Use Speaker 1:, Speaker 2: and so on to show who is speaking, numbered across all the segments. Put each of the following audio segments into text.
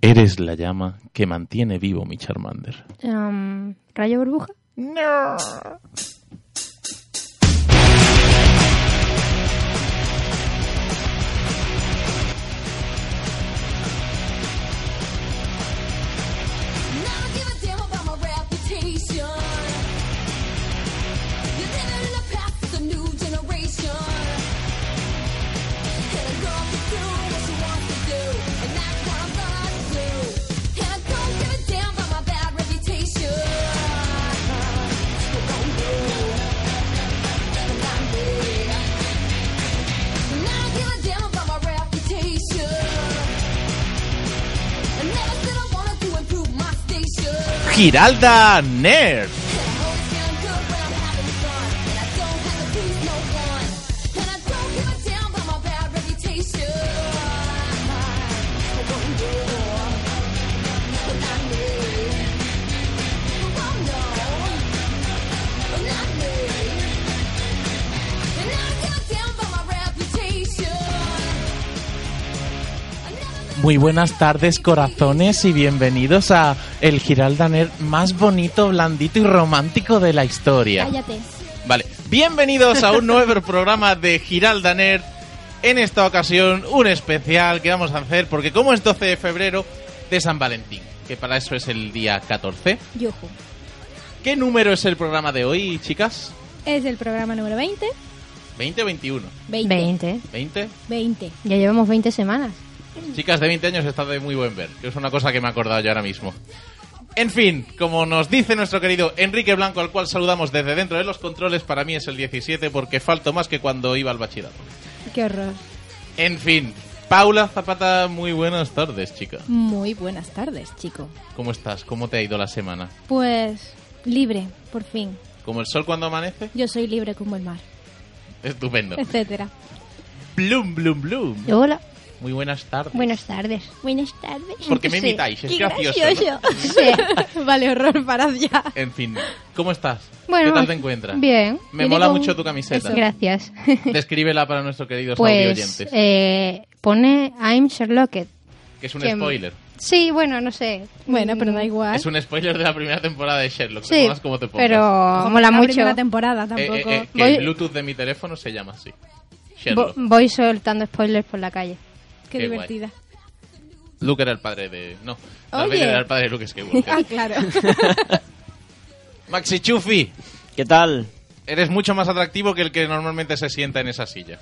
Speaker 1: Eres la llama que mantiene vivo mi Charmander.
Speaker 2: Em, ¿Rayo burbuja?
Speaker 1: No.
Speaker 3: Never give a damn about my reputation. You're living in the past, it's a new generation. And a girl can do what she wants to do, and that's what I'm gonna do. And I don't give a damn about my bad reputation. But I'm good. And I'm good. And I don't give a damn about my reputation. And never said I wanted to improve my station.
Speaker 1: Giralda Nerd. Muy buenas tardes, corazones, y bienvenidos a el Giralda Nerd más bonito, blandito y romántico de la historia.
Speaker 2: Cállate.
Speaker 1: Vale, bienvenidos a un nuevo programa de Giralda Nerd. En esta ocasión, un especial que vamos a hacer, porque como es 12 de febrero de San Valentín, que para eso es el día 14.
Speaker 2: Yuhu.
Speaker 1: ¿Qué número es el programa de hoy, chicas?
Speaker 2: Es el programa número 20.
Speaker 1: ¿20 o 21?
Speaker 2: 20.
Speaker 4: 20.
Speaker 1: ¿20?
Speaker 2: 20.
Speaker 4: Ya llevamos 20 semanas.
Speaker 1: Chicas de 20 años está de muy buen ver, que es una cosa que me he acordado yo ahora mismo. En fin, como nos dice nuestro querido Enrique Blanco, al cual saludamos desde dentro de los controles, para mí es el 17 porque falto más que cuando iba al bachillerato.
Speaker 2: Qué horror.
Speaker 1: En fin, Paula Zapata, muy buenas tardes, chica.
Speaker 5: Muy buenas tardes, chico.
Speaker 1: ¿Cómo estás? ¿Cómo te ha ido la semana?
Speaker 2: Pues libre, por fin.
Speaker 1: ¿Como el sol cuando amanece?
Speaker 2: Yo soy libre como el mar,
Speaker 1: Estupendo.
Speaker 2: etcétera.
Speaker 1: Blum, blum, blum.
Speaker 4: Este- Hola.
Speaker 1: Muy buenas tardes.
Speaker 4: Buenas tardes.
Speaker 2: Buenas tardes.
Speaker 1: Porque me
Speaker 4: sí.
Speaker 1: imitáis, es
Speaker 2: Qué
Speaker 1: gracioso.
Speaker 2: gracioso.
Speaker 1: ¿no?
Speaker 5: vale, horror, parad ya.
Speaker 1: En fin, ¿cómo estás?
Speaker 4: Bueno,
Speaker 1: ¿Qué tal te encuentras?
Speaker 4: bien.
Speaker 1: Me
Speaker 2: Viene
Speaker 1: mola
Speaker 2: con-
Speaker 1: mucho tu camiseta.
Speaker 4: Gracias.
Speaker 1: Descríbela para nuestros queridos
Speaker 4: pues
Speaker 1: audioyentes,
Speaker 4: eh, pone I'm Sherlocked.
Speaker 1: que es un
Speaker 4: que-
Speaker 1: spoiler.
Speaker 4: Sí, bueno, no sé.
Speaker 5: Bueno, pero
Speaker 4: Mm,
Speaker 5: da igual.
Speaker 1: Es un spoiler de la primera temporada de Sherlock, te
Speaker 4: Sí,
Speaker 1: pongas como te pongas.
Speaker 4: pero
Speaker 5: Ojo, la
Speaker 4: mola mucho.
Speaker 5: primera temporada
Speaker 1: Eh, eh,
Speaker 5: tampoco.
Speaker 1: eh, que
Speaker 4: Voy-
Speaker 1: el Bluetooth de mi teléfono se llama así.
Speaker 4: Vo-
Speaker 1: Sherlock.
Speaker 4: voy soltando spoilers por la calle.
Speaker 5: Qué,
Speaker 1: qué guay.
Speaker 5: divertida.
Speaker 1: Luke era el padre de... No, Darth
Speaker 5: Oye.
Speaker 1: Vader era el padre de Luke Skywalker.
Speaker 5: Ah, claro.
Speaker 1: Maxi Chufi,
Speaker 6: ¿Qué tal?
Speaker 1: eres mucho más atractivo que el que normalmente se sienta en esa silla.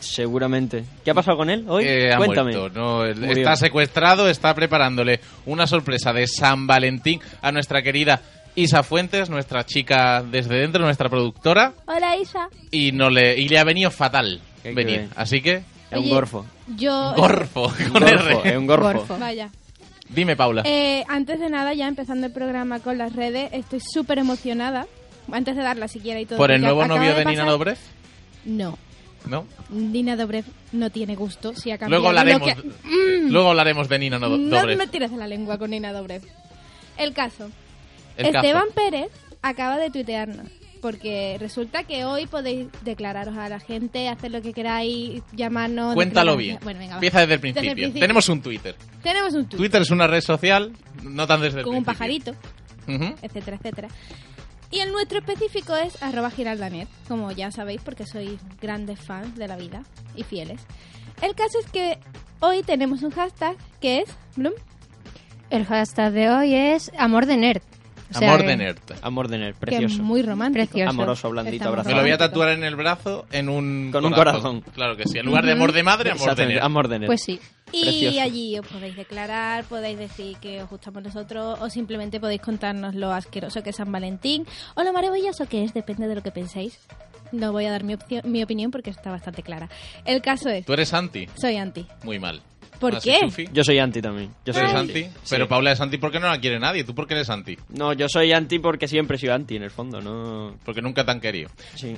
Speaker 6: Seguramente. ¿Qué ha pasado con él hoy?
Speaker 1: Eh, ha
Speaker 6: Cuéntame.
Speaker 1: muerto, ¿no? El-
Speaker 6: Murió.
Speaker 1: Pues Está secuestrado, está preparándole una sorpresa de San Valentín a nuestra querida Isa Fuentes, nuestra chica desde dentro, nuestra productora.
Speaker 2: Hola Isa.
Speaker 1: y no le y le ha venido fatal
Speaker 6: Qué
Speaker 1: venir.
Speaker 6: bien.
Speaker 1: Así que
Speaker 6: Es un
Speaker 5: Oye,
Speaker 6: gorfo.
Speaker 5: Yo.
Speaker 1: gorfo con
Speaker 6: Gorfo,
Speaker 1: R.
Speaker 6: es un gorfo.
Speaker 5: Vaya.
Speaker 1: Dime Paula.
Speaker 5: Eh, antes de nada, ya empezando el programa con las redes, estoy súper emocionada. Antes de darla siquiera y todo.
Speaker 1: por el
Speaker 5: porque
Speaker 1: nuevo
Speaker 5: acaba
Speaker 1: novio de,
Speaker 5: pasar-
Speaker 1: Nina Dobrev,
Speaker 5: No.
Speaker 1: ¿no?
Speaker 5: Nina Dobrev no tiene gusto. Si ha cambiado
Speaker 1: Luego hablaremos.
Speaker 5: lo que-
Speaker 1: Luego hablaremos de Nina no-
Speaker 5: Mm. No
Speaker 1: Dobrev.
Speaker 5: me tires de la lengua con Nina Dobrev. El caso.
Speaker 1: El cazo.
Speaker 5: Esteban Pérez acaba de tuitearnos. Porque resulta que hoy podéis declararos a la gente, hacer lo que queráis, llamarnos.
Speaker 1: Cuéntalo
Speaker 5: declararos-
Speaker 1: bien.
Speaker 5: Bueno, venga, va.
Speaker 1: Empieza desde el
Speaker 5: Desde el
Speaker 1: principio.
Speaker 5: principio.
Speaker 1: Tenemos un Twitter.
Speaker 5: Tenemos un tuit
Speaker 1: Twitter es una red social, no tan desde el
Speaker 5: con un
Speaker 1: principio.
Speaker 5: pajarito,
Speaker 1: Ujú.
Speaker 5: etcétera, etcétera. Y el nuestro específico es arroba giraldanet, como ya sabéis, porque sois grandes fans de la vida y fieles. El caso es que hoy tenemos un hashtag que es Bloom.
Speaker 4: El hashtag de hoy es Amor de Nerd. O sea eh,
Speaker 1: Amor
Speaker 4: que-
Speaker 1: de nerd.
Speaker 6: Amor de Nerd,
Speaker 5: que es
Speaker 6: precioso.
Speaker 5: muy romántico.
Speaker 4: Precioso.
Speaker 6: Amoroso, blandito,
Speaker 5: Está
Speaker 1: Me lo voy a
Speaker 5: romántico.
Speaker 1: tatuar en el brazo en un
Speaker 6: Con un corazón.
Speaker 1: Claro que sí. En lugar de amor de madre, amor de
Speaker 6: Exactamente,
Speaker 1: nerd.
Speaker 6: Amor de Nerd.
Speaker 4: Pues sí.
Speaker 5: Y
Speaker 6: Precioso.
Speaker 5: allí os podéis declarar, podéis decir que os gustamos nosotros o simplemente podéis contarnos lo asqueroso que es San Valentín o lo maravilloso que es, depende de lo que penséis. No voy a dar mi, opción- mi opinión porque está bastante clara. El caso es,
Speaker 1: Tú eres anti.
Speaker 5: soy anti.
Speaker 1: Muy mal.
Speaker 5: ¿Por
Speaker 1: Así,
Speaker 5: qué?
Speaker 1: Chufi,
Speaker 6: Yo soy anti también. Yo
Speaker 1: Tú
Speaker 6: soy
Speaker 1: eres anti.
Speaker 6: Sí.
Speaker 1: Pero Paula es anti porque no la quiere nadie. ¿Tú por qué eres anti?
Speaker 6: No, yo soy anti porque siempre he sido anti en el fondo, no.
Speaker 1: Porque nunca te han querido.
Speaker 6: Sí.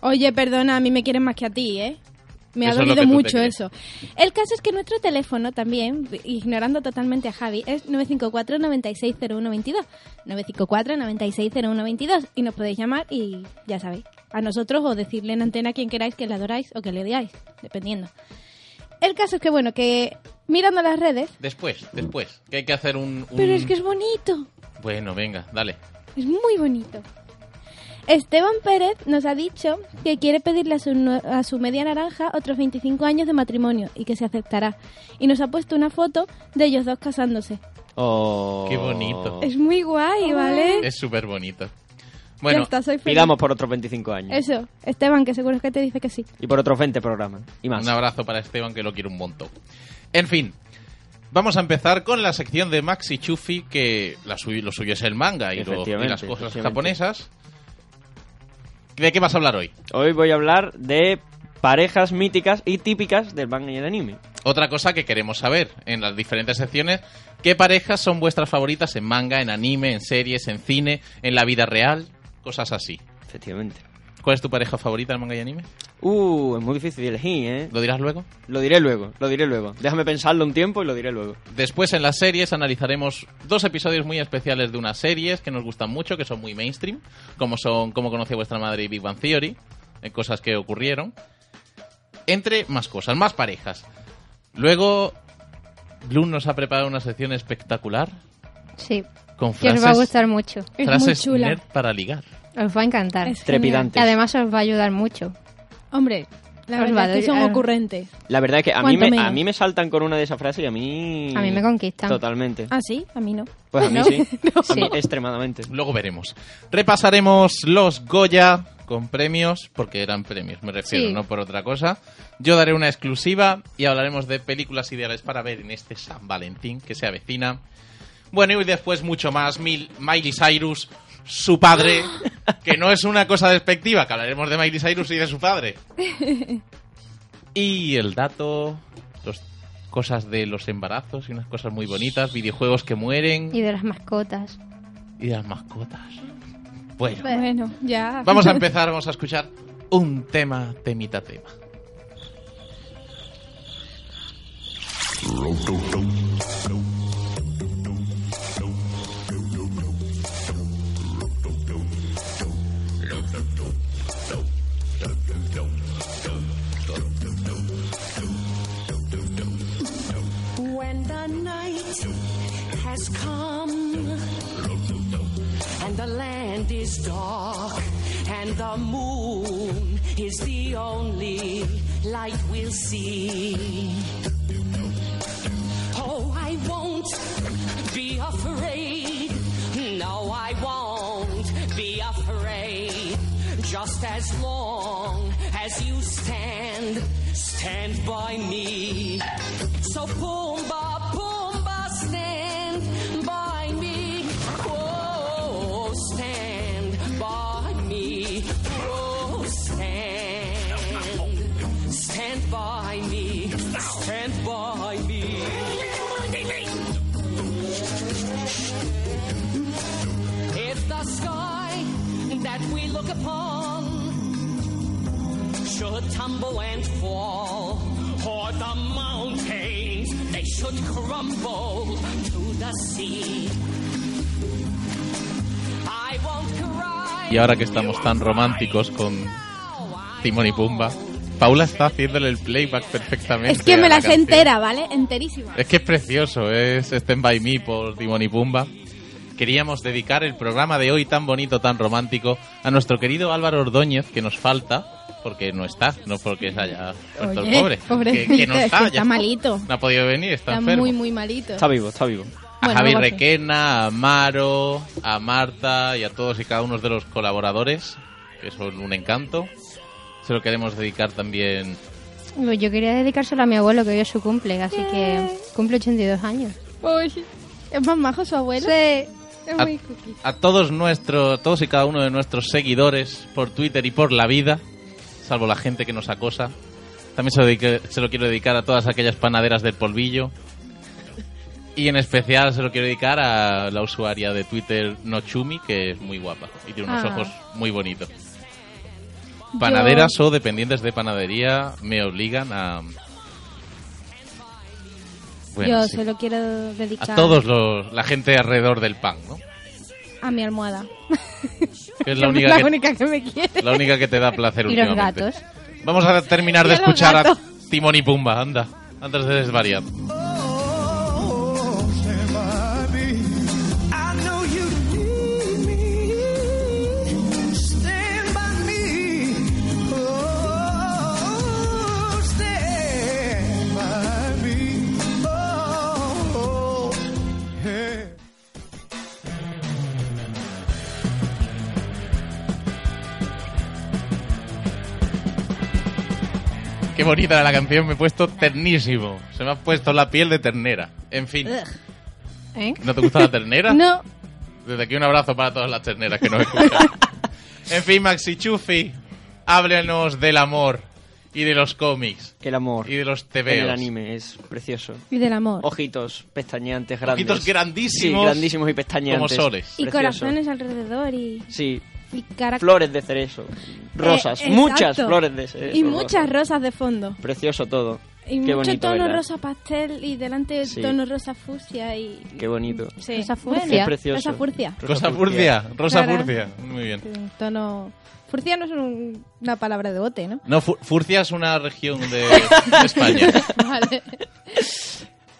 Speaker 5: Oye, perdona, a mí me quieren más que a ti, ¿eh? Me ha
Speaker 1: Eso es
Speaker 5: dolido
Speaker 1: lo que tú te
Speaker 5: mucho
Speaker 1: crees.
Speaker 5: eso. El caso es que nuestro teléfono también, ignorando totalmente a Javi, es 954-960122. 954-960122. Y nos podéis llamar y ya sabéis, a nosotros o decirle en antena a quien queráis que le adoráis o que le odiáis, dependiendo. El caso es que, bueno, que mirando las redes.
Speaker 1: Después, después. Que hay que hacer un. un-
Speaker 5: Pero es que es bonito.
Speaker 1: Bueno, venga, dale.
Speaker 5: Es muy bonito. Esteban Pérez nos ha dicho que quiere pedirle a su, nue- a su media naranja otros 25 años de matrimonio y que se aceptará. Y nos ha puesto una foto de ellos dos casándose.
Speaker 6: Oh.
Speaker 1: Qué bonito.
Speaker 5: Es muy guay, ¿vale?
Speaker 1: Es súper bonito.
Speaker 5: ya
Speaker 1: Bueno,
Speaker 5: está, soy feliz.
Speaker 6: Pidamos por otros 25 años.
Speaker 5: Eso, Esteban, que seguro es que te dice que sí.
Speaker 6: Y por otros 20 programas. Y más.
Speaker 1: un abrazo para Esteban que lo quiero un montón. En fin, vamos a empezar con la sección de Maxi Chufi, que la suy- lo suyo es el manga y, lo- y
Speaker 6: Efectivamente,
Speaker 1: las cosas
Speaker 6: efectivamente.
Speaker 1: japonesas. ¿De qué vas a hablar hoy?
Speaker 6: Hoy voy a hablar de parejas míticas y típicas del manga y el anime.
Speaker 1: Otra cosa que queremos saber en las diferentes secciones, ¿qué parejas son vuestras favoritas en manga, en anime, en series, en cine, en la vida real? Cosas así.
Speaker 6: Efectivamente.
Speaker 1: ¿Cuál es tu pareja favorita en manga y anime?
Speaker 6: Uh, es muy difícil de elegir, ¿eh?
Speaker 1: ¿Lo dirás luego?
Speaker 6: Lo diré luego, lo diré luego. Déjame pensarlo un tiempo y lo diré luego.
Speaker 1: Después en las series analizaremos dos episodios muy especiales de unas series que nos gustan mucho, que son muy mainstream, como son Cómo conocí a vuestra madre y Big Bang Theory, eh, cosas que ocurrieron. Entre más cosas, más parejas. Luego, Bloom nos ha preparado una sección espectacular
Speaker 4: Sí,
Speaker 1: con
Speaker 4: que
Speaker 1: frases,
Speaker 4: os va a gustar mucho.
Speaker 5: Es muy
Speaker 1: frases
Speaker 5: chula.
Speaker 1: nerd para ligar.
Speaker 4: Os va a encantar.
Speaker 5: Es
Speaker 6: Trepidante.
Speaker 4: Y además os va a ayudar mucho.
Speaker 5: Hombre, la
Speaker 4: Os va
Speaker 5: verdad
Speaker 4: a
Speaker 5: es que son
Speaker 4: dar-
Speaker 5: ocurrentes.
Speaker 6: La verdad es que a mí,
Speaker 5: Cuanto
Speaker 6: me,
Speaker 5: menos.
Speaker 6: a mí me saltan con una de esas frases y a mí...
Speaker 4: A mí
Speaker 1: Mm,
Speaker 4: me conquistan.
Speaker 6: Totalmente.
Speaker 5: Ah, sí, a mí no.
Speaker 6: Pues a mí
Speaker 4: ¿No?
Speaker 6: sí. A mí
Speaker 4: Sí.
Speaker 6: extremadamente.
Speaker 1: Luego veremos. Repasaremos los Goya con premios, porque eran premios, me refiero,
Speaker 4: Sí.
Speaker 1: no por otra cosa. Yo daré una exclusiva y hablaremos de películas ideales para ver en este San Valentín que se avecina. Bueno, y después mucho más. Mil- Miley Cyrus, su padre, que no es una cosa despectiva, que hablaremos de Miley Cyrus y de su padre. Y el dato, las cosas de los embarazos y unas cosas muy bonitas, videojuegos que mueren
Speaker 4: Y de las mascotas.
Speaker 1: y las mascotas. Bueno,
Speaker 5: Bueno, ya.
Speaker 1: vamos a empezar, vamos a escuchar un tema, temita, tema.
Speaker 3: When the night has come and the land is dark and the moon is the only light we'll see. Oh, I won't be afraid. No, I won't be afraid. Just as long as you stand, stand by me. So Pumbaa, Pumbaa, stand by me. Oh, stand by me. Oh, stand. Stand by me. Stand by me. If the sky that we look upon should tumble and fall, or the mountains they should crumble to the sea, I won't cry.
Speaker 1: Y ahora que estamos tan románticos con Timón y Pumba, Paula está haciéndole el playback perfectamente.
Speaker 5: Es que
Speaker 1: a
Speaker 5: me
Speaker 1: la
Speaker 5: las
Speaker 1: canción.
Speaker 5: entera, ¿vale? Enterísima.
Speaker 1: Es que es precioso, es Stand By Me por Timón y Pumba. Queríamos dedicar el programa de hoy tan bonito, tan romántico, a nuestro querido Álvaro Ordóñez, que nos falta, porque no está, no porque se haya puesto el
Speaker 5: Oye,
Speaker 1: pues, pobre.
Speaker 5: pobrecito,
Speaker 1: que, que no
Speaker 5: es que
Speaker 1: está, ya
Speaker 5: está malito.
Speaker 1: No ha podido venir, está,
Speaker 5: Está
Speaker 1: enfermo.
Speaker 5: muy, muy malito.
Speaker 6: Está vivo, está vivo.
Speaker 1: a
Speaker 5: Bueno,
Speaker 1: Javi
Speaker 5: luego sí.
Speaker 1: Requena, a Maro, a Marta y a todos y cada uno de los colaboradores, que son un encanto. Se lo queremos dedicar también.
Speaker 4: Pues Yo quería dedicárselo a mi abuelo, que hoy es su cumple, así que cumple 82 años.
Speaker 5: Uy, es más majo su abuelo. Es
Speaker 1: A-
Speaker 5: muy cookie.
Speaker 1: A todos nuestros, todos y cada uno de nuestros seguidores por Twitter y por la vida, salvo la gente que nos acosa. También se lo, dedique- se lo quiero dedicar a todas aquellas panaderas del polvillo. Y en especial se lo quiero dedicar a la usuaria de Twitter Nochumi, que es muy guapa y tiene unos
Speaker 4: Ah.
Speaker 1: ojos muy bonitos. Panaderas o dependientes de panadería me obligan a. Bueno,
Speaker 5: Yo
Speaker 1: sí.
Speaker 5: se lo quiero dedicar
Speaker 1: A todos los. la gente alrededor del pan, ¿no?
Speaker 5: a mi almohada.
Speaker 1: Que es la única, que,
Speaker 5: me quiere.
Speaker 1: la única que te da placer
Speaker 4: Y los
Speaker 1: últimamente.
Speaker 4: gatos.
Speaker 1: Vamos a terminar
Speaker 5: Y
Speaker 1: de
Speaker 5: a los
Speaker 1: escuchar a
Speaker 5: gatos.
Speaker 1: Timón y Pumba, anda. Antes de desvariar.
Speaker 3: Oh,
Speaker 1: Qué bonita era la canción, me he puesto ternísimo. Se me ha puesto la piel de ternera. En fin,
Speaker 4: ¿Eh?
Speaker 1: ¿no te gusta la ternera?
Speaker 4: No.
Speaker 1: Desde aquí un abrazo para todas las terneras que nos escuchan. en fin, Maxi Chufi, háblanos del amor y de los cómics
Speaker 6: El amor.
Speaker 1: y de los
Speaker 6: en
Speaker 1: TVOs.
Speaker 6: el anime es precioso.
Speaker 5: Y del amor.
Speaker 6: Ojitos pestañeantes grandes.
Speaker 1: Ojitos grandísimos.
Speaker 6: Sí, grandísimos y pestañeantes.
Speaker 1: Como soles.
Speaker 5: Y
Speaker 6: Precioso.
Speaker 5: corazones alrededor y,
Speaker 6: Sí,
Speaker 5: y cara...
Speaker 6: flores de cerezo. Rosas,
Speaker 5: Eh,
Speaker 6: muchas
Speaker 5: exacto.
Speaker 6: flores de cerezo.
Speaker 5: Y muchas
Speaker 6: rosas.
Speaker 5: rosas de fondo.
Speaker 6: Precioso todo.
Speaker 5: Y
Speaker 6: Qué
Speaker 5: mucho
Speaker 6: bonito,
Speaker 5: tono
Speaker 6: ¿verdad?
Speaker 5: rosa pastel y delante del
Speaker 6: Sí.
Speaker 5: tono rosa fucsia y...
Speaker 6: Qué bonito.
Speaker 5: Sí.
Speaker 4: Rosa
Speaker 5: Bueno,
Speaker 4: furcia.
Speaker 6: Es precioso.
Speaker 5: Rosa furcia.
Speaker 1: Cosa furcia, Rosa
Speaker 5: Clara.
Speaker 1: Furcia. Muy bien.
Speaker 5: Un tono... Furcia no es un- una palabra de bote, ¿no?
Speaker 1: No, Fu- Furcia es una región de, de España.
Speaker 5: Vale.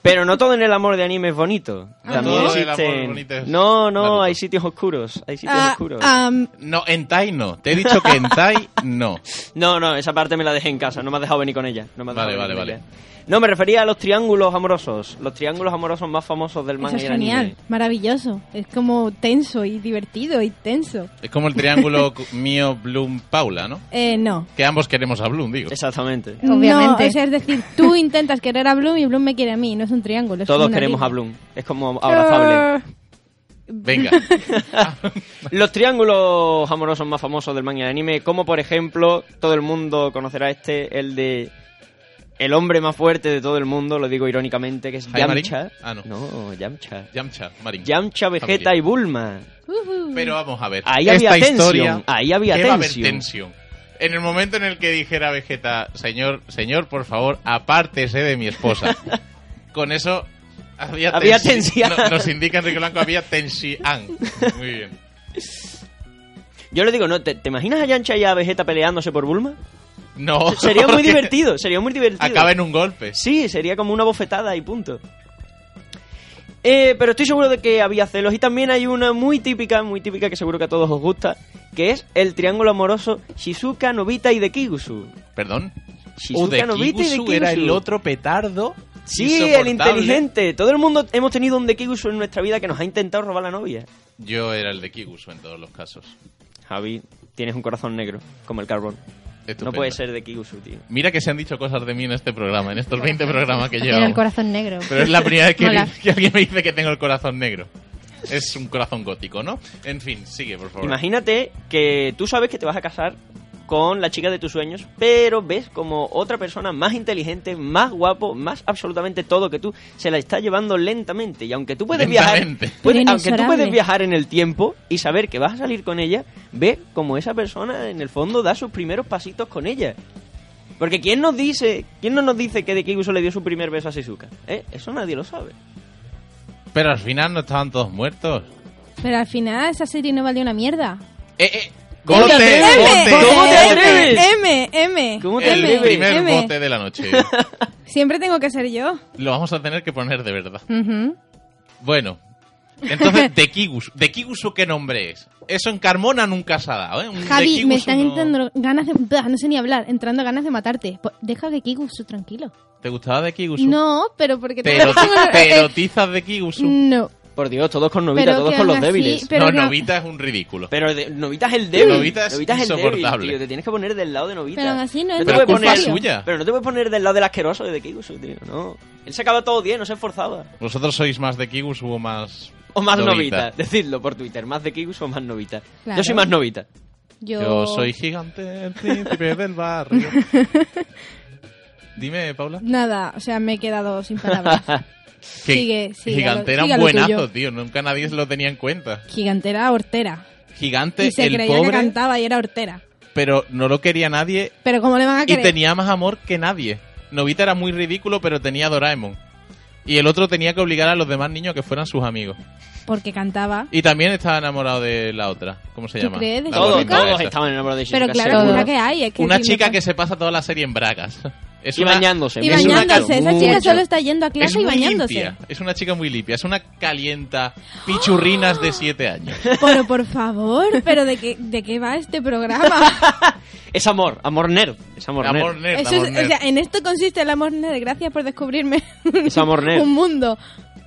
Speaker 6: Pero no todo en el amor de anime es bonito.
Speaker 1: Ah, No
Speaker 6: También
Speaker 1: todo en el amor
Speaker 6: existen-
Speaker 1: bonito es
Speaker 6: No, no,
Speaker 1: Naruto.
Speaker 6: hay sitios oscuros. Hay sitios
Speaker 5: Ah,
Speaker 6: oscuros.
Speaker 5: am,
Speaker 1: No, en Tai no. Te he dicho que en Tai no.
Speaker 6: No, no, esa parte me la dejé en casa, no me has dejado venir con ella. No me has
Speaker 1: Vale,
Speaker 6: dejado venir
Speaker 1: vale,
Speaker 6: con
Speaker 1: vale.
Speaker 6: ella. No, me refería a los triángulos amorosos. Los triángulos amorosos más famosos del
Speaker 5: eso
Speaker 6: manga
Speaker 5: es
Speaker 6: y del anime.
Speaker 5: genial, maravilloso. Es como tenso y divertido y tenso.
Speaker 1: Es como el triángulo cu- mío Bloom Paula, ¿no?
Speaker 5: Eh, no.
Speaker 1: Que ambos queremos a Bloom, digo.
Speaker 6: Exactamente.
Speaker 4: Obviamente.
Speaker 5: No, o sea, es decir, tú intentas querer a Bloom y Bloom me quiere a mí, no es un triángulo. es
Speaker 6: Todos
Speaker 5: una
Speaker 6: queremos
Speaker 5: línea.
Speaker 6: a Bloom. Es como abrazable.
Speaker 5: Eh,
Speaker 1: Venga.
Speaker 6: Los triángulos amorosos más famosos del manga y del anime, como por ejemplo, todo el mundo conocerá este, el de el hombre más fuerte de todo el mundo, lo digo irónicamente, que es
Speaker 1: ¿Jaime Marín?
Speaker 6: Yamcha.
Speaker 1: Ah, no.
Speaker 6: No, Yamcha.
Speaker 1: Yamcha, Marín.
Speaker 6: Yamcha, Vegeta
Speaker 1: Familia.
Speaker 6: y Bulma.
Speaker 1: Pero vamos a ver.
Speaker 6: Ahí
Speaker 1: esta
Speaker 6: había tensión,
Speaker 1: historia.
Speaker 6: ahí había
Speaker 1: ¿qué va a haber
Speaker 6: tensión.
Speaker 1: tensión? En el momento en el que dijera Vegeta, señor, señor, por favor, apártese de mi esposa. Con eso había,
Speaker 6: Había
Speaker 1: tensi-
Speaker 6: tensión.
Speaker 1: No- nos indica Enrique Blanco, había tensión. Muy bien.
Speaker 6: Yo le digo, no, ¿te, te imaginas a Yamcha y a Vegeta peleándose por Bulma?
Speaker 1: No.
Speaker 6: Sería muy
Speaker 1: porque
Speaker 6: divertido, sería muy divertido.
Speaker 1: Acaba en un golpe.
Speaker 6: Sí, sería como una bofetada y punto. Eh, pero estoy seguro de que había celos. Y también hay una muy típica, muy típica que seguro que a todos os gusta, que es el triángulo amoroso Shizuka, Nobita y Dekigusu.
Speaker 1: Perdón.
Speaker 6: Shizuka Nobita y
Speaker 1: Udekigusu
Speaker 6: Dekigusu.
Speaker 1: era el otro petardo.
Speaker 6: Sí, el
Speaker 1: insoportable.
Speaker 6: inteligente. Todo el mundo hemos tenido un Dekigusu en nuestra vida que nos ha intentado robar la novia.
Speaker 1: Yo era el de Kigusu en todos los casos.
Speaker 6: Javi, tienes un corazón negro, como el carbón.
Speaker 1: Estupendo.
Speaker 6: No puede ser Dekigusu, tío.
Speaker 1: Mira que se han dicho cosas de mí en este programa, en estos 20 programas que
Speaker 4: Era el
Speaker 1: llevamos.
Speaker 4: corazón negro.
Speaker 1: Pero es la primera vez que,
Speaker 4: Mola.
Speaker 1: que alguien me dice que tengo el corazón negro. Es un corazón gótico, ¿no? En fin, sigue, por favor.
Speaker 6: Imagínate que tú sabes que te vas a casar con la chica de tus sueños, pero ves como otra persona más inteligente, más guapo, más absolutamente todo que tú, se la está llevando lentamente. Y aunque tú puedes viajar,
Speaker 1: Lentamente.
Speaker 6: puede-
Speaker 5: Pero
Speaker 6: aunque tú
Speaker 5: inexorable.
Speaker 6: puedes viajar en el tiempo y saber que vas a salir con ella, ve como esa persona en el fondo da sus primeros pasitos con ella. Porque quién nos dice, quién no nos dice que de Kiguso le dio su primer beso a Shizuka, ¿eh? Eso nadie lo sabe.
Speaker 1: Pero al final no estaban todos muertos.
Speaker 5: Pero al final esa serie no valió una mierda.
Speaker 1: ¡Eh, eh!
Speaker 6: ¿Cómo te
Speaker 1: ¡Bote!
Speaker 6: atreves?
Speaker 1: ¡Bote!
Speaker 6: ¿Cómo te atreves?
Speaker 5: M, M.
Speaker 6: ¿Cómo te
Speaker 1: El
Speaker 5: M,
Speaker 6: atreves?
Speaker 1: primer
Speaker 5: M.
Speaker 1: bote de la noche.
Speaker 5: Siempre tengo que ser yo.
Speaker 1: Lo vamos a tener que poner de verdad.
Speaker 4: Ujú.
Speaker 1: Bueno. Entonces, de Kigusu. ¿De Kigusu qué nombre es? Eso en Carmona nunca se ha dado, ¿eh? Un de
Speaker 5: Javi, me
Speaker 1: Kigusu
Speaker 5: están
Speaker 1: no-
Speaker 5: entrando ganas de... bah, No sé ni hablar, entrando ganas de matarte. Po- Deja que Kigusu tranquilo.
Speaker 1: ¿Te gustaba de Kigusu?
Speaker 5: No, pero porque...
Speaker 1: ¿Te,
Speaker 5: tengo- eh,
Speaker 1: eroti- te erotizas de Kigusu?
Speaker 5: No.
Speaker 6: Por Dios, todos con Novita,
Speaker 5: Pero
Speaker 6: todos
Speaker 5: que
Speaker 6: con los
Speaker 5: aún así-
Speaker 6: débiles.
Speaker 5: pero
Speaker 1: no,
Speaker 5: no-
Speaker 1: Novita es un ridículo.
Speaker 6: Pero de- Novita es el débil.
Speaker 1: Novita es insoportable.
Speaker 6: tío. Te tienes que poner del lado de Novita.
Speaker 5: Pero aún así no es
Speaker 1: Pero
Speaker 6: te puedes
Speaker 1: culpa
Speaker 6: poner,
Speaker 1: suya.
Speaker 6: Pero no te puedes poner del lado del asqueroso de Kigusu, tío. No. Él sacaba todo 10, no se esforzaba.
Speaker 1: ¿Vosotros sois más de Kigusu o más...
Speaker 6: O más
Speaker 1: Novita?
Speaker 6: Novita. Decidlo por Twitter. Más de Kigusu o más Novita.
Speaker 5: Claro.
Speaker 6: Yo soy más Novita.
Speaker 5: Yo...
Speaker 1: Yo soy gigante, el príncipe del barrio. Dime, Paula.
Speaker 5: Nada, o sea, me he quedado sin palabras. Sigue, sigue,
Speaker 1: Gigante
Speaker 5: lo-
Speaker 1: era
Speaker 5: siga
Speaker 1: un
Speaker 5: lo
Speaker 1: buenazo,
Speaker 5: tuyo.
Speaker 1: tío. Nunca nadie se lo tenía en cuenta.
Speaker 5: Gigantera hortera.
Speaker 1: Gigante,
Speaker 5: Y se
Speaker 1: el
Speaker 5: creía que
Speaker 1: pobre,
Speaker 5: cantaba y era hortera.
Speaker 1: pero no lo quería nadie
Speaker 5: Pero ¿cómo Ah, le van a
Speaker 1: y
Speaker 5: creer?
Speaker 1: tenía más amor que nadie. Novita era muy ridículo, pero tenía a Doraemon. Y el otro tenía que obligar a los demás niños a que fueran sus amigos.
Speaker 5: Porque cantaba.
Speaker 1: Y también estaba enamorado de la otra. ¿Cómo se
Speaker 5: ¿Tú
Speaker 1: llama?
Speaker 5: crees?
Speaker 1: La
Speaker 5: Todos,
Speaker 6: Todos,
Speaker 1: gordita
Speaker 6: todos
Speaker 1: esa.
Speaker 6: estaban enamorados de Shizuka.
Speaker 5: Pero claro,
Speaker 6: seguro.
Speaker 5: es la que hay. Es que
Speaker 1: Una
Speaker 5: si
Speaker 1: chica
Speaker 5: no-
Speaker 1: que se pasa toda la serie en bragas. Es
Speaker 6: Y
Speaker 1: una-
Speaker 6: bañándose.
Speaker 5: Y
Speaker 6: es una
Speaker 5: bañándose.
Speaker 6: cara-
Speaker 5: Esa chica
Speaker 6: mucho.
Speaker 5: solo está yendo a clase y
Speaker 1: muy
Speaker 5: bañándose.
Speaker 1: limpia, es una chica muy limpia, es una calienta pichurrinas de 7 años.
Speaker 5: Pero por favor, ¿pero de qué, de qué va este programa?
Speaker 6: Es amor, amor nerd. Es amor,
Speaker 1: Amor
Speaker 6: nerd.
Speaker 1: nerd,
Speaker 5: Eso
Speaker 1: amor
Speaker 5: es-
Speaker 1: nerd.
Speaker 5: o sea, en esto consiste el amor nerd. Gracias por descubrirme
Speaker 6: Es amor nerd.
Speaker 5: un mundo.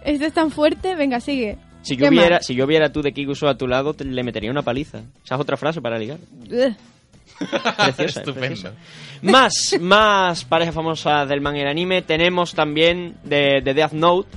Speaker 5: Esto es tan fuerte. Venga, sigue.
Speaker 6: Si yo,
Speaker 5: ¿Qué
Speaker 6: viera,
Speaker 5: más?
Speaker 6: si yo viera tú de Kigusu a tu lado, te- le metería una paliza. Esa es otra frase para ligar.
Speaker 5: Ugh.
Speaker 6: Preciosa,
Speaker 1: Estupendo.
Speaker 6: preciosa. Más, más parejas famosas del manga y el anime. Tenemos también de, de Death Note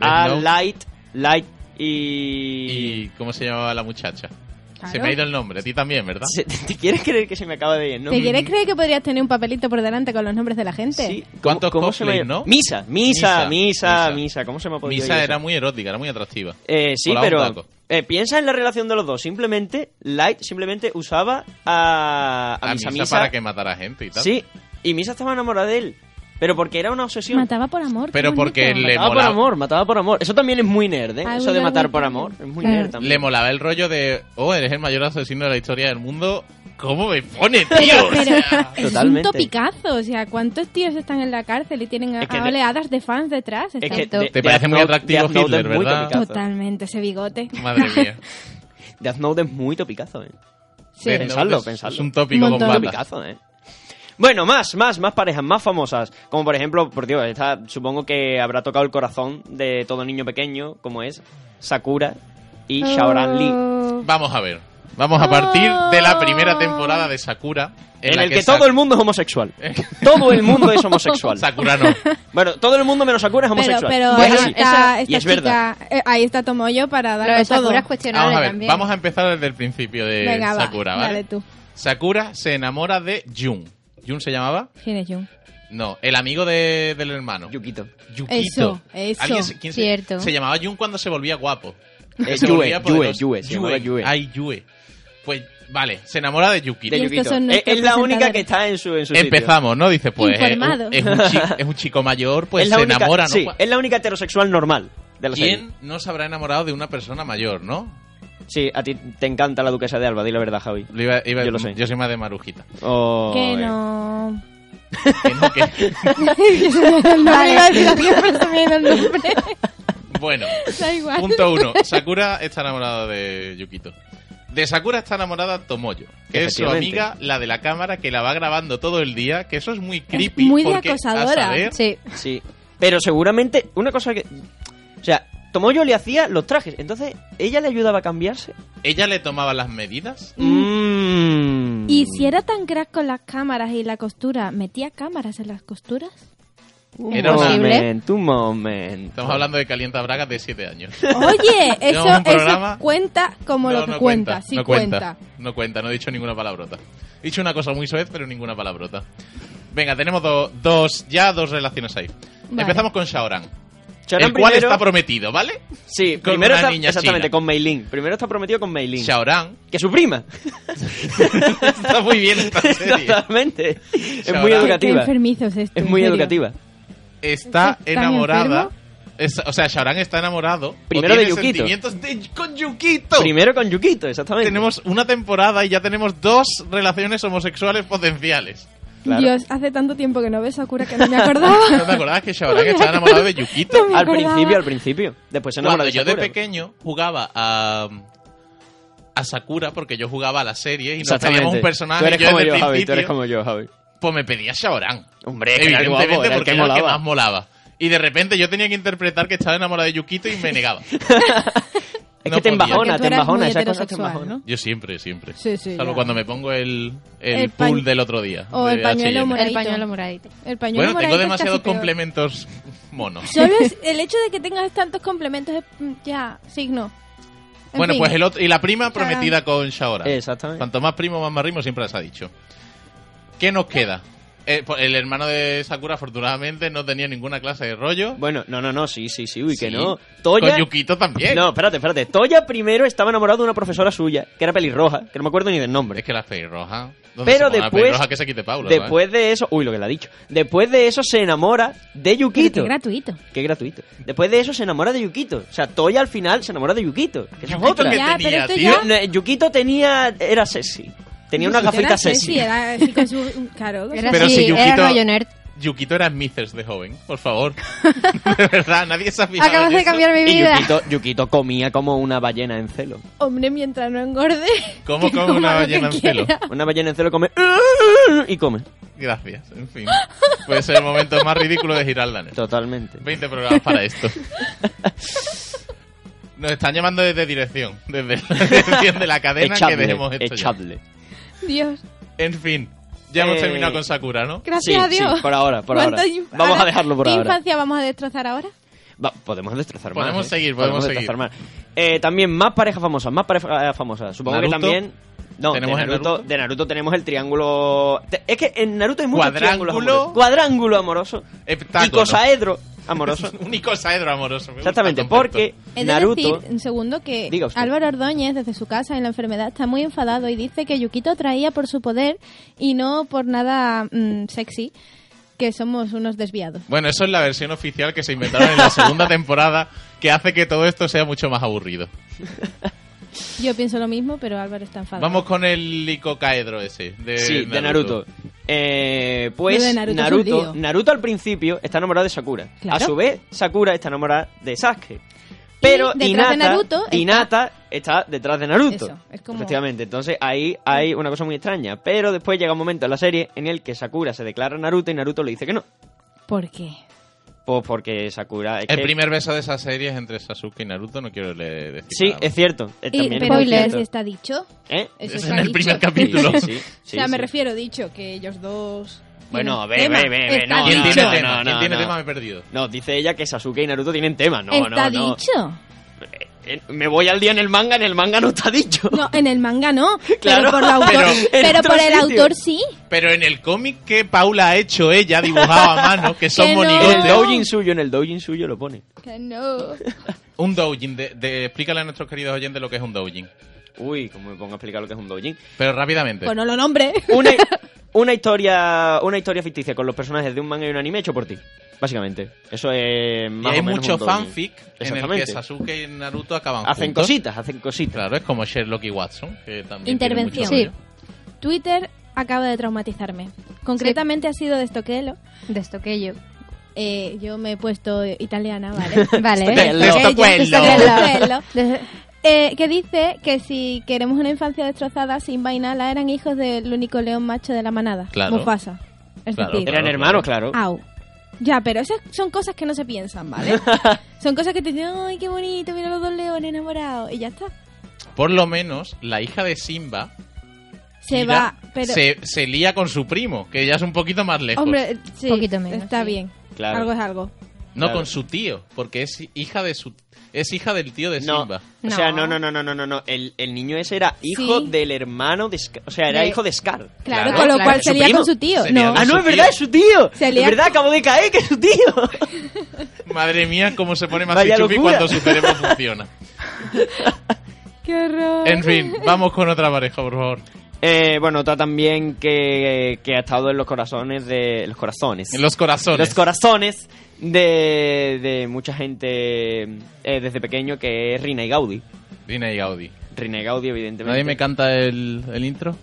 Speaker 6: a
Speaker 1: Note.
Speaker 6: Light, Light y...
Speaker 1: ¿Y cómo se llamaba la muchacha? Se
Speaker 5: Claro.
Speaker 1: me ha ido el nombre, a ti también, ¿verdad?
Speaker 6: Se- ¿Te quieres creer que se me acaba de ir, no?
Speaker 5: ¿Te quieres creer que podrías tener un papelito por delante con los nombres de la gente?
Speaker 6: Sí. ¿Cómo-
Speaker 1: ¿Cuántos
Speaker 6: cómo se me-
Speaker 1: cosplays, no?
Speaker 6: Misa, misa, Pues
Speaker 1: Misa,
Speaker 6: misa,
Speaker 1: misa.
Speaker 6: misa. ¿Cómo se me ha podido ir
Speaker 1: Misa
Speaker 6: eso?
Speaker 1: era muy erótica, era muy atractiva.
Speaker 6: Eh, sí,
Speaker 1: Hola, un
Speaker 6: pero
Speaker 1: taco.
Speaker 6: eh, piensa en la relación de los dos. Simplemente, Light simplemente usaba a, a
Speaker 1: A
Speaker 6: Misa
Speaker 1: misa,
Speaker 6: Misa.
Speaker 1: para que matara gente y tal.
Speaker 6: Sí, y Misa estaba enamorada de él. Pero porque era una obsesión.
Speaker 5: Mataba por amor. qué
Speaker 1: Pero porque
Speaker 5: bonito.
Speaker 1: le
Speaker 6: mataba por
Speaker 1: molaba,
Speaker 6: amor, mataba por amor. Eso también es muy nerd, ¿eh?
Speaker 5: Ay,
Speaker 6: Eso
Speaker 5: voy
Speaker 6: de
Speaker 5: a
Speaker 6: matar por
Speaker 5: matar.
Speaker 6: amor. Es muy
Speaker 4: Claro.
Speaker 6: nerd también.
Speaker 1: le molaba el rollo de, oh, eres el mayor asesino de la historia del mundo. ¿Cómo me pone, tío? O
Speaker 5: Pero
Speaker 1: sea,
Speaker 5: es un
Speaker 6: Totalmente.
Speaker 5: topicazo, o sea, ¿cuántos tíos están en la cárcel y tienen a-
Speaker 6: Es que
Speaker 5: a
Speaker 6: de-
Speaker 5: oleadas de fans detrás?
Speaker 6: Es
Speaker 5: Está
Speaker 6: que
Speaker 5: to-
Speaker 6: de-
Speaker 1: Te
Speaker 6: Death
Speaker 1: parece muy
Speaker 6: Note-
Speaker 1: atractivo
Speaker 6: Death Note
Speaker 1: Hitler,
Speaker 6: es muy
Speaker 1: ¿verdad?
Speaker 6: topicazo.
Speaker 5: Totalmente, ese bigote.
Speaker 1: Madre mía.
Speaker 6: Death Note es muy topicazo, ¿eh?
Speaker 5: Sí.
Speaker 1: Death Note
Speaker 6: Pensadlo,
Speaker 1: es-
Speaker 6: pensadlo.
Speaker 1: Es un tópico
Speaker 5: Un
Speaker 1: con
Speaker 5: montón.
Speaker 1: patas.
Speaker 6: Topicazo, ¿eh? Bueno, más, más, más parejas, más famosas. Como por ejemplo, por Dios, esta supongo que habrá tocado el corazón de todo niño pequeño, como es Sakura y Shaoran Lee.
Speaker 5: Oh.
Speaker 1: Vamos a ver. Vamos a partir de la primera temporada de Sakura.
Speaker 6: En,
Speaker 1: la Eh.
Speaker 6: el que,
Speaker 1: Sa-
Speaker 6: todo el mundo es homosexual. todo el mundo es homosexual.
Speaker 1: Sakura no.
Speaker 6: Bueno, todo el mundo menos Sakura es
Speaker 5: Pero,
Speaker 6: homosexual.
Speaker 5: pero
Speaker 6: Es
Speaker 5: ahí
Speaker 6: así.
Speaker 5: está,
Speaker 6: y
Speaker 5: esta
Speaker 6: es verdad.
Speaker 5: chica, eh, ahí está Tomoyo para
Speaker 4: Lo de
Speaker 5: darle todo.
Speaker 4: Sakura es cuestionable
Speaker 1: Vamos a ver.
Speaker 4: también.
Speaker 1: Vamos a empezar desde el principio de
Speaker 5: Venga, va,
Speaker 1: Sakura, ¿vale?
Speaker 5: dale tú.
Speaker 1: Sakura se enamora de Jun. ¿Jun se llamaba?
Speaker 5: ¿Quién es Jung?
Speaker 1: No, el amigo de- del hermano.
Speaker 6: Yukito.
Speaker 1: Yukito.
Speaker 5: Eso, eso.
Speaker 1: ¿Alguien se- quién se-
Speaker 4: Cierto.
Speaker 1: Se, llamaba Jun cuando se volvía guapo.
Speaker 6: Eh,
Speaker 1: Se
Speaker 6: Yue,
Speaker 1: volvía
Speaker 6: Yue,
Speaker 1: poderoso.
Speaker 6: Yue, se llamaba Yue.
Speaker 1: Ay, Yue. Pues vale, se enamora de Yukito.
Speaker 6: De
Speaker 5: Y estos
Speaker 6: Yukito.
Speaker 5: son
Speaker 6: Es,
Speaker 5: nuestros
Speaker 6: es la única
Speaker 5: presentadores.
Speaker 6: que está en su, en su sitio.
Speaker 1: Empezamos, ¿no? Dice, pues eh,
Speaker 5: Informado.
Speaker 1: es, un chi- es un chico, mayor, pues
Speaker 6: Es la
Speaker 1: se
Speaker 6: única-
Speaker 1: enamora, ¿no?
Speaker 6: sí, es la única heterosexual normal de la serie.
Speaker 1: ¿Quién no se habrá enamorado de una persona mayor, no?
Speaker 6: Sí, a ti te encanta la duquesa de Alba, di la verdad, Javi.
Speaker 1: Lo iba- iba-
Speaker 6: Yo lo sé.
Speaker 1: soy más de Marujita.
Speaker 6: Oh,
Speaker 5: Que
Speaker 6: eh.
Speaker 5: no.
Speaker 1: Que no, que-
Speaker 5: Vale.
Speaker 1: Bueno,
Speaker 5: Da igual.
Speaker 1: punto uno. Sakura está enamorada de Yukito. De Sakura está enamorada Tomoyo, que es su
Speaker 6: Efectivamente.
Speaker 1: amiga, la de la cámara, que la va grabando todo el día, que eso es muy creepy.
Speaker 5: muy de
Speaker 1: porque, a
Speaker 5: acosadora.
Speaker 1: saber,
Speaker 4: Sí.
Speaker 6: Sí. Pero seguramente, una cosa que. O sea, Tomoyo le hacía los trajes, entonces ella le ayudaba a cambiarse.
Speaker 1: ella le tomaba las medidas.
Speaker 6: Mm.
Speaker 5: Y si era tan crack con las cámaras y la costura, ¿metía cámaras en las costuras?
Speaker 6: Un
Speaker 1: Era una-
Speaker 6: moment, un moment.
Speaker 1: Estamos hablando de Calienta Bragas de 7 años.
Speaker 5: Oye, eso,
Speaker 1: un
Speaker 5: eso
Speaker 1: programa-
Speaker 5: cuenta como
Speaker 1: No,
Speaker 5: lo que
Speaker 1: no
Speaker 5: cuenta, sí
Speaker 1: no
Speaker 5: cuenta.
Speaker 1: No cuenta, no he dicho ninguna palabrota. He dicho una cosa muy soez, pero ninguna palabrota. Venga, tenemos do- dos, ya dos relaciones ahí.
Speaker 5: Vale.
Speaker 1: Empezamos con Shaoran,
Speaker 6: Shaoran
Speaker 1: el cual
Speaker 6: primero-
Speaker 1: está prometido, ¿vale?
Speaker 6: Sí,
Speaker 1: con
Speaker 6: primero
Speaker 1: una
Speaker 6: está,
Speaker 1: niña
Speaker 6: exactamente,
Speaker 1: china.
Speaker 6: con Meilin. Primero está prometido con Meilin.
Speaker 1: Shaoran
Speaker 6: Que es su prima.
Speaker 1: está muy bien esta serie.
Speaker 6: Totalmente. Es muy
Speaker 1: Shaoran.
Speaker 5: Qué- Qué
Speaker 6: educativa.
Speaker 5: enfermizo es este. esto.
Speaker 6: Es
Speaker 5: en
Speaker 6: muy
Speaker 5: serio.
Speaker 6: educativa.
Speaker 1: Está
Speaker 5: ¿Tan
Speaker 1: enamorada.
Speaker 5: enfermo?
Speaker 1: es- o sea, Shaoran está enamorado. o
Speaker 6: Primero de
Speaker 1: tiene
Speaker 6: Yukito.
Speaker 1: sentimientos de- con Yukito.
Speaker 6: Primero con Yukito, exactamente.
Speaker 1: Tenemos una temporada y ya tenemos dos relaciones homosexuales potenciales.
Speaker 6: Claro.
Speaker 5: Dios, hace tanto tiempo que no ves Sakura que no me acordaba.
Speaker 1: ¿No te acordabas que Shaoran está enamorado de Yukito?
Speaker 5: me
Speaker 6: Al
Speaker 5: acordaba.
Speaker 6: principio, al principio. Después se enamora
Speaker 1: Cuando
Speaker 6: de
Speaker 1: yo de
Speaker 6: Sakura.
Speaker 1: pequeño jugaba a a Sakura porque yo jugaba a la serie y nos
Speaker 6: Exactamente.
Speaker 1: teníamos un personaje
Speaker 6: Tú eres
Speaker 1: yo
Speaker 6: como
Speaker 1: desde
Speaker 6: yo,
Speaker 1: el
Speaker 6: Javi. Tú eres
Speaker 1: principio,
Speaker 6: como yo, Javi.
Speaker 1: pues me pedía Shaoran.
Speaker 6: Hombre, que era el
Speaker 1: evidentemente
Speaker 6: guapo, era el
Speaker 1: porque
Speaker 6: que
Speaker 1: era el que
Speaker 6: molaba.
Speaker 1: más molaba. Y de repente yo tenía que interpretar que estaba enamorado de Yukito y me negaba.
Speaker 6: Es
Speaker 1: No
Speaker 6: que te
Speaker 1: podía.
Speaker 6: embajona,
Speaker 5: Porque tú
Speaker 6: te
Speaker 5: eras
Speaker 6: embajona,
Speaker 5: muy
Speaker 6: esas cosas te
Speaker 5: heterosexual,
Speaker 6: embajona.
Speaker 5: ¿no?
Speaker 1: Yo siempre, siempre.
Speaker 5: Sí, sí,
Speaker 1: Salvo
Speaker 5: ya.
Speaker 1: cuando me pongo el, el,
Speaker 5: El
Speaker 1: pool
Speaker 5: pañ-
Speaker 1: del otro día.
Speaker 5: o el
Speaker 1: de
Speaker 5: pañuelo
Speaker 1: H&M.
Speaker 5: moradito.
Speaker 4: El pañuelo moradito.
Speaker 5: El pañuelo
Speaker 1: Bueno, tengo
Speaker 5: moradito es
Speaker 1: demasiados
Speaker 5: casi peor.
Speaker 1: complementos monos.
Speaker 5: Solo es- el hecho de que tengas tantos complementos es mm, ya signo. En
Speaker 1: Bueno,
Speaker 5: fin.
Speaker 1: pues el otro, y la prima prometida con Shaoran.
Speaker 6: Exactamente.
Speaker 1: Cuanto más primo, más marrimo, siempre las ha dicho. ¿Qué nos queda? Eh, pues, el hermano de Sakura, afortunadamente, no tenía ninguna clase de rollo.
Speaker 6: Bueno, no, no, no, sí, sí, sí, uy, que
Speaker 1: Sí.
Speaker 6: no.
Speaker 1: Con
Speaker 6: Toya.
Speaker 1: Yukito también.
Speaker 6: No, espérate, espérate. Toya primero estaba enamorado de una profesora suya, que era pelirroja, que no me acuerdo ni del nombre.
Speaker 1: Es que la pelirroja.
Speaker 6: Pero
Speaker 1: ¿dónde se pone la
Speaker 6: después-
Speaker 1: pelirroja que se quite Paula.
Speaker 6: Después de eso, uy, lo que le ha dicho. Después de eso se enamora de
Speaker 4: Pero qué
Speaker 6: Yukito.
Speaker 4: gratuito.
Speaker 6: Qué gratuito. Después de eso se enamora de Yukito. O sea, Toya al final se enamora de Yukito. que esa es
Speaker 1: Yukito
Speaker 6: otra.
Speaker 1: que
Speaker 5: Ya,
Speaker 1: tenía,
Speaker 5: pero esto
Speaker 1: tío?
Speaker 5: ya-
Speaker 6: No, eh, Yukito tenía. Era sexy. Tenía una
Speaker 5: Era
Speaker 6: gafita
Speaker 5: sexy,
Speaker 6: sexy.
Speaker 5: Era así con su... Claro, con
Speaker 4: Era
Speaker 1: Pero
Speaker 4: así,
Speaker 1: si Yukito-
Speaker 4: era rollo nerd.
Speaker 1: Yukito era Smithers de joven, por favor. de verdad, nadie se ha fijado
Speaker 4: Acabas
Speaker 1: en
Speaker 4: de
Speaker 1: eso.
Speaker 4: cambiar mi
Speaker 6: Y
Speaker 4: vida.
Speaker 6: Yukito, Yukito comía como una ballena en celo.
Speaker 5: su- Hombre, mientras no engorde.
Speaker 1: ¿Cómo
Speaker 5: que
Speaker 1: come
Speaker 5: coma
Speaker 1: una
Speaker 5: lo que
Speaker 1: ballena en
Speaker 5: quiera.
Speaker 1: celo?
Speaker 6: Una ballena en celo come. Y come.
Speaker 1: Gracias, en fin. Puede ser el momento más ridículo de Giraldaner.
Speaker 6: Totalmente.
Speaker 1: 20 programas para esto. Nos están llamando desde dirección, desde la dirección de la cadena que
Speaker 6: Echadle.
Speaker 1: dejemos esto ya.
Speaker 6: Echadle.
Speaker 5: Dios.
Speaker 1: En fin, ya hemos
Speaker 6: Eh,
Speaker 1: terminado con Sakura, ¿no?
Speaker 5: Gracias
Speaker 6: Sí,
Speaker 5: a Dios.
Speaker 6: sí, por ahora, por ahora.
Speaker 5: ¿Cuánta inf-
Speaker 6: Vamos a dejarlo por
Speaker 5: ¿Qué
Speaker 6: ahora.
Speaker 5: infancia vamos a destrozar ahora?
Speaker 6: Va, podemos destrozar
Speaker 1: Podemos
Speaker 6: más. ¿eh?
Speaker 1: seguir, podemos
Speaker 6: destrozar más. Eh, también más parejas famosas, más parejas famosas. Supongo
Speaker 1: Naruto.
Speaker 6: que también. No,
Speaker 1: ¿Tenemos
Speaker 6: de,
Speaker 1: el
Speaker 6: Naruto,
Speaker 1: Naruto?
Speaker 6: de Naruto tenemos el triángulo. te- Es que en Naruto hay muchos
Speaker 1: Cuadrángulo.
Speaker 6: triángulos amorosos. Cuadrángulo amoroso.
Speaker 1: Heptágono.
Speaker 6: Y cosaedro amoroso.
Speaker 1: Un icosaedro amoroso. me gusta
Speaker 6: Exactamente,
Speaker 1: el concepto.
Speaker 6: porque
Speaker 5: He de
Speaker 6: Naruto.
Speaker 5: decir, un segundo, que
Speaker 6: Diga usted.
Speaker 5: Álvaro Ordóñez, desde su casa en la enfermedad, está muy enfadado y dice que Yukito traía por su poder y no por nada mm, sexy, que somos unos desviados.
Speaker 1: Bueno, eso es la versión oficial que se inventaron en la segunda temporada, que hace que todo esto sea mucho más aburrido.
Speaker 5: Yo pienso lo mismo, pero Álvaro está enfadado.
Speaker 1: Vamos con el icocaedro ese. De
Speaker 6: sí, de Naruto. Eh, pues
Speaker 5: Lo de
Speaker 6: Naruto,
Speaker 5: Naruto es un
Speaker 6: Naruto,
Speaker 5: lío.
Speaker 6: al principio está enamorado de Sakura.
Speaker 5: Claro.
Speaker 6: A su vez, Sakura está enamorada de Sasuke. Pero
Speaker 5: detrás de
Speaker 6: Hinata,
Speaker 5: Naruto está-
Speaker 6: Hinata está detrás de Naruto.
Speaker 5: Eso, es como-
Speaker 6: Efectivamente, entonces ahí hay una cosa muy extraña. Pero después llega un momento en la serie en el que Sakura se declara a Naruto y Naruto le dice que no.
Speaker 5: ¿Por qué?
Speaker 1: Eh,
Speaker 6: Pues porque Sakura... es
Speaker 1: El
Speaker 6: que-
Speaker 1: primer beso de esa serie es entre Sasuke y Naruto, no quiero le decir
Speaker 6: Sí,
Speaker 1: nada más.
Speaker 6: es cierto. eh,
Speaker 5: Y-
Speaker 6: también
Speaker 5: pero
Speaker 6: es
Speaker 5: ¿les
Speaker 6: cierto.
Speaker 5: está dicho?
Speaker 6: ¿Eh?
Speaker 5: Eso
Speaker 1: Es
Speaker 5: está
Speaker 1: en el
Speaker 5: dicho.
Speaker 1: primer capítulo.
Speaker 6: Sí, sí, sí,
Speaker 5: o sea, me
Speaker 6: sí.
Speaker 5: refiero dicho que ellos dos... tienen
Speaker 6: Bueno, a ver,
Speaker 5: tema.
Speaker 6: ve, ve, ve,
Speaker 5: Está
Speaker 6: no,
Speaker 1: ¿Quién
Speaker 6: no,
Speaker 1: tiene
Speaker 6: no,
Speaker 1: tema?
Speaker 6: no,
Speaker 1: ¿Quién
Speaker 6: no,
Speaker 1: tiene
Speaker 6: no.
Speaker 1: tema? Me he perdido.
Speaker 6: No, dice ella que Sasuke y Naruto tienen tema. No,
Speaker 5: ¿Está
Speaker 6: no, no.
Speaker 5: dicho?
Speaker 6: Eh, eh, Me voy al día en el manga, en el manga no está dicho.
Speaker 5: No, en el manga no,
Speaker 6: Claro,
Speaker 5: pero por, el autor,
Speaker 6: pero en
Speaker 5: pero
Speaker 6: otro
Speaker 5: por el
Speaker 6: sitio.
Speaker 5: autor sí.
Speaker 1: Pero en el cómic que Paula ha hecho ¿eh? ella, dibujado a mano, que son
Speaker 5: Que no.
Speaker 6: En el
Speaker 1: monigotes.
Speaker 6: doujin suyo, en el doujin suyo lo pone.
Speaker 5: Que no.
Speaker 1: Un doujin. De, de- explícale a nuestros queridos oyentes lo que es un doujin.
Speaker 6: Uy, como me pongo a explicar lo que es un doujin.
Speaker 1: Pero rápidamente.
Speaker 5: Pues no lo nombre.
Speaker 6: Una, una historia una historia ficticia con los personajes de un manga y un anime hecho por ti, básicamente. Eso es
Speaker 1: Y
Speaker 6: más
Speaker 1: hay
Speaker 6: o menos
Speaker 1: mucho
Speaker 6: un doujin.
Speaker 1: fanfic en el que
Speaker 6: Exactamente.
Speaker 1: Sasuke y Naruto acaban
Speaker 6: Hacen
Speaker 1: juntos.
Speaker 6: cositas, hacen cositas.
Speaker 1: Claro, es como Sherlock y Watson, que también
Speaker 5: Intervención.
Speaker 1: tiene mucho
Speaker 5: Twitter acaba de traumatizarme. Concretamente ha sido de Estoquelo.
Speaker 4: De esto que yo.
Speaker 5: Eh, yo me he puesto italiana, ¿vale?
Speaker 4: Vale.
Speaker 1: Esto que
Speaker 4: ok,
Speaker 1: lo- esto
Speaker 4: yo-
Speaker 1: que
Speaker 4: esto
Speaker 1: lo-
Speaker 4: que lo-
Speaker 5: Estoquelo.
Speaker 4: de-
Speaker 5: Eh, que dice que si queremos una infancia destrozada, sin vainala eran hijos del único león macho de la manada.
Speaker 1: Claro.
Speaker 5: Mufasa. Es
Speaker 1: Claro,
Speaker 5: decir,
Speaker 1: claro.
Speaker 6: Eran hermanos, claro.
Speaker 5: au. Ya, pero esas son cosas que no se piensan, ¿vale? son cosas que te dicen, ¡ay, qué bonito! Mira los dos leones enamorados. Y ya está.
Speaker 1: Por lo menos, la hija de Simba
Speaker 5: Se
Speaker 1: Kira,
Speaker 5: va, pero...
Speaker 1: se, se lía con su primo, que ya es un poquito más lejos.
Speaker 5: Hombre, eh, sí,
Speaker 4: Poquito menos,
Speaker 5: está
Speaker 4: sí.
Speaker 5: bien.
Speaker 6: Claro.
Speaker 5: Algo es algo.
Speaker 1: no
Speaker 6: claro.
Speaker 1: con su tío, porque es hija de su es hija del tío de
Speaker 6: No,
Speaker 1: Simba.
Speaker 6: o sea, no,
Speaker 4: No.
Speaker 6: no, no, no, no, no, no. El, el niño ese era hijo
Speaker 5: Sí.
Speaker 6: del hermano de Scar. O sea, era
Speaker 5: De-
Speaker 6: hijo de Scar.
Speaker 5: Claro,
Speaker 1: Claro,
Speaker 5: con lo
Speaker 6: claro.
Speaker 5: cual
Speaker 6: ¿Su
Speaker 5: sería
Speaker 6: primo?
Speaker 5: con su tío.
Speaker 1: Sería
Speaker 5: No,
Speaker 1: con
Speaker 6: Ah, no,
Speaker 1: su
Speaker 6: es verdad,
Speaker 1: tío.
Speaker 6: es su tío.
Speaker 5: Se
Speaker 6: Es
Speaker 5: lía-
Speaker 6: verdad, acabo de caer que es su tío.
Speaker 1: Madre mía, cómo se pone más
Speaker 6: Vaya
Speaker 1: chupi
Speaker 6: locura.
Speaker 1: cuando su cerebro funciona.
Speaker 5: qué horror.
Speaker 1: En fin, vamos con otra pareja, por favor.
Speaker 6: Eh, bueno, está también que, que ha estado en los corazones de. Los corazones.
Speaker 1: En los corazones.
Speaker 6: Los corazones de, de mucha gente eh, desde pequeño que es Rina y Gaudi.
Speaker 1: Dina y Gaudi.
Speaker 6: Rina y Gaudi, evidentemente.
Speaker 1: ¿Nadie me canta el, el intro?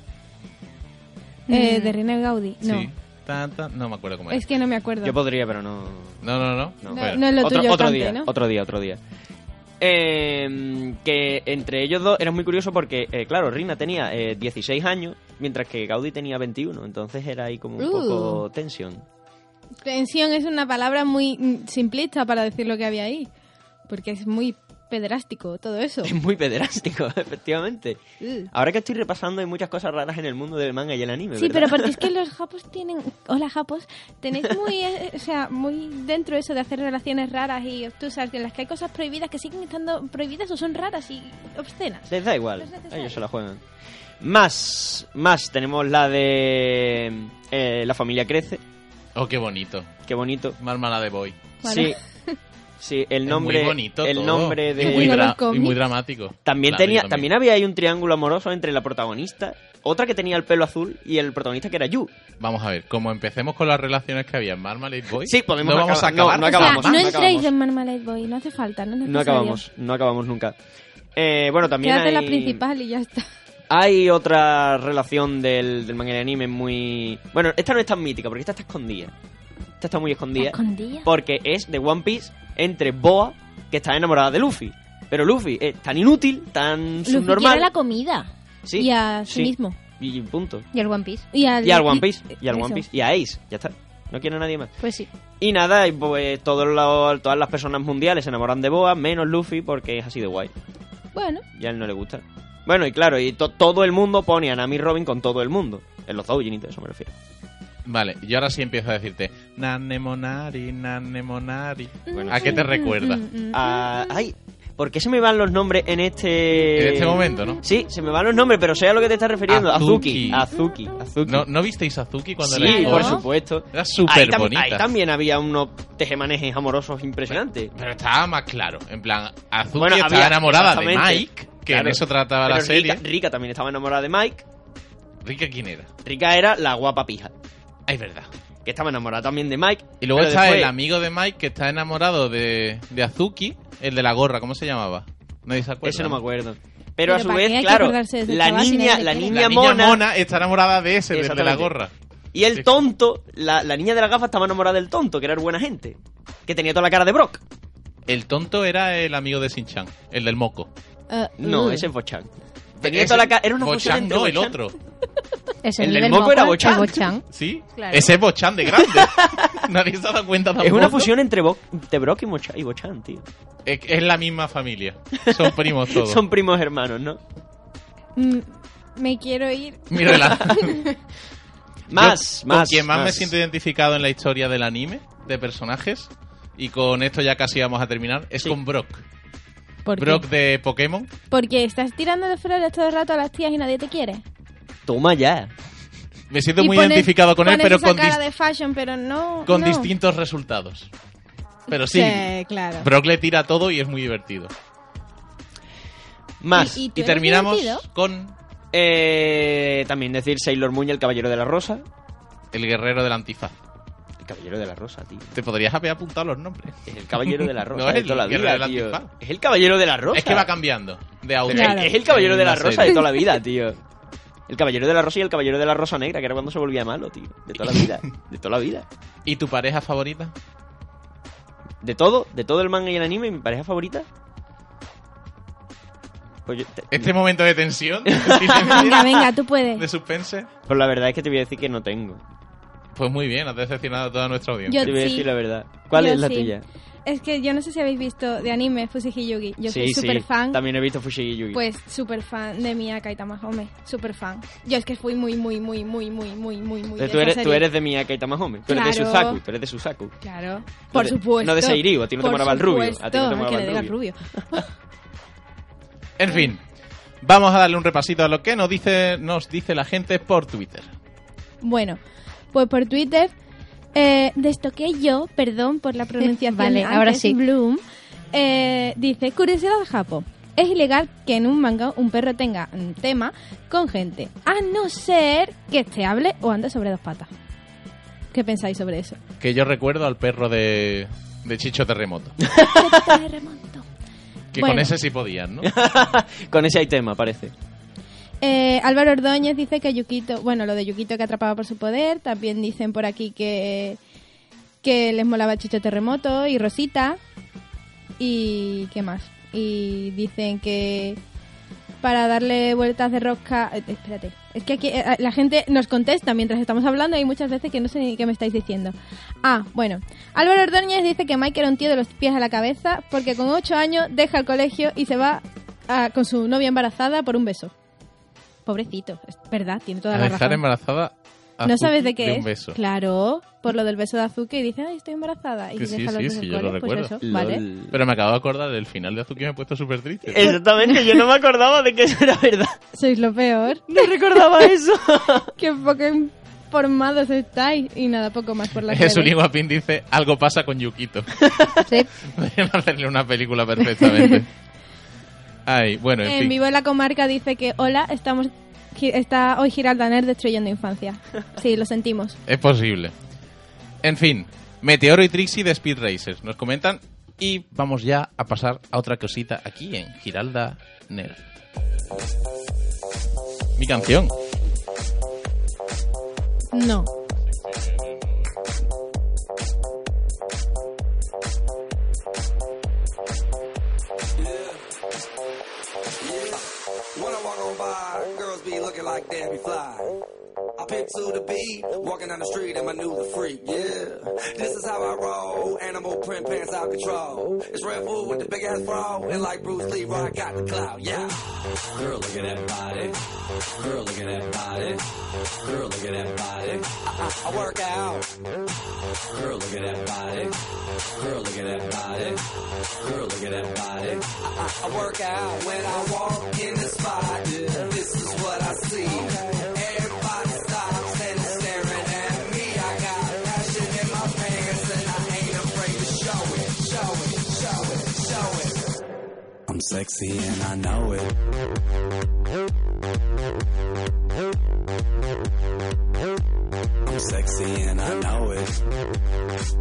Speaker 5: Eh, de René Gaudí. No.
Speaker 1: Sí. Tan, tan- No me acuerdo cómo era.
Speaker 5: Es que no me acuerdo.
Speaker 6: Yo podría, pero no.
Speaker 1: No, no, no.
Speaker 6: No,
Speaker 5: No,
Speaker 1: Bueno.
Speaker 5: no es lo
Speaker 6: otro,
Speaker 5: tuyo
Speaker 6: otro
Speaker 5: tanto,
Speaker 6: día,
Speaker 5: ¿no?
Speaker 6: otro día, otro día. Eh, que entre ellos dos era muy curioso porque, eh, claro, Rina tenía eh, 16 años, mientras que Gaudi tenía 21, entonces era ahí como un
Speaker 5: Uh.
Speaker 6: poco tensión.
Speaker 5: Tensión es una palabra muy mm, simplista para decir lo que había ahí. Porque es muy pedrástico todo eso.
Speaker 6: Es muy Ah, pederástico, efectivamente.
Speaker 5: Uh.
Speaker 6: Ahora que estoy repasando, hay muchas cosas raras en el mundo del manga y el anime.
Speaker 5: Sí,
Speaker 6: ¿verdad?
Speaker 5: pero porque es que los japos tienen... Hola, japos. Tenéis muy, eh, o sea, muy dentro eso de hacer relaciones raras y obtusas en las que hay cosas prohibidas que siguen estando prohibidas o son raras y obscenas.
Speaker 6: Les da igual,
Speaker 5: No es necesario.
Speaker 6: ellos se la juegan. Más, más, tenemos la de eh, La familia crece,
Speaker 1: Oh, qué bonito.
Speaker 6: qué bonito.
Speaker 1: Marmala de Boy.
Speaker 6: Sí, sí, el nombre,
Speaker 1: es muy bonito
Speaker 6: el
Speaker 1: todo.
Speaker 6: nombre
Speaker 1: Y
Speaker 6: de...
Speaker 1: muy,
Speaker 5: Como
Speaker 1: dra-
Speaker 5: los cómics.
Speaker 1: y muy dramático.
Speaker 6: También,
Speaker 1: Claro,
Speaker 6: tenía,
Speaker 1: yo
Speaker 6: también había ahí un triángulo amoroso entre la protagonista, otra que tenía el pelo azul y el protagonista que era Yu.
Speaker 1: Vamos a ver, como empecemos con las relaciones que había en Marmalade Boy,
Speaker 6: Sí, podemos
Speaker 1: no vamos a
Speaker 6: acabar- no, no
Speaker 1: acabar.
Speaker 5: O sea,
Speaker 6: acabamos,
Speaker 5: no
Speaker 6: no
Speaker 5: entréis
Speaker 6: acabamos.
Speaker 5: en Marmalade Boy, no hace falta, no es
Speaker 6: No
Speaker 5: necesario.
Speaker 6: acabamos, no acabamos nunca. Eh, bueno, también
Speaker 5: Quédate en la
Speaker 6: hay-
Speaker 5: principal y ya está.
Speaker 6: Hay otra relación del, del manga y anime muy... Bueno, esta no es tan mítica, porque esta está escondida. Esta está muy escondida.
Speaker 2: Escondida.
Speaker 6: Porque es de One Piece entre Boa, que está enamorada de Luffy. Pero Luffy es tan inútil, tan
Speaker 5: Luffy
Speaker 6: subnormal...
Speaker 5: quiere la comida.
Speaker 6: Sí,
Speaker 5: y a sí,
Speaker 6: sí.
Speaker 5: mismo.
Speaker 6: Y punto.
Speaker 4: Y el One Piece.
Speaker 5: Y al,
Speaker 6: Y al One Piece. Y al
Speaker 5: Eso.
Speaker 6: One Piece. Y a Ace. Ya está. No quiero a nadie más.
Speaker 4: Pues sí.
Speaker 6: Y nada, y pues todos los- todas las personas mundiales se enamoran de Boa, menos Luffy, porque es así de guay.
Speaker 5: Bueno,
Speaker 6: Y a él no le gusta. Bueno, y claro, y to- todo el mundo pone a Nami Robin con todo el mundo. En los doujin y todo eso me refiero.
Speaker 1: Vale, y ahora sí empiezo a decirte Nanemonari, Nanemonari.
Speaker 6: Bueno,
Speaker 1: ¿A qué te recuerda?
Speaker 5: Mm,
Speaker 6: Ah, ay, ¿por qué se me van los nombres en este...
Speaker 1: En este momento, ¿no?
Speaker 6: Sí, se me van los nombres, pero sé a lo que te estás refiriendo.
Speaker 1: Azuki.
Speaker 6: Azuki. Azuki. Azuki.
Speaker 1: ¿No, ¿no visteis a Zuki cuando
Speaker 6: sí,
Speaker 1: era
Speaker 5: Claro.
Speaker 6: por
Speaker 1: joven?
Speaker 6: supuesto.
Speaker 1: Era súper
Speaker 6: Ahí tam-
Speaker 1: bonita.
Speaker 6: Ahí también había unos tejemanejes amorosos impresionantes.
Speaker 1: Pero estaba más claro. En plan, Azuki
Speaker 6: Bueno,
Speaker 1: estaba
Speaker 6: había-
Speaker 1: enamorada de
Speaker 6: exactamente.
Speaker 1: Mike, que
Speaker 6: Claro.
Speaker 1: en eso trataba
Speaker 6: Pero
Speaker 1: la serie.
Speaker 6: Rika, Rika también estaba enamorada de Mike.
Speaker 1: ¿Rica quién era?
Speaker 6: Rika era la guapa pija.
Speaker 1: Ah, es verdad.
Speaker 6: Que estaba enamorada también de Mike.
Speaker 1: Y luego
Speaker 6: pero
Speaker 1: está
Speaker 6: después-
Speaker 1: el amigo de Mike que está enamorado de, de Azuki, el de la gorra, ¿cómo se llamaba? Nadie se acuerda.
Speaker 6: Ese no me acuerdo. Pero,
Speaker 5: Pero
Speaker 6: a su
Speaker 5: ¿para
Speaker 6: vez,
Speaker 5: qué hay que
Speaker 6: claro,
Speaker 5: acordarse de ese
Speaker 6: la
Speaker 5: chaval si
Speaker 6: niña,
Speaker 5: nadie
Speaker 6: la
Speaker 5: le quiere?
Speaker 6: niña
Speaker 1: La niña
Speaker 6: mona,
Speaker 1: mona, está enamorada de ese, del de la
Speaker 6: Exactamente.
Speaker 1: gorra.
Speaker 6: y
Speaker 1: Sí.
Speaker 6: el tonto, la, la niña de la gafa estaba enamorada del tonto, que era el buena gente. Que tenía toda la cara de Brock.
Speaker 1: El tonto era el amigo de Sinchan, el del moco.
Speaker 5: Eh,
Speaker 6: No,
Speaker 5: uh.
Speaker 6: ese es Bochan. Tenía
Speaker 1: Ese-
Speaker 6: toda la cara. Era una fusión
Speaker 1: Bochan,
Speaker 6: entre
Speaker 1: no, el
Speaker 6: Bochan.
Speaker 1: otro.
Speaker 4: Es
Speaker 6: El del
Speaker 4: del
Speaker 6: moco era
Speaker 4: moco, el
Speaker 6: Bochan.
Speaker 4: Bochan.
Speaker 1: ¿Sí?
Speaker 5: Claro.
Speaker 1: Ese es Bochan de grande. Nadie se ha dado cuenta tampoco.
Speaker 6: Es una fusión entre Bo- de Brock y, Mocha- y Bochan, tío.
Speaker 1: Es, es la misma familia. Son primos todos.
Speaker 6: Son primos hermanos, ¿no?
Speaker 5: Mm, me quiero ir.
Speaker 1: Mi relación.
Speaker 6: Más,
Speaker 1: Yo,
Speaker 6: más.
Speaker 1: Con quien más, me siento identificado en la historia del anime, de personajes, y con esto ya casi vamos a terminar, es
Speaker 6: Sí.
Speaker 1: con Brock.
Speaker 5: ¿Por qué?
Speaker 1: Brock de Pokémon.
Speaker 5: Porque estás tirando de flores todo el rato a las tías y nadie te quiere.
Speaker 6: Toma ya.
Speaker 1: Me siento
Speaker 5: Y
Speaker 1: muy
Speaker 5: pones-
Speaker 1: identificado con él,
Speaker 5: pones
Speaker 1: pero
Speaker 5: esa
Speaker 1: con,
Speaker 5: cara
Speaker 1: dis-
Speaker 5: de fashion, pero no.
Speaker 1: con
Speaker 5: no.
Speaker 1: distintos resultados. Pero sí,
Speaker 5: claro.
Speaker 1: Brock le tira todo y es muy divertido.
Speaker 6: Más.
Speaker 5: Y- y- tú
Speaker 1: Y
Speaker 5: eres
Speaker 1: terminamos
Speaker 5: divertido?
Speaker 1: con
Speaker 6: Eh, también decir Sailor Moon y el Caballero de la Rosa.
Speaker 1: el guerrero del antifaz.
Speaker 6: El Caballero de la Rosa, tío. Eh,
Speaker 1: Te podrías haber apuntado los nombres.
Speaker 6: Es el Caballero de la Rosa.
Speaker 1: No es
Speaker 6: de
Speaker 1: el
Speaker 6: toda la
Speaker 1: Guerrero
Speaker 6: vida,
Speaker 1: del
Speaker 6: tío.
Speaker 1: Antifaz.
Speaker 6: Es el Caballero de la Rosa.
Speaker 1: Es que va cambiando de audio.
Speaker 6: Pero
Speaker 5: Claro.
Speaker 6: Es el Caballero de la Rosa de
Speaker 1: serie.
Speaker 6: toda la vida, tío. El Caballero de la Rosa y el Caballero de la Rosa Negra, que era cuando se volvía malo, tío. De toda la vida. De toda la vida.
Speaker 1: ¿Y tu pareja favorita?
Speaker 6: De todo, de todo el manga y el anime, mi pareja favorita. Pues, yo- te-
Speaker 1: Este momento de tensión, de
Speaker 5: Venga, venga, tú puedes.
Speaker 1: suspense.
Speaker 6: pues la verdad es que te voy a decir que no tengo.
Speaker 1: Pues muy bien, has decepcionado a toda nuestra audiencia.
Speaker 5: Yo
Speaker 6: Te voy a
Speaker 5: sí.
Speaker 6: decir la verdad. ¿Cuál
Speaker 5: Yo
Speaker 6: es la
Speaker 5: sí.
Speaker 6: tuya?
Speaker 5: Es que yo no sé si habéis visto de anime Fusigi Yugi. Yo soy súper fan.
Speaker 6: También he visto Fushigi Yugi.
Speaker 5: Pues súper fan de Miyaka y Tamahome. Súper fan. Yo es que fui muy, muy, muy, muy, muy, muy, muy, muy. de
Speaker 6: Entonces, tú,
Speaker 5: esa
Speaker 6: eres, tú
Speaker 5: serie.
Speaker 6: eres de Miyaka y Tamahome. Tú eres de
Speaker 5: Claro.
Speaker 6: Suzaku. Tú eres de Suzaku.
Speaker 5: Claro. Por
Speaker 6: de-
Speaker 5: supuesto.
Speaker 6: no de Seiriu, a ti no te
Speaker 5: Por
Speaker 6: moraba el rubio, a ti
Speaker 5: supuesto,
Speaker 6: no te moraba
Speaker 5: que
Speaker 6: el
Speaker 5: le digas
Speaker 6: rubio.
Speaker 1: En fin, vamos a darle un repasito a lo que nos dice, nos dice la gente por Twitter.
Speaker 5: Bueno, pues por Twitter eh, destoqué yo, perdón por la pronunciación.
Speaker 4: Vale,
Speaker 5: de antes,
Speaker 4: ahora sí.
Speaker 5: Bloom eh, dice curiosidad de Japo. Es ilegal que en un manga un perro tenga mm, tema con gente, a no ser que esté hable o ande sobre dos patas. ¿Qué pensáis sobre eso?
Speaker 1: Que yo recuerdo al perro de, de Chicho Terremoto. Que con
Speaker 5: Bueno.
Speaker 1: ese sí podían, ¿no?
Speaker 6: Con ese hay tema, parece.
Speaker 5: Eh, Álvaro Ordóñez dice que Yukito, bueno, lo de Yukito que atrapaba por su poder, también dicen por aquí que, que les molaba Chicho Terremoto y Rosita y qué más. Y dicen que para darle vueltas de rosca, eh, espérate, es que aquí eh, la gente nos contesta mientras estamos hablando y hay muchas veces que no sé ni qué me estáis diciendo. Ah, bueno, Álvaro Ordóñez dice que Mike era un tío de los pies a la cabeza porque con 8 años deja el colegio y se va a- con su novia embarazada por un beso. Pobrecito, es verdad, tiene toda
Speaker 1: A
Speaker 5: la
Speaker 1: dejar
Speaker 5: razón.
Speaker 1: embarazada a
Speaker 5: No
Speaker 1: Zuki
Speaker 5: sabes de qué
Speaker 1: un
Speaker 5: es.
Speaker 1: beso.
Speaker 5: Claro, por lo del beso de Azuki y dice, ay, estoy embarazada. Y
Speaker 1: Que sí,
Speaker 5: deja los
Speaker 1: sí,
Speaker 5: dos
Speaker 1: sí,
Speaker 5: en
Speaker 1: yo
Speaker 5: el
Speaker 1: lo
Speaker 5: cole, pues
Speaker 1: recuerdo.
Speaker 5: eso, vale.
Speaker 6: Lol.
Speaker 1: Pero me acabo de acordar del final de Azuki y me he puesto súper triste.
Speaker 6: Exactamente, yo no me acordaba de que eso era verdad.
Speaker 5: Sois lo peor.
Speaker 6: No recordaba eso.
Speaker 5: Qué poco informados estáis. Y nada, poco más por la que
Speaker 1: Jesús Guapín dice, algo pasa con Yukito.
Speaker 4: Sí.
Speaker 1: Podrían hacerle una película perfectamente. Ay, bueno, en,
Speaker 5: En
Speaker 1: fin.
Speaker 5: Eh, vivo en la comarca dice que, hola, estamos gi- está hoy Giralda Ner destruyendo infancia. Sí, lo sentimos.
Speaker 1: Es posible. En fin, Meteoro y Trixie de Speed Racers nos comentan y vamos ya a pasar a otra cosita aquí en Giralda Nerd. Mi canción.
Speaker 5: No.
Speaker 7: When I walk on by, girls be looking like Debbie Fly.
Speaker 2: I pick to the beat, walking down the street and my new the freak, yeah. This is how I roll, animal print pants out control. It's Red Bull with the big ass bra, and like Bruce Lee, I got the clout, yeah. Girl, look at that body. Girl, look at that body. Girl, look at that body. I, I, I work out. Girl, look at that body. Girl, look at that body. Girl, look at that body. I, I, I work out when I walk in the spot. Yeah, this is what I see. Everybody stops and is staring at me. I got passion in my pants and I ain't afraid to show it, show it, show it, show it. I'm sexy and I know it. I'm sexy and I know it.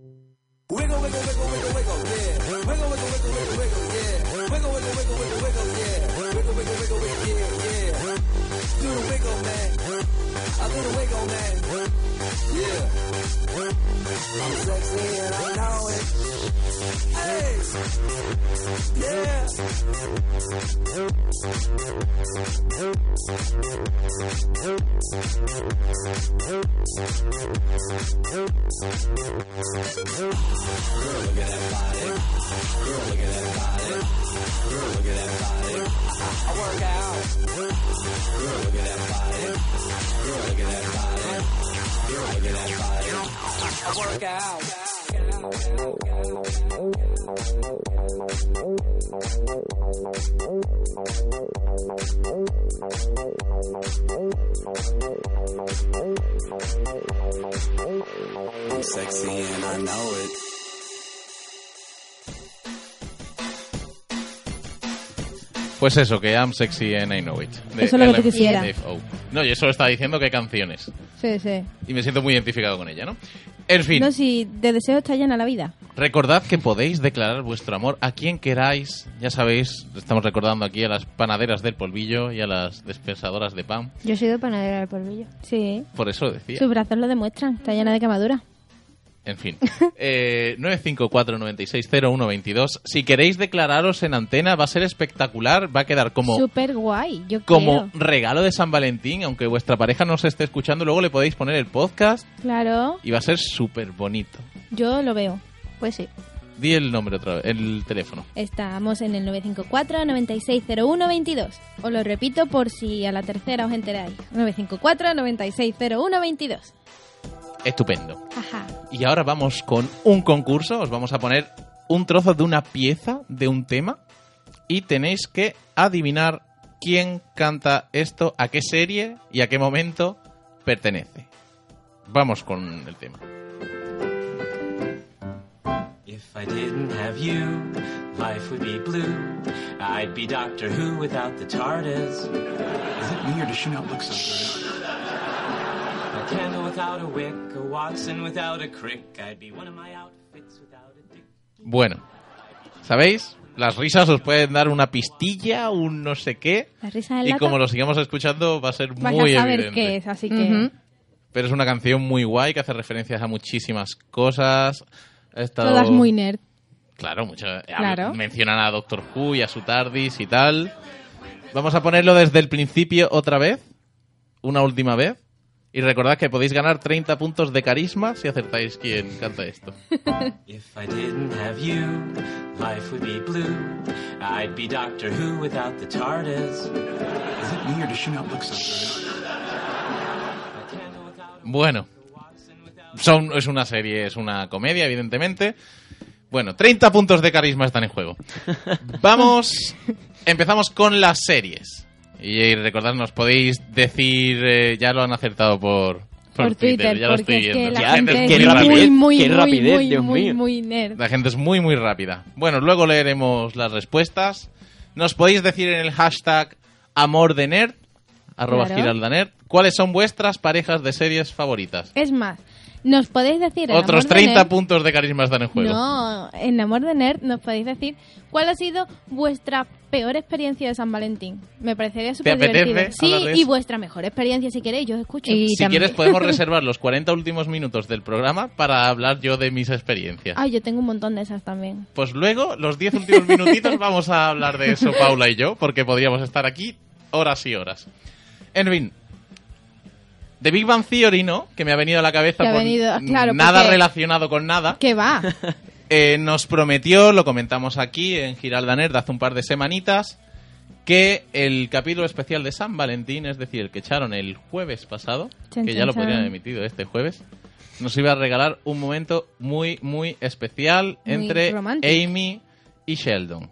Speaker 2: Wiggle, wiggle, wiggle, wiggle, wiggle, yeah. Wiggle, wiggle, wiggle, wiggle, wiggle, yeah. Wiggle, wiggle, wiggle, wiggle, wiggle, yeah. Wiggle, wiggle, wiggle, wiggle, yeah, yeah. Do the wiggle, man. I do the wiggle, man. Yeah. I'm sexy and I know it. Hey. Yeah. I work out. I work out. I'm sexy and I know it.
Speaker 1: Pues eso, que I'm sexy and I know it. de
Speaker 8: Eso es lo que tú
Speaker 1: LMFAO.
Speaker 8: quisieras.
Speaker 1: No, yo solo estaba diciendo que canciones.
Speaker 8: Sí, sí.
Speaker 1: Y me siento muy identificado con ella, ¿no? En fin.
Speaker 5: No, si de deseo está llena la vida.
Speaker 1: Recordad que podéis declarar vuestro amor a quien queráis. Ya sabéis, estamos recordando aquí a las panaderas del polvillo y a las despensadoras de pan.
Speaker 8: Yo he sido panadera del polvillo.
Speaker 5: Sí.
Speaker 1: Por eso decía.
Speaker 5: Sus brazos lo demuestran. Está llena de quemaduras.
Speaker 1: En fin. Eh, 954-960122. Si queréis declararos en antena, va a ser espectacular. Va a quedar como,
Speaker 5: Súper guay. Yo
Speaker 1: como
Speaker 5: creo.
Speaker 1: regalo de San Valentín. Aunque vuestra pareja no se esté escuchando, luego le podéis poner el podcast
Speaker 5: Claro.
Speaker 1: y va a ser súper bonito.
Speaker 5: Yo lo veo.
Speaker 8: Pues sí.
Speaker 1: Di el nombre otra vez, el teléfono.
Speaker 5: Estamos en el 954-960122. Os lo repito por si a la tercera os enteráis. 954-960122.
Speaker 1: Estupendo.
Speaker 5: Ajá.
Speaker 1: Y ahora vamos con un concurso. Os vamos a poner un trozo de una pieza de un tema y tenéis que adivinar quién canta esto, a qué serie y a qué momento pertenece. Vamos con el tema.
Speaker 9: If I didn't have you, life would be blue. I'd be Doctor Who without the TARDIS. Is it me or does she not look so good? A candle without a wick, a Watson without a crick. I'd be one of my outfits without a dick.
Speaker 1: Bueno, ¿sabéis? Las risas os pueden dar una pistilla, un no sé qué.
Speaker 5: La risa del
Speaker 1: Y
Speaker 5: lata.
Speaker 1: como lo sigamos escuchando va a ser
Speaker 5: Vas
Speaker 1: muy
Speaker 5: a saber
Speaker 1: evidente.
Speaker 5: qué es, así que...
Speaker 8: Ujú.
Speaker 1: Pero es una canción muy guay que hace referencias a muchísimas cosas. Ha estado-
Speaker 5: Todas muy nerd.
Speaker 1: Claro, mucho. eh,
Speaker 5: Claro.
Speaker 1: hablan- Mencionan a Doctor Who y a su Tardis y tal. Vamos a ponerlo desde el principio otra vez. Una última vez. Y recordad que podéis ganar 30 puntos de carisma si acertáis quién canta esto.
Speaker 9: If I didn't have you, life would be blue. I'd be Doctor Who without the TARDIS. Is it me or does she not look so good? A candle without a
Speaker 1: Bueno, son, es una serie, es una comedia, evidentemente. Bueno, 30 puntos de carisma están en juego. Vamos, empezamos con las series. Y eh, recordad, nos podéis decir, eh, ya lo han acertado por, por,
Speaker 5: Por Twitter,
Speaker 1: ya lo
Speaker 5: porque
Speaker 1: estoy
Speaker 5: es que
Speaker 1: viendo.
Speaker 5: la
Speaker 6: Ya,
Speaker 5: gente
Speaker 6: qué
Speaker 5: es muy,
Speaker 6: rapidez,
Speaker 5: muy,
Speaker 6: qué
Speaker 5: muy,
Speaker 6: rapidez,
Speaker 5: muy,
Speaker 6: Dios
Speaker 5: muy,
Speaker 6: mío.
Speaker 5: muy nerd.
Speaker 1: La gente es muy, muy rápida. Bueno, luego leeremos las respuestas. Nos podéis decir en el hashtag amor de nerd, arroba
Speaker 5: Claro.
Speaker 1: giraldanerd, cuáles son vuestras parejas de series favoritas.
Speaker 5: Es más, nos podéis decir... en
Speaker 1: Otros
Speaker 5: Amor de
Speaker 1: 30
Speaker 5: Nerd-
Speaker 1: puntos de carisma están en juego.
Speaker 5: No, en Amor de Nerd nos podéis decir cuál ha sido vuestra peor experiencia de San Valentín. Me parecería súper divertido.
Speaker 1: apetece
Speaker 5: Sí,
Speaker 1: hablar de
Speaker 5: y
Speaker 1: eso?
Speaker 5: vuestra mejor experiencia, si queréis, yo os escucho.
Speaker 4: Y
Speaker 1: si
Speaker 4: también-
Speaker 1: quieres podemos reservar los 40 últimos minutos del programa para hablar yo de mis experiencias.
Speaker 5: Ay, yo tengo un montón de esas también.
Speaker 1: Pues luego, los 10 últimos minutitos, vamos a hablar de eso Paula y yo, porque podríamos estar aquí horas y horas. En fin. The Big Bang Theory, ¿no? Que me ha venido a la cabeza
Speaker 5: Te ha
Speaker 1: por
Speaker 5: venido- ah, claro,
Speaker 1: nada
Speaker 5: porque-
Speaker 1: relacionado con nada.
Speaker 5: ¿Qué va?
Speaker 1: Eh, nos prometió, lo comentamos aquí en Giralda Nerd hace un par de semanitas, que el capítulo especial de San Valentín, es decir, el que echaron el jueves pasado,
Speaker 5: Chan,
Speaker 1: que ya
Speaker 5: chan,
Speaker 1: lo podrían
Speaker 5: chan.
Speaker 1: haber emitido este jueves, nos iba a regalar un momento muy, muy especial
Speaker 5: Muy
Speaker 1: entre
Speaker 5: romántico.
Speaker 1: Amy y Sheldon.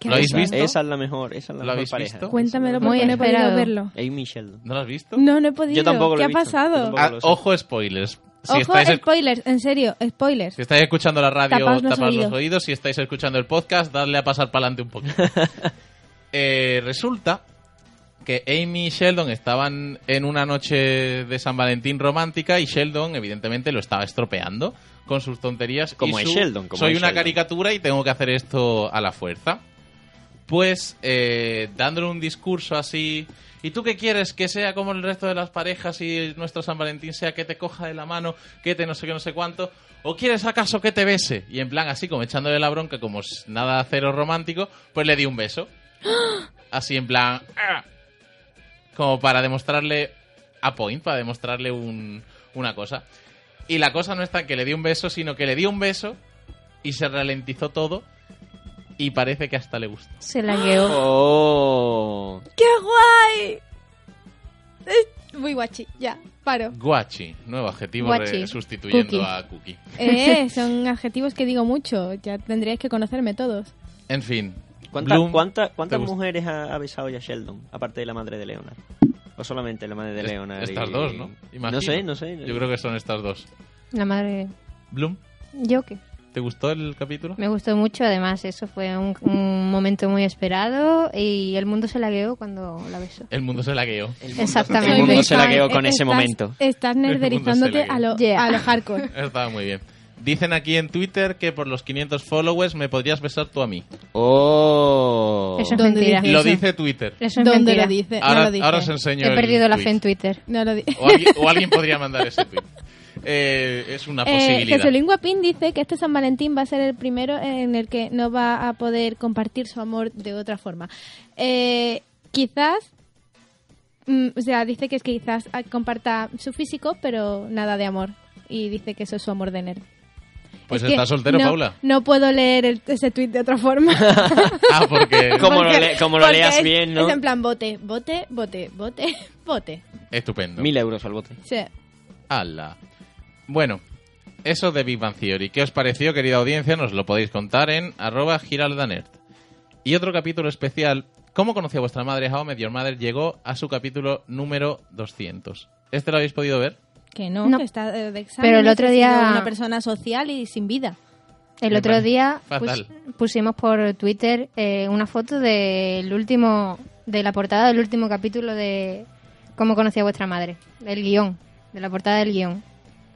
Speaker 5: ¿Qué
Speaker 1: ¿Lo habéis
Speaker 5: pasa?
Speaker 1: visto?
Speaker 6: Esa es la mejor, esa es la
Speaker 1: ¿Lo
Speaker 6: mejor
Speaker 1: habéis
Speaker 6: pareja.
Speaker 1: visto?
Speaker 5: Cuéntamelo
Speaker 4: Muy
Speaker 5: porque no he podido
Speaker 4: esperado.
Speaker 5: verlo.
Speaker 6: Amy Sheldon.
Speaker 1: ¿No lo has visto?
Speaker 5: No, no he podido.
Speaker 6: Yo tampoco lo
Speaker 5: ¿Qué
Speaker 6: he
Speaker 5: ha
Speaker 6: visto.
Speaker 5: pasado?
Speaker 6: Tampoco.
Speaker 1: Ah,
Speaker 6: lo sé.
Speaker 1: ojo, spoilers. Si
Speaker 5: Ojo,
Speaker 1: estáis,
Speaker 5: spoilers, en serio, spoilers.
Speaker 1: si estáis escuchando la radio, tapad
Speaker 5: Tapaos
Speaker 1: los,
Speaker 5: los
Speaker 1: oídos.
Speaker 5: oídos.
Speaker 1: Si estáis escuchando el podcast, dadle a pasar para adelante un poquito. Eh, resulta que Amy y Sheldon estaban en una noche de San Valentín romántica y Sheldon, evidentemente, lo estaba estropeando con sus tonterías. y
Speaker 6: Como es
Speaker 1: su,
Speaker 6: Sheldon, como
Speaker 1: Soy
Speaker 6: es
Speaker 1: una
Speaker 6: Sheldon".
Speaker 1: caricatura y tengo que hacer esto a la fuerza. Pues eh, dándole un discurso así. ¿Y tú qué quieres? Que sea como el resto de las parejas y nuestro San Valentín sea que te coja de la mano, que te no sé qué, no sé cuánto. ¿O quieres acaso que te bese? Y en plan así, como echándole la bronca, como s- nada cero romántico, pues le di un beso. Así en plan... "Ah", Como para demostrarle a point, para demostrarle un- una cosa. Y la cosa no es tan que le di un beso, sino que le di un beso y se ralentizó todo y parece que hasta le gustó.
Speaker 4: Se la llevó.
Speaker 6: Oh.
Speaker 5: ¡Qué guay! Es muy guachi, ya, paro.
Speaker 1: Guachi, nuevo adjetivo
Speaker 4: Guachi.
Speaker 1: re- sustituyendo
Speaker 4: Cookie.
Speaker 1: a Cookie.
Speaker 5: Eh, son adjetivos que digo mucho, ya tendríais que conocerme todos.
Speaker 1: En fin.
Speaker 6: ¿Cuánta-
Speaker 1: Bloom-
Speaker 6: cuánta- ¿Cuántas
Speaker 1: gusta?
Speaker 6: mujeres ha, ha besado ya Sheldon? Aparte de la madre de Leonard. O solamente la madre de
Speaker 1: est-
Speaker 6: Leonard.
Speaker 1: Estas
Speaker 6: y-
Speaker 1: dos, ¿no? Imagino.
Speaker 6: No sé, no sé.
Speaker 1: Yo creo que son estas dos.
Speaker 4: La madre.
Speaker 1: Bloom,
Speaker 4: Yo qué.
Speaker 1: ¿te gustó el capítulo?
Speaker 4: Me gustó mucho, además, eso fue un, un momento muy esperado y el mundo se lagueó cuando la besó.
Speaker 1: El mundo se lagueó.
Speaker 6: El
Speaker 4: Exactamente.
Speaker 6: mundo
Speaker 5: muy
Speaker 6: se la
Speaker 5: fan.
Speaker 6: quedó con
Speaker 5: Eh,
Speaker 6: ese
Speaker 5: estás-
Speaker 6: momento.
Speaker 5: Estás nerderizándote
Speaker 1: El mundo
Speaker 5: a
Speaker 1: se la
Speaker 5: lo,
Speaker 4: Yeah.
Speaker 5: a lo hardcore.
Speaker 1: Estaba muy bien. Dicen aquí en Twitter que por los 500 followers me podrías besar tú a mí.
Speaker 6: Oh.
Speaker 4: Eso es
Speaker 5: ¿Dónde
Speaker 4: mentira.
Speaker 5: dice?
Speaker 1: Lo
Speaker 5: Eso.
Speaker 1: dice Twitter.
Speaker 4: Eso es
Speaker 5: ¿Dónde
Speaker 4: mentira.
Speaker 5: lo dice? no
Speaker 1: Ahora,
Speaker 5: lo dice.
Speaker 1: ahora os enseño.
Speaker 4: He
Speaker 1: el
Speaker 4: perdido la
Speaker 1: tweet.
Speaker 4: fe en Twitter.
Speaker 5: No lo dice.
Speaker 1: O alguien, o alguien podría mandar ese tweet. Eh, es una
Speaker 5: Eh,
Speaker 1: posibilidad.
Speaker 5: Jesulín Guapín dice que este San Valentín va a ser el primero en el que no va a poder compartir su amor de otra forma. Eh, quizás, mm, o sea, dice que es que quizás ah, comparta su físico, pero nada de amor. Y dice que eso es su amor de nerd.
Speaker 1: Pues
Speaker 5: Es que
Speaker 1: está soltero,
Speaker 5: no-
Speaker 1: Paula.
Speaker 5: No puedo leer el- ese tweet de otra forma.
Speaker 1: Ah, porque.
Speaker 6: Como lo
Speaker 5: Porque-
Speaker 6: le- como lo
Speaker 5: porque
Speaker 6: leas
Speaker 5: es-
Speaker 6: bien, ¿no?
Speaker 5: Es en plan bote, bote, bote, bote, bote.
Speaker 1: Estupendo.
Speaker 6: Mil euros al bote.
Speaker 5: O sea,
Speaker 1: Ala. Bueno, eso de Big Bang Theory. ¿Qué os pareció, querida audiencia? Nos lo podéis contar en arroba giraldanerd. Y otro capítulo especial, ¿Cómo conocí a vuestra madre? How I Met Your Mother llegó a su capítulo número 200. ¿Este lo habéis podido ver?
Speaker 5: que no,
Speaker 4: No.
Speaker 5: que está eh, de examen.
Speaker 4: Pero el otro día-
Speaker 5: Una persona social y sin vida.
Speaker 4: El
Speaker 1: Me
Speaker 4: otro
Speaker 1: parece
Speaker 4: día
Speaker 1: fatal.
Speaker 4: pus- pusimos por Twitter eh, una foto del último, de la portada del último capítulo de Cómo conocí a vuestra madre, del guión, de la portada del guión.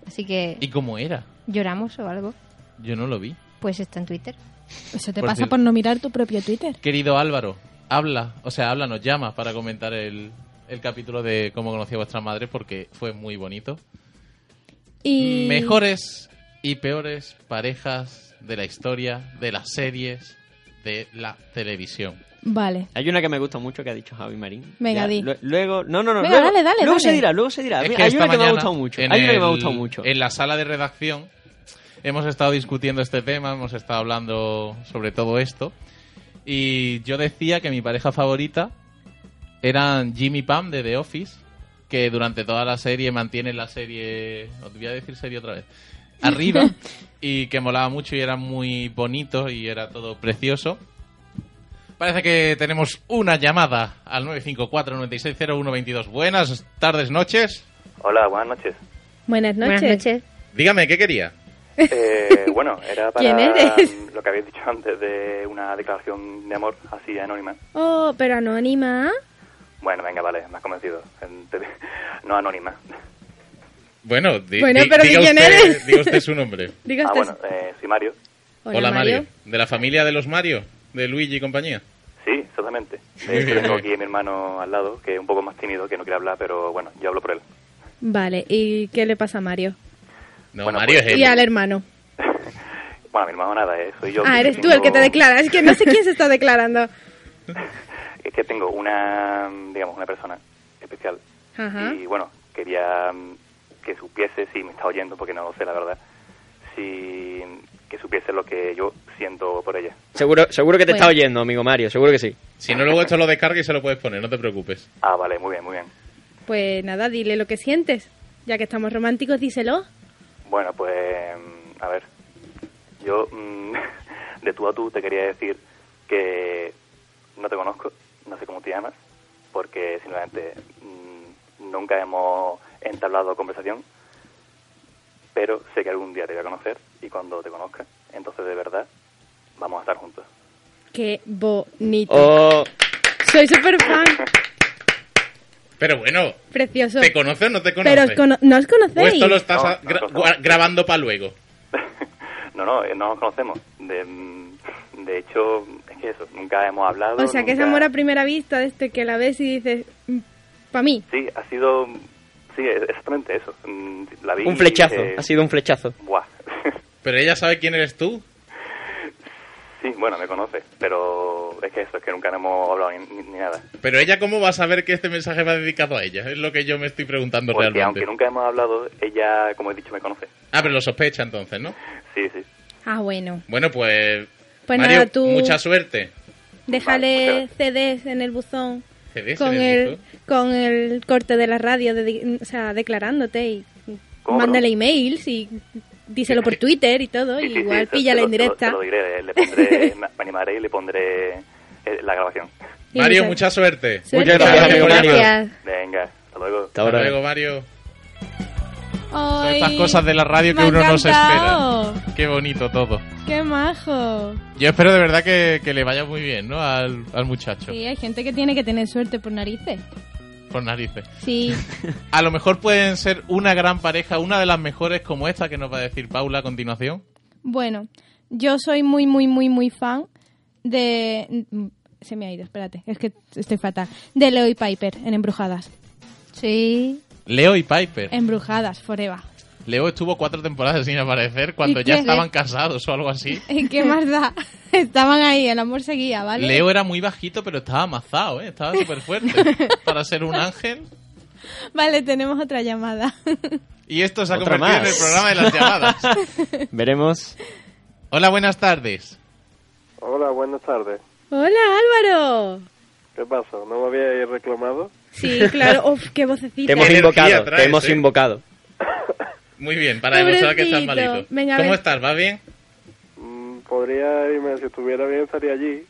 Speaker 4: Así que
Speaker 1: ¿Y cómo era?
Speaker 4: lloramos o algo.
Speaker 1: Yo no lo vi.
Speaker 4: Pues está en Twitter.
Speaker 5: Eso te
Speaker 1: Por
Speaker 5: pasa
Speaker 1: cierto.
Speaker 5: por no mirar tu propio Twitter.
Speaker 1: Querido Álvaro, habla, o sea, habla, nos llama para comentar el, el capítulo de Cómo conocí a vuestra madre porque fue muy bonito.
Speaker 5: Y
Speaker 1: Mejores y peores parejas de la historia, de las series, de la televisión.
Speaker 5: Vale.
Speaker 6: Hay una que me gusta mucho que ha dicho Javi Marín.
Speaker 5: Venga, di.
Speaker 6: lue- Luego, no, no, no.
Speaker 5: Venga,
Speaker 6: luego,
Speaker 5: dale, dale,
Speaker 6: Luego
Speaker 5: dale.
Speaker 6: se dirá, luego se dirá.
Speaker 1: Es que
Speaker 6: Hay
Speaker 1: esta
Speaker 6: una que me ha
Speaker 1: mañana,
Speaker 6: gustado mucho. Hay
Speaker 1: en
Speaker 6: una que me ha
Speaker 1: el-
Speaker 6: gustado mucho.
Speaker 1: En la sala de redacción hemos estado discutiendo este tema, hemos estado hablando sobre todo esto. Y yo decía que mi pareja favorita eran Jimmy Pam de The Office, que durante toda la serie mantiene la serie. Os voy a decir serie otra vez. Arriba. y que molaba mucho y era muy bonito y era todo precioso. Parece que tenemos una llamada al 954-960122. Buenas tardes, noches.
Speaker 10: Hola, buenas noches.
Speaker 5: Buenas noches.
Speaker 4: Buenas noches.
Speaker 1: Dígame, ¿qué quería?
Speaker 10: Eh, bueno, era para
Speaker 5: ¿Quién eres?
Speaker 10: lo que habéis dicho antes de una declaración de amor así anónima.
Speaker 5: Oh, pero anónima.
Speaker 10: Bueno, venga, vale, me has convencido. En- te- No anónima.
Speaker 1: Bueno, di-
Speaker 5: Bueno,
Speaker 1: di-
Speaker 5: pero
Speaker 1: diga,
Speaker 5: ¿de quién
Speaker 1: usted,
Speaker 5: eres? este
Speaker 1: diga usted este su nombre.
Speaker 5: Diga
Speaker 10: ah,
Speaker 5: usted.
Speaker 10: bueno, eh, soy Mario.
Speaker 5: Hola,
Speaker 1: ¿De la familia de los Mario? ¿De Luigi y compañía?
Speaker 10: Sí, exactamente.
Speaker 1: Muy
Speaker 10: De hecho,
Speaker 1: bien,
Speaker 10: tengo
Speaker 1: muy bien.
Speaker 10: aquí a mi hermano al lado, que es un poco más tímido, que no quiere hablar, pero bueno, yo hablo por él.
Speaker 5: Vale, ¿y qué le pasa a Mario?
Speaker 1: No,
Speaker 10: Bueno,
Speaker 1: Mario
Speaker 10: pues-
Speaker 1: es él.
Speaker 5: Y al hermano.
Speaker 10: Bueno, a mi hermano nada, eh, soy yo.
Speaker 5: Ah,
Speaker 10: que
Speaker 5: eres tú
Speaker 10: tengo-
Speaker 5: el que te declara. Es que no sé quién se está declarando.
Speaker 10: Es que tengo una, digamos, una persona especial.
Speaker 5: Ajá.
Speaker 10: Y bueno, quería mm, que supiese, si me está oyendo, porque no lo sé, la verdad, si mm, que supiese lo que yo siento por ella.
Speaker 6: Seguro, seguro que te
Speaker 5: Bueno.
Speaker 6: está oyendo, amigo Mario. Seguro que sí.
Speaker 1: Si no, luego esto lo descarga y se lo puedes poner, no te preocupes.
Speaker 10: Ah, vale, muy bien, muy bien.
Speaker 5: Pues nada, dile lo que sientes. Ya que estamos románticos, díselo.
Speaker 10: Bueno, pues, mm, a ver, yo mm, de tú a tú te quería decir que no te conozco, no sé cómo te llamas, porque simplemente mm, nunca hemos entablado conversación, pero sé que algún día te voy a conocer y cuando te conozca, entonces de verdad vamos a estar juntos.
Speaker 5: Qué bonito.
Speaker 6: Oh,
Speaker 5: Soy súper fan.
Speaker 1: Pero bueno,
Speaker 5: Precioso.
Speaker 1: ¿te conoce o no te conoce?
Speaker 5: Pero os cono- no os
Speaker 1: ¿O
Speaker 5: conocéis.
Speaker 1: esto lo estás
Speaker 10: No,
Speaker 1: a-
Speaker 10: no,
Speaker 1: gra-
Speaker 10: no, no.
Speaker 1: gua- grabando para luego?
Speaker 10: No, no, eh, no nos conocemos. De, mm, de hecho, es que eso, nunca hemos hablado.
Speaker 5: O sea, que es
Speaker 10: nunca-
Speaker 5: amor a primera vista, este que la ves y dices, para mí.
Speaker 10: Sí, ha sido. Sí, e-, exactamente eso. Mm, La vi
Speaker 6: un flechazo.
Speaker 10: y dije,
Speaker 6: Ha sido un flechazo.
Speaker 10: Buah.
Speaker 1: Pero ella sabe quién eres tú.
Speaker 10: sí, bueno, me conoce, pero es que eso, es que nunca hemos hablado ni, ni- ni nada.
Speaker 1: Pero ella, ¿cómo va a saber que este mensaje va dedicado a ella? Es lo que yo me estoy preguntando
Speaker 10: Porque
Speaker 1: realmente.
Speaker 10: Pues aunque nunca hemos hablado, ella, como he dicho, me conoce.
Speaker 1: Ah, pero lo sospecha entonces, ¿no?
Speaker 10: Sí, sí.
Speaker 5: Ah, bueno.
Speaker 1: Bueno, pues.
Speaker 5: Pues
Speaker 1: Mario,
Speaker 5: nada, tú-
Speaker 1: mucha suerte.
Speaker 5: Déjale
Speaker 10: Vale,
Speaker 5: CDs en el buzón
Speaker 1: CDs
Speaker 5: con
Speaker 1: en el
Speaker 5: el,
Speaker 1: buzón.
Speaker 5: con el corte de la radio, de- o sea, declarándote y
Speaker 10: ¿Cómo,
Speaker 5: mándale
Speaker 10: perdón?
Speaker 5: emails y díselo por Twitter y todo,
Speaker 10: Sí,
Speaker 5: y
Speaker 10: sí, sí,
Speaker 5: igual
Speaker 10: se- se
Speaker 5: píllala
Speaker 10: lo-
Speaker 5: en
Speaker 10: se lo- se
Speaker 5: directa.
Speaker 10: lo diré, eh, le pondré, me animaré y le pondré eh, la grabación.
Speaker 5: Y
Speaker 1: Mario,
Speaker 5: muchas-
Speaker 1: mucha suerte.
Speaker 5: Suerte.
Speaker 6: Muchas gracias, amigo Mario.
Speaker 4: Gracias.
Speaker 10: Venga, hasta luego.
Speaker 6: Hasta ahora.
Speaker 1: Hasta luego, Mario. Son estas cosas de la radio que uno no se espera. Qué bonito todo.
Speaker 5: ¡Qué majo!
Speaker 1: Yo espero de verdad que, que le vaya muy bien, ¿no? Al, al muchacho.
Speaker 5: Sí, hay gente que tiene que tener suerte por narices.
Speaker 1: Por narices.
Speaker 5: Sí.
Speaker 1: A lo mejor pueden ser una gran pareja, una de las mejores como esta que nos va a decir Paula a continuación.
Speaker 5: Bueno, yo soy muy, muy, muy, muy fan de... Se me ha ido, espérate, es que estoy fatal. De Leo y Piper en Embrujadas.
Speaker 4: Sí.
Speaker 1: Leo y Piper.
Speaker 5: Em. Embrujadas, forever.
Speaker 1: Leo estuvo cuatro temporadas sin aparecer cuando
Speaker 5: ¿Y
Speaker 1: ya
Speaker 5: qué?
Speaker 1: estaban casados o algo así.
Speaker 5: ¿En qué más da? Estaban ahí, el amor seguía, ¿vale?
Speaker 1: Leo era muy bajito, pero estaba amazado, ¿eh? Estaba súper fuerte para ser un ángel.
Speaker 5: Vale, tenemos otra llamada.
Speaker 1: Y esto se ha
Speaker 6: Otra
Speaker 1: convertido en
Speaker 6: más.
Speaker 1: el programa de las llamadas.
Speaker 6: Veremos.
Speaker 1: Hola, buenas tardes.
Speaker 11: Hola, buenas tardes.
Speaker 5: ¡Hola, Álvaro!
Speaker 11: ¿Qué pasa? ¿No me habíais reclamado?
Speaker 5: Sí, claro. ¡Uf, qué
Speaker 6: Te
Speaker 5: vocecita!
Speaker 6: hemos
Speaker 1: energía
Speaker 6: invocado.
Speaker 1: traes,
Speaker 6: Te hemos
Speaker 1: eh.
Speaker 6: invocado.
Speaker 1: Muy bien, para demostrar que estás
Speaker 5: Pobrecito.
Speaker 1: malito.
Speaker 5: Venga, a
Speaker 1: ¿Cómo
Speaker 5: ver.
Speaker 1: estás? ¿Va bien?
Speaker 11: Mm, podría irme, si estuviera bien estaría allí,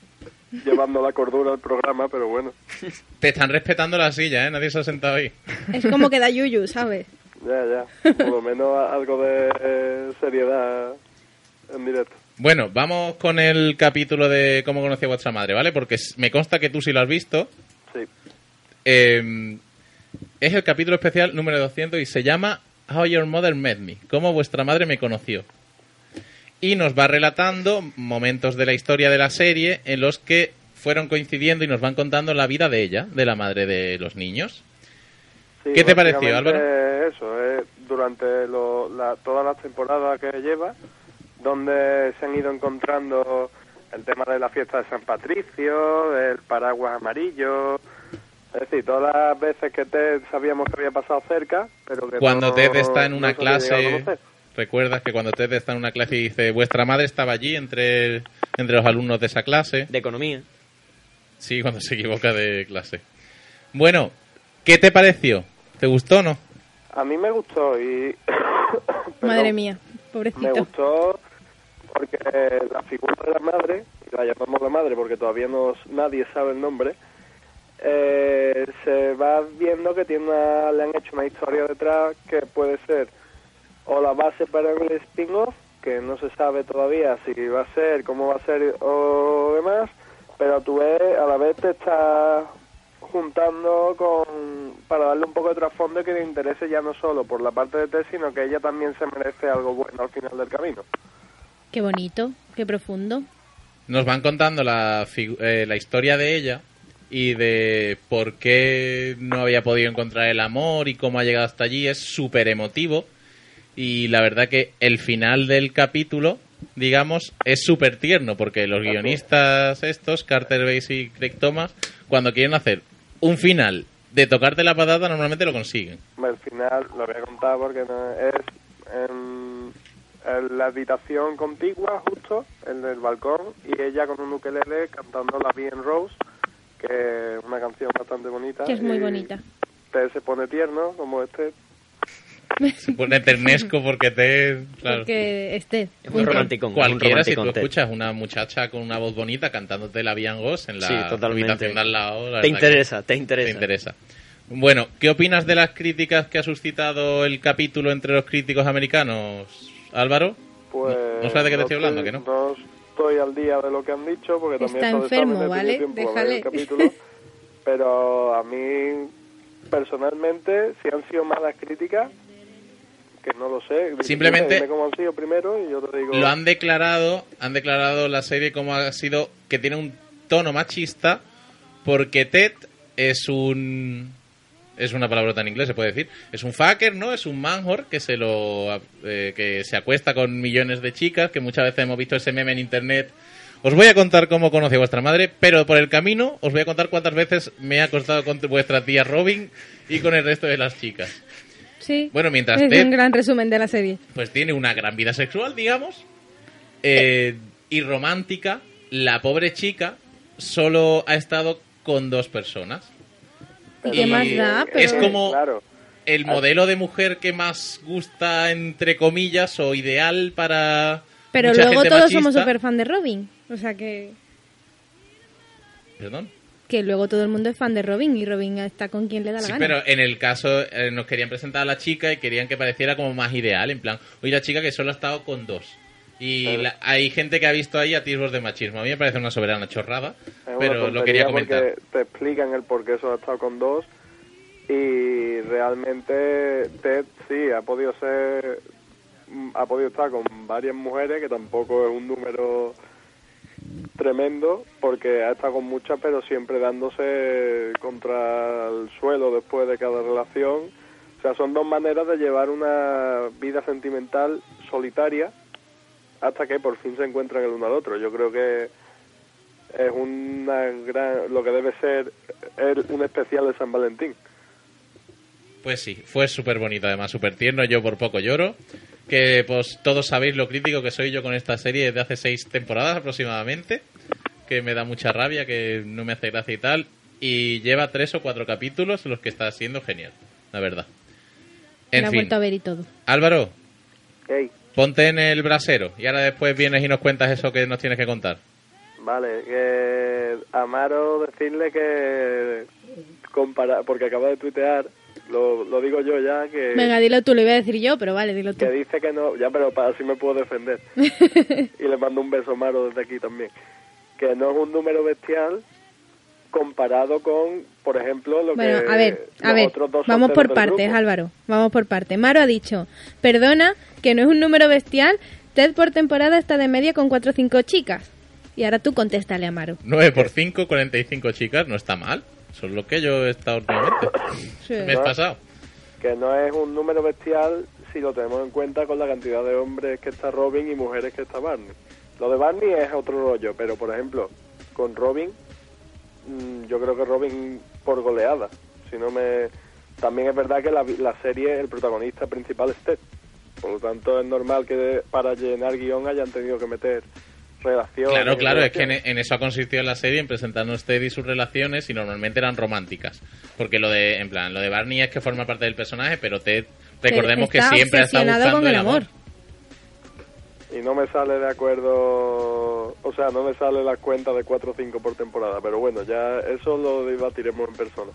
Speaker 11: llevando la cordura al programa, pero bueno.
Speaker 1: Te están respetando la silla, ¿eh? Nadie se ha sentado ahí.
Speaker 5: Es como que da yuyu, ¿sabes?
Speaker 11: Ya, ya. Por lo menos a- algo de eh, seriedad en directo.
Speaker 1: Bueno, vamos con el capítulo de cómo conocí a vuestra madre, ¿vale? Porque s- me consta que tú sí lo has visto.
Speaker 11: Sí.
Speaker 1: Eh, es el capítulo especial número 200 y se llama How Your Mother Met Me, cómo vuestra madre me conoció. Y nos va relatando momentos de la historia de la serie en los que fueron coincidiendo y nos van contando la vida de ella, de la madre de los niños.
Speaker 11: Sí,
Speaker 1: ¿Qué te pareció,
Speaker 11: básicamente Eso, eh, durante lo- la- todas las temporadas que lleva, donde se han ido encontrando El tema de la fiesta de San Patricio, del paraguas amarillo. Es decir, todas las veces que te sabíamos que había pasado cerca, pero que
Speaker 1: Cuando
Speaker 11: no-
Speaker 1: Ted está en
Speaker 11: no
Speaker 1: una
Speaker 11: se había llegado a
Speaker 1: clase,
Speaker 11: conocer.
Speaker 1: recuerdas que cuando Ted está en una clase y dice, vuestra madre estaba allí entre, entre los alumnos de esa clase.
Speaker 6: De economía.
Speaker 1: Sí, cuando se equivoca de clase. Bueno, ¿qué te pareció? ¿Te gustó o no?
Speaker 11: A mí me gustó y...
Speaker 5: Madre
Speaker 11: Perdón.
Speaker 5: mía,
Speaker 11: Me
Speaker 5: pobrecito.
Speaker 11: gustó porque la figura de la madre, y la llamamos la madre porque todavía no nadie sabe el nombre, eh, se va viendo que tiene una- le han hecho una historia detrás que puede ser o la base para el spin-off, que no se sabe todavía si va a ser, cómo va a ser o demás, pero tú ves, a la vez te estás juntando con para darle un poco de trasfondo que le interese ya no solo por la parte de Tess, sino que ella también se merece algo bueno al final del camino.
Speaker 5: Qué bonito, qué profundo.
Speaker 1: Nos van contando la, figu- eh, la historia de ella y de por qué no había podido encontrar el amor y cómo ha llegado hasta allí. Es súper emotivo. Y la verdad que el final del capítulo, digamos, es súper tierno porque los guionistas estos, Carter Bass y Craig Thomas, cuando quieren hacer un final de tocarte la patata, normalmente lo consiguen.
Speaker 11: Al final lo voy a contar porque no- es em, en la habitación contigua, justo, en el balcón, y ella con un ukelele cantando la Bien Rose, que es una canción bastante bonita.
Speaker 5: Que es muy
Speaker 11: y
Speaker 5: bonita.
Speaker 11: Ted se pone tierno, como este.
Speaker 1: Se pone ternesco porque te... claro.
Speaker 5: Porque esté.
Speaker 6: Es muy romántico.
Speaker 1: Cualquiera, si
Speaker 6: es
Speaker 1: tú
Speaker 6: un romanticón, Ted.
Speaker 1: escuchas una muchacha con una voz bonita cantándote la Biangos en la
Speaker 6: Sí, totalmente.
Speaker 1: habitación de al lado, la
Speaker 6: Te
Speaker 1: verdad que
Speaker 6: interesa, te
Speaker 1: te
Speaker 6: interesa.
Speaker 1: interesa. Bueno, ¿qué opinas de las críticas que ha suscitado el capítulo entre los críticos americanos, Álvaro?
Speaker 11: Pues,
Speaker 1: No- no sabes de qué te estoy hablando, que no.
Speaker 11: estoy al día de lo que han dicho porque también
Speaker 5: Está
Speaker 11: todo
Speaker 5: enfermo,
Speaker 11: examen, he
Speaker 5: ¿vale?
Speaker 11: tenido tiempo a ver el
Speaker 5: Déjale.
Speaker 11: capítulo, pero a mí personalmente si han sido malas críticas que no lo sé. dime-
Speaker 1: Simplemente-
Speaker 11: dime cómo han sido primero y yo te digo.
Speaker 1: Lo han declarado, han declarado la serie como ha sido que tiene un tono machista porque Ted es un es una palabrota en inglés se puede decir es un fucker no es un manhor que se lo eh, que se acuesta con millones de chicas que muchas veces hemos visto ese meme en internet os voy a contar cómo conocí a vuestra madre pero por el camino os voy a contar cuántas veces me he acostado con vuestra tía Robin y con el resto de las chicas
Speaker 5: Sí.
Speaker 1: bueno mientras
Speaker 5: es
Speaker 1: Ted
Speaker 5: un gran resumen de la serie.
Speaker 1: pues tiene una gran vida sexual, digamos, eh, y romántica. La pobre chica solo ha estado con dos personas.
Speaker 5: ¿Y qué más da? Pero...
Speaker 1: es como
Speaker 11: Claro.
Speaker 1: el modelo de mujer que más gusta, entre comillas, o ideal para.
Speaker 5: Pero
Speaker 1: mucha
Speaker 5: luego
Speaker 1: gente
Speaker 5: todos
Speaker 1: machista.
Speaker 5: somos super fan de Robin. O sea que.
Speaker 1: Perdón.
Speaker 5: Que luego todo el mundo es fan de Robin y Robin está con quien le da la
Speaker 1: Sí,
Speaker 5: gana.
Speaker 1: pero en el caso eh, nos querían presentar a la chica y querían que pareciera como más ideal, en plan, hoy la chica que solo ha estado con dos. Y la- hay gente que ha visto ahí atisbos de machismo. A mí me parece una soberana chorrada,
Speaker 11: Es una
Speaker 1: pero lo
Speaker 11: tontería
Speaker 1: quería comentar.
Speaker 11: Porque te explican el por qué eso ha estado con dos y realmente Ted sí ha podido ser mm, ha podido estar con varias mujeres que tampoco es un número tremendo porque ha estado con muchas pero siempre dándose contra el suelo después de cada relación o sea son dos maneras de llevar una vida sentimental solitaria hasta que por fin se encuentran el uno al otro yo creo que es una gran, lo que debe ser el- un especial de San Valentín.
Speaker 1: Pues sí, fue súper bonito, además, súper tierno. Yo por poco lloro. Que pues todos sabéis lo crítico que soy yo con esta serie desde hace seis temporadas aproximadamente. Que me da mucha rabia, que no me hace gracia y tal. Y lleva tres o cuatro capítulos en los que está siendo genial, la verdad.
Speaker 5: Me
Speaker 1: En
Speaker 5: la he
Speaker 1: fin,
Speaker 5: vuelto a ver y todo.
Speaker 1: Álvaro,
Speaker 11: Ey,
Speaker 1: ponte en el brasero y ahora después vienes y nos cuentas eso que nos tienes que contar.
Speaker 11: vale, eh, Amaro decirle que compara, porque acaba de tuitear, lo, lo digo yo ya, que,
Speaker 5: Venga, dilo tú, lo iba a decir yo, pero vale, dilo tú.
Speaker 11: Eh, que dice que no, ya pero para así me puedo defender. y le mando un beso a Amaro desde aquí también. Que no es un número bestial comparado con, por ejemplo, lo
Speaker 5: Bueno,
Speaker 11: que
Speaker 5: a ver, a
Speaker 11: los
Speaker 5: ver,
Speaker 11: otros dos
Speaker 5: vamos
Speaker 11: solteros
Speaker 5: por
Speaker 11: del
Speaker 5: partes,
Speaker 11: grupo.
Speaker 5: Álvaro, vamos por partes. Maro ha dicho, perdona, que no es un número bestial, Ted por temporada está de media con cuatro o cinco chicas. Y ahora tú contéstale a Maro.
Speaker 1: 9 por 5, 45 chicas, no está mal. Eso es lo que yo he estado últimamente.
Speaker 5: Sí.
Speaker 1: Me he pasado.
Speaker 11: que no es un número bestial si lo tenemos en cuenta con la cantidad de hombres que está Robin y mujeres que está Barney. Lo de Barney es otro rollo, pero por ejemplo, con Robin, mm, yo creo que Robin por goleada. Si no me. También es verdad que la, vi- la serie, el protagonista principal es Ted. Por lo tanto, es normal que para llenar guión hayan tenido que meter relaciones.
Speaker 1: Claro,
Speaker 11: y
Speaker 1: claro, es que en,
Speaker 11: relaciones.
Speaker 1: en eso ha consistido la serie, en presentarnos Ted y sus relaciones, y normalmente eran románticas. Porque lo de, en plan, lo de Barney es que forma parte del personaje, pero Ted, recordemos
Speaker 12: Está
Speaker 1: que siempre ha estado
Speaker 12: obsesionado
Speaker 1: buscando
Speaker 12: con el amor.
Speaker 11: Y no me sale de acuerdo, o sea, no me sale la cuenta de 4 o 5 por temporada, pero bueno, ya eso lo debatiremos en persona.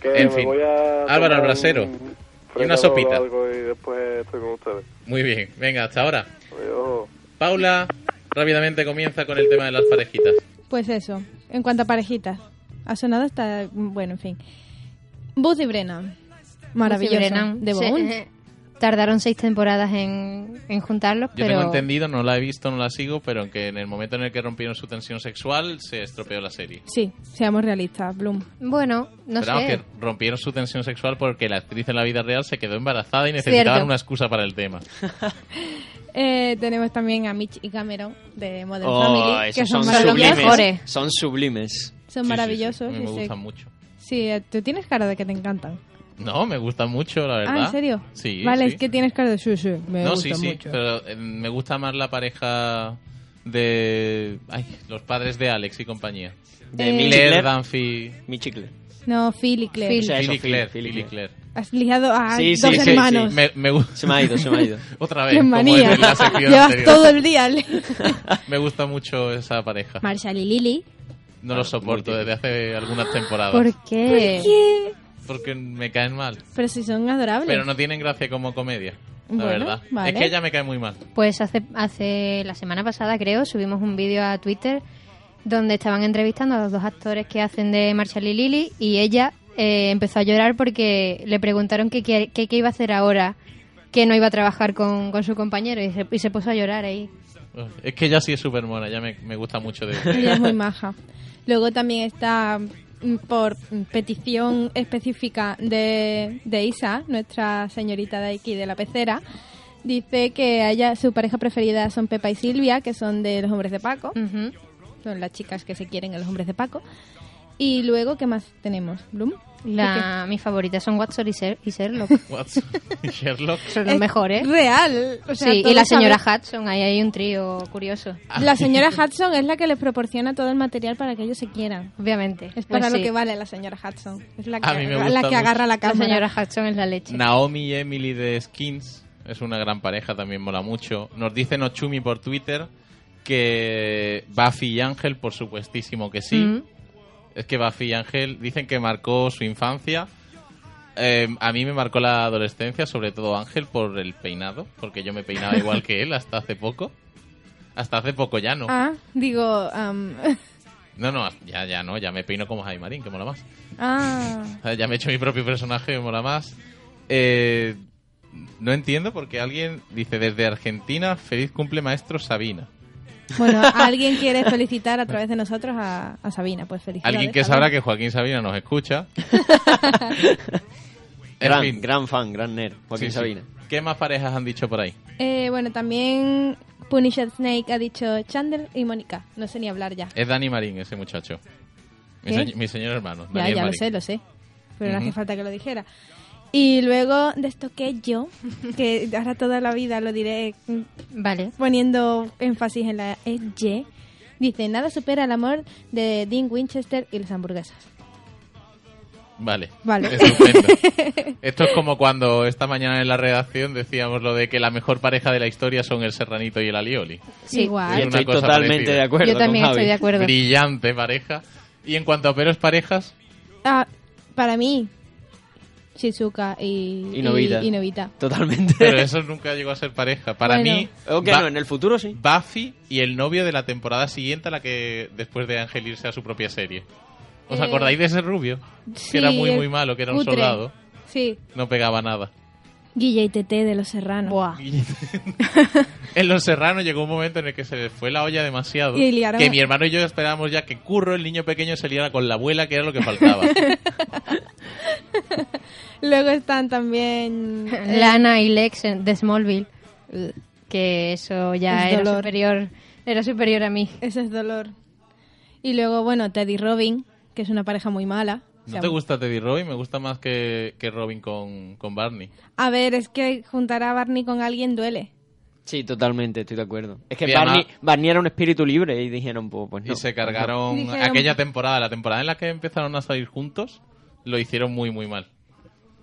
Speaker 11: Que
Speaker 1: En
Speaker 11: me
Speaker 1: fin.
Speaker 11: voy a
Speaker 1: Ah, Álvaro
Speaker 11: tomar
Speaker 1: al brasero.
Speaker 11: un
Speaker 1: Y una
Speaker 11: frescador o
Speaker 1: sopita.
Speaker 11: algo y después estoy con ustedes.
Speaker 1: Muy bien, venga, hasta ahora.
Speaker 11: Adiós.
Speaker 1: Paula rápidamente comienza con el tema de las parejitas.
Speaker 5: Pues eso, en cuanto a parejitas. Ha sonado hasta... Bueno, en fin. Booth y Brennan. Maravilloso.
Speaker 4: Lucy Pues Brennan.
Speaker 5: De
Speaker 4: Se-
Speaker 5: Boone.
Speaker 4: eh, Tardaron seis temporadas en, en juntarlos,
Speaker 1: Yo
Speaker 4: pero
Speaker 1: tengo entendido, no la he visto, no la sigo, pero que en el momento en el que rompieron su tensión sexual, se estropeó la serie.
Speaker 5: Sí, seamos realistas, Bloom.
Speaker 4: bueno, no
Speaker 1: Pero vamos,
Speaker 4: sé.
Speaker 1: que rompieron su tensión sexual porque la actriz en la vida real se quedó embarazada y necesitaban
Speaker 4: Cierto.
Speaker 1: una excusa para el tema.
Speaker 5: Eh, tenemos también a Mitch y Cameron de Modern
Speaker 6: Oh,
Speaker 5: Family, que
Speaker 6: esos
Speaker 5: son
Speaker 6: son
Speaker 5: maravillosos.
Speaker 6: sublimes.
Speaker 4: mejores.
Speaker 6: Son sublimes.
Speaker 5: Son
Speaker 1: Sí, sí,
Speaker 5: maravillosos.
Speaker 1: sí,
Speaker 5: sí,
Speaker 1: Me
Speaker 5: sí.
Speaker 1: gustan mucho.
Speaker 5: Sí, eh, tú tienes cara de que te encantan.
Speaker 1: No, me gustan mucho, la verdad.
Speaker 5: Ah, ¿en serio?
Speaker 1: Sí.
Speaker 5: Vale,
Speaker 1: sí.
Speaker 5: es que tienes cara de sí, sí, me
Speaker 1: no,
Speaker 5: gusta
Speaker 1: sí, sí.
Speaker 5: mucho.
Speaker 1: Pero eh, me gusta más la pareja de. Ay, los padres de Alex y compañía.
Speaker 6: De
Speaker 5: Eh,
Speaker 6: mi
Speaker 1: Claire,
Speaker 6: chicle.
Speaker 1: Danfi.
Speaker 6: Mi chicle.
Speaker 5: No, Phil y Claire.
Speaker 6: O sea, eso,
Speaker 1: Phil y Claire.
Speaker 6: Phil y
Speaker 1: Phil y
Speaker 6: Claire.
Speaker 1: Claire.
Speaker 5: Has ligado a
Speaker 6: Sí, sí,
Speaker 5: dos
Speaker 6: sí, sí.
Speaker 5: hermanos.
Speaker 1: Me, me gu-
Speaker 6: Se me ha ido, se me ha ido.
Speaker 1: Otra vez.
Speaker 5: Qué
Speaker 1: como
Speaker 5: manía.
Speaker 1: en la sección
Speaker 5: Llevas
Speaker 1: anterior.
Speaker 5: todo el día. le-
Speaker 1: Me gusta mucho esa pareja.
Speaker 5: Marshall y Lily.
Speaker 1: No lo soporto
Speaker 6: Muy
Speaker 1: desde hace algunas temporadas.
Speaker 4: ¿Por qué?
Speaker 1: Porque me caen mal.
Speaker 5: Pero si son adorables.
Speaker 1: Pero no tienen gracia como comedia. La
Speaker 5: Bueno,
Speaker 1: verdad.
Speaker 5: vale.
Speaker 1: Es que ella me cae muy mal.
Speaker 4: Pues hace, hace la semana pasada, creo, subimos un vídeo a Twitter donde estaban entrevistando a los dos actores que hacen de Marshall y Lily y ella eh, empezó a llorar porque le preguntaron qué que, que- que iba a hacer ahora, que no iba a trabajar con, con su compañero y se, y se puso a llorar ahí.
Speaker 1: Es que ella sí es súper mona. Ella me, me gusta mucho de,
Speaker 5: Ella es muy maja. Luego también está mm, por mm, petición específica de, de Isa, nuestra señorita de aquí de la pecera, dice que a ella su pareja preferida son Pepa y Silvia, que son de los hombres de Paco,
Speaker 4: Ujú.
Speaker 5: son las chicas que se quieren a los hombres de Paco. Y luego, ¿qué más tenemos? Bloom.
Speaker 4: La, mis favoritas son Watson y, Ser, y Sherlock.
Speaker 1: Watson y Sherlock.
Speaker 4: Son los
Speaker 5: Es
Speaker 4: mejores.
Speaker 5: Real. o sea,
Speaker 4: sí, y
Speaker 5: todos
Speaker 4: la señora
Speaker 5: sabemos-
Speaker 4: Hudson, ahí hay un trío curioso.
Speaker 1: Ah.
Speaker 5: La señora Hudson es la que les proporciona todo el material para que ellos se quieran.
Speaker 4: Obviamente.
Speaker 5: Es para
Speaker 4: Pues
Speaker 5: lo
Speaker 4: sí,
Speaker 5: que vale la señora Hudson. Es la
Speaker 1: A mí
Speaker 5: que,
Speaker 1: me
Speaker 5: la
Speaker 1: gusta
Speaker 5: que
Speaker 1: mucho.
Speaker 5: agarra la
Speaker 4: La
Speaker 5: cámara.
Speaker 4: señora Hudson es la leche.
Speaker 1: Naomi y Emily de Skins es una gran pareja, también mola mucho. Nos dice Nochumi por Twitter que Buffy y Ángel, por supuestísimo que sí.
Speaker 4: Mm.
Speaker 1: Es que Buffy y Ángel dicen que marcó su infancia. Eh, a mí me marcó la adolescencia, sobre todo Ángel, por el peinado, porque yo me peinaba igual que él hasta hace poco. Hasta hace poco ya no.
Speaker 5: Ah, digo, am,
Speaker 1: No, no, ya, ya no, ya me peino como Jaime Marín, que mola más.
Speaker 5: ah,
Speaker 1: O sea, Ya me he hecho mi propio personaje, me mola más. Eh, no entiendo porque alguien dice desde Argentina, feliz cumple maestro Sabina.
Speaker 5: bueno, alguien quiere felicitar a través de nosotros a, a Sabina, pues felicidades.
Speaker 1: Alguien que
Speaker 5: Sabina.
Speaker 1: sabrá que Joaquín Sabina nos escucha. en
Speaker 6: Gran,
Speaker 1: fin.
Speaker 6: gran fan, gran nerd. Joaquín
Speaker 1: Sí, sí.
Speaker 6: Sabina.
Speaker 1: ¿Qué más parejas han dicho por ahí?
Speaker 5: Eh, bueno, también Punisher Snake ha dicho Chandler y Mónica. No sé ni hablar ya.
Speaker 1: Es Dani Marín, ese muchacho. Mi,
Speaker 5: ¿Qué?
Speaker 1: se- mi señor hermano.
Speaker 5: Ya,
Speaker 1: Daniel
Speaker 5: ya lo
Speaker 1: Marín.
Speaker 5: sé, lo sé. Pero no hace
Speaker 1: Ujú.
Speaker 5: falta que lo dijera. Y luego destoqué yo, que ahora toda la vida lo diré mm,
Speaker 4: Vale.
Speaker 5: poniendo énfasis en la EY. Dice, nada supera el amor de Dean Winchester y las hamburguesas.
Speaker 1: Vale.
Speaker 5: Vale.
Speaker 1: Estupendo. Esto es como cuando esta mañana en la redacción decíamos lo de que la mejor pareja de la historia son el Serranito y el Alioli.
Speaker 4: Sí.
Speaker 5: Igual.
Speaker 1: Es
Speaker 6: Y
Speaker 1: una
Speaker 6: estoy
Speaker 1: cosa
Speaker 6: totalmente
Speaker 1: parecida.
Speaker 6: de acuerdo.
Speaker 4: Yo también
Speaker 6: con
Speaker 4: estoy de
Speaker 6: Javi.
Speaker 4: acuerdo.
Speaker 1: Brillante pareja. Y en cuanto a peores parejas,
Speaker 5: Ah, para mí, Shizuka y,
Speaker 6: Y Novita.
Speaker 5: y- y Novita.
Speaker 6: Totalmente.
Speaker 1: pero eso nunca llegó a ser pareja. Para
Speaker 5: Bueno.
Speaker 1: mí,
Speaker 6: Ok,
Speaker 1: Ba-
Speaker 6: no, en el futuro sí.
Speaker 1: Buffy y el novio de la temporada siguiente a la que después de Ángel irse a su propia serie. ¿Os
Speaker 5: Eh,
Speaker 1: acordáis de ese rubio?
Speaker 5: Sí,
Speaker 1: Que era muy,
Speaker 5: el
Speaker 1: muy malo, que era un
Speaker 5: cutre.
Speaker 1: soldado.
Speaker 5: Sí,
Speaker 1: No pegaba nada.
Speaker 5: Guille y Tete de Los Serranos.
Speaker 4: Buah.
Speaker 1: en Los Serranos llegó un momento en el que se les fue la olla demasiado.
Speaker 5: Y liaron-
Speaker 1: Que mi hermano y yo esperábamos ya que Curro, el niño pequeño, se liara con la abuela, que era lo que faltaba.
Speaker 5: Luego están también... eh,
Speaker 4: Lana y Lex en- de Smallville, que eso ya
Speaker 5: Es
Speaker 4: era
Speaker 5: dolor.
Speaker 4: superior.
Speaker 13: Era superior a mí.
Speaker 5: Ese es dolor. Y luego, bueno, Ted y Robin, que es una pareja muy mala. O
Speaker 1: ¿No
Speaker 5: sea,
Speaker 1: te gusta Teddy Robin? Me gusta más que, que Robin con, con Barney.
Speaker 5: A ver, es que juntar a Barney con alguien duele.
Speaker 6: Sí, totalmente, estoy de acuerdo. Es que
Speaker 1: Y además-
Speaker 6: Barney, Barney era un espíritu libre y dijeron, pues, pues no.
Speaker 1: ah. y se cargaron
Speaker 5: Dijeron-
Speaker 1: aquella temporada, la temporada en la que empezaron a salir juntos, lo hicieron muy, muy mal.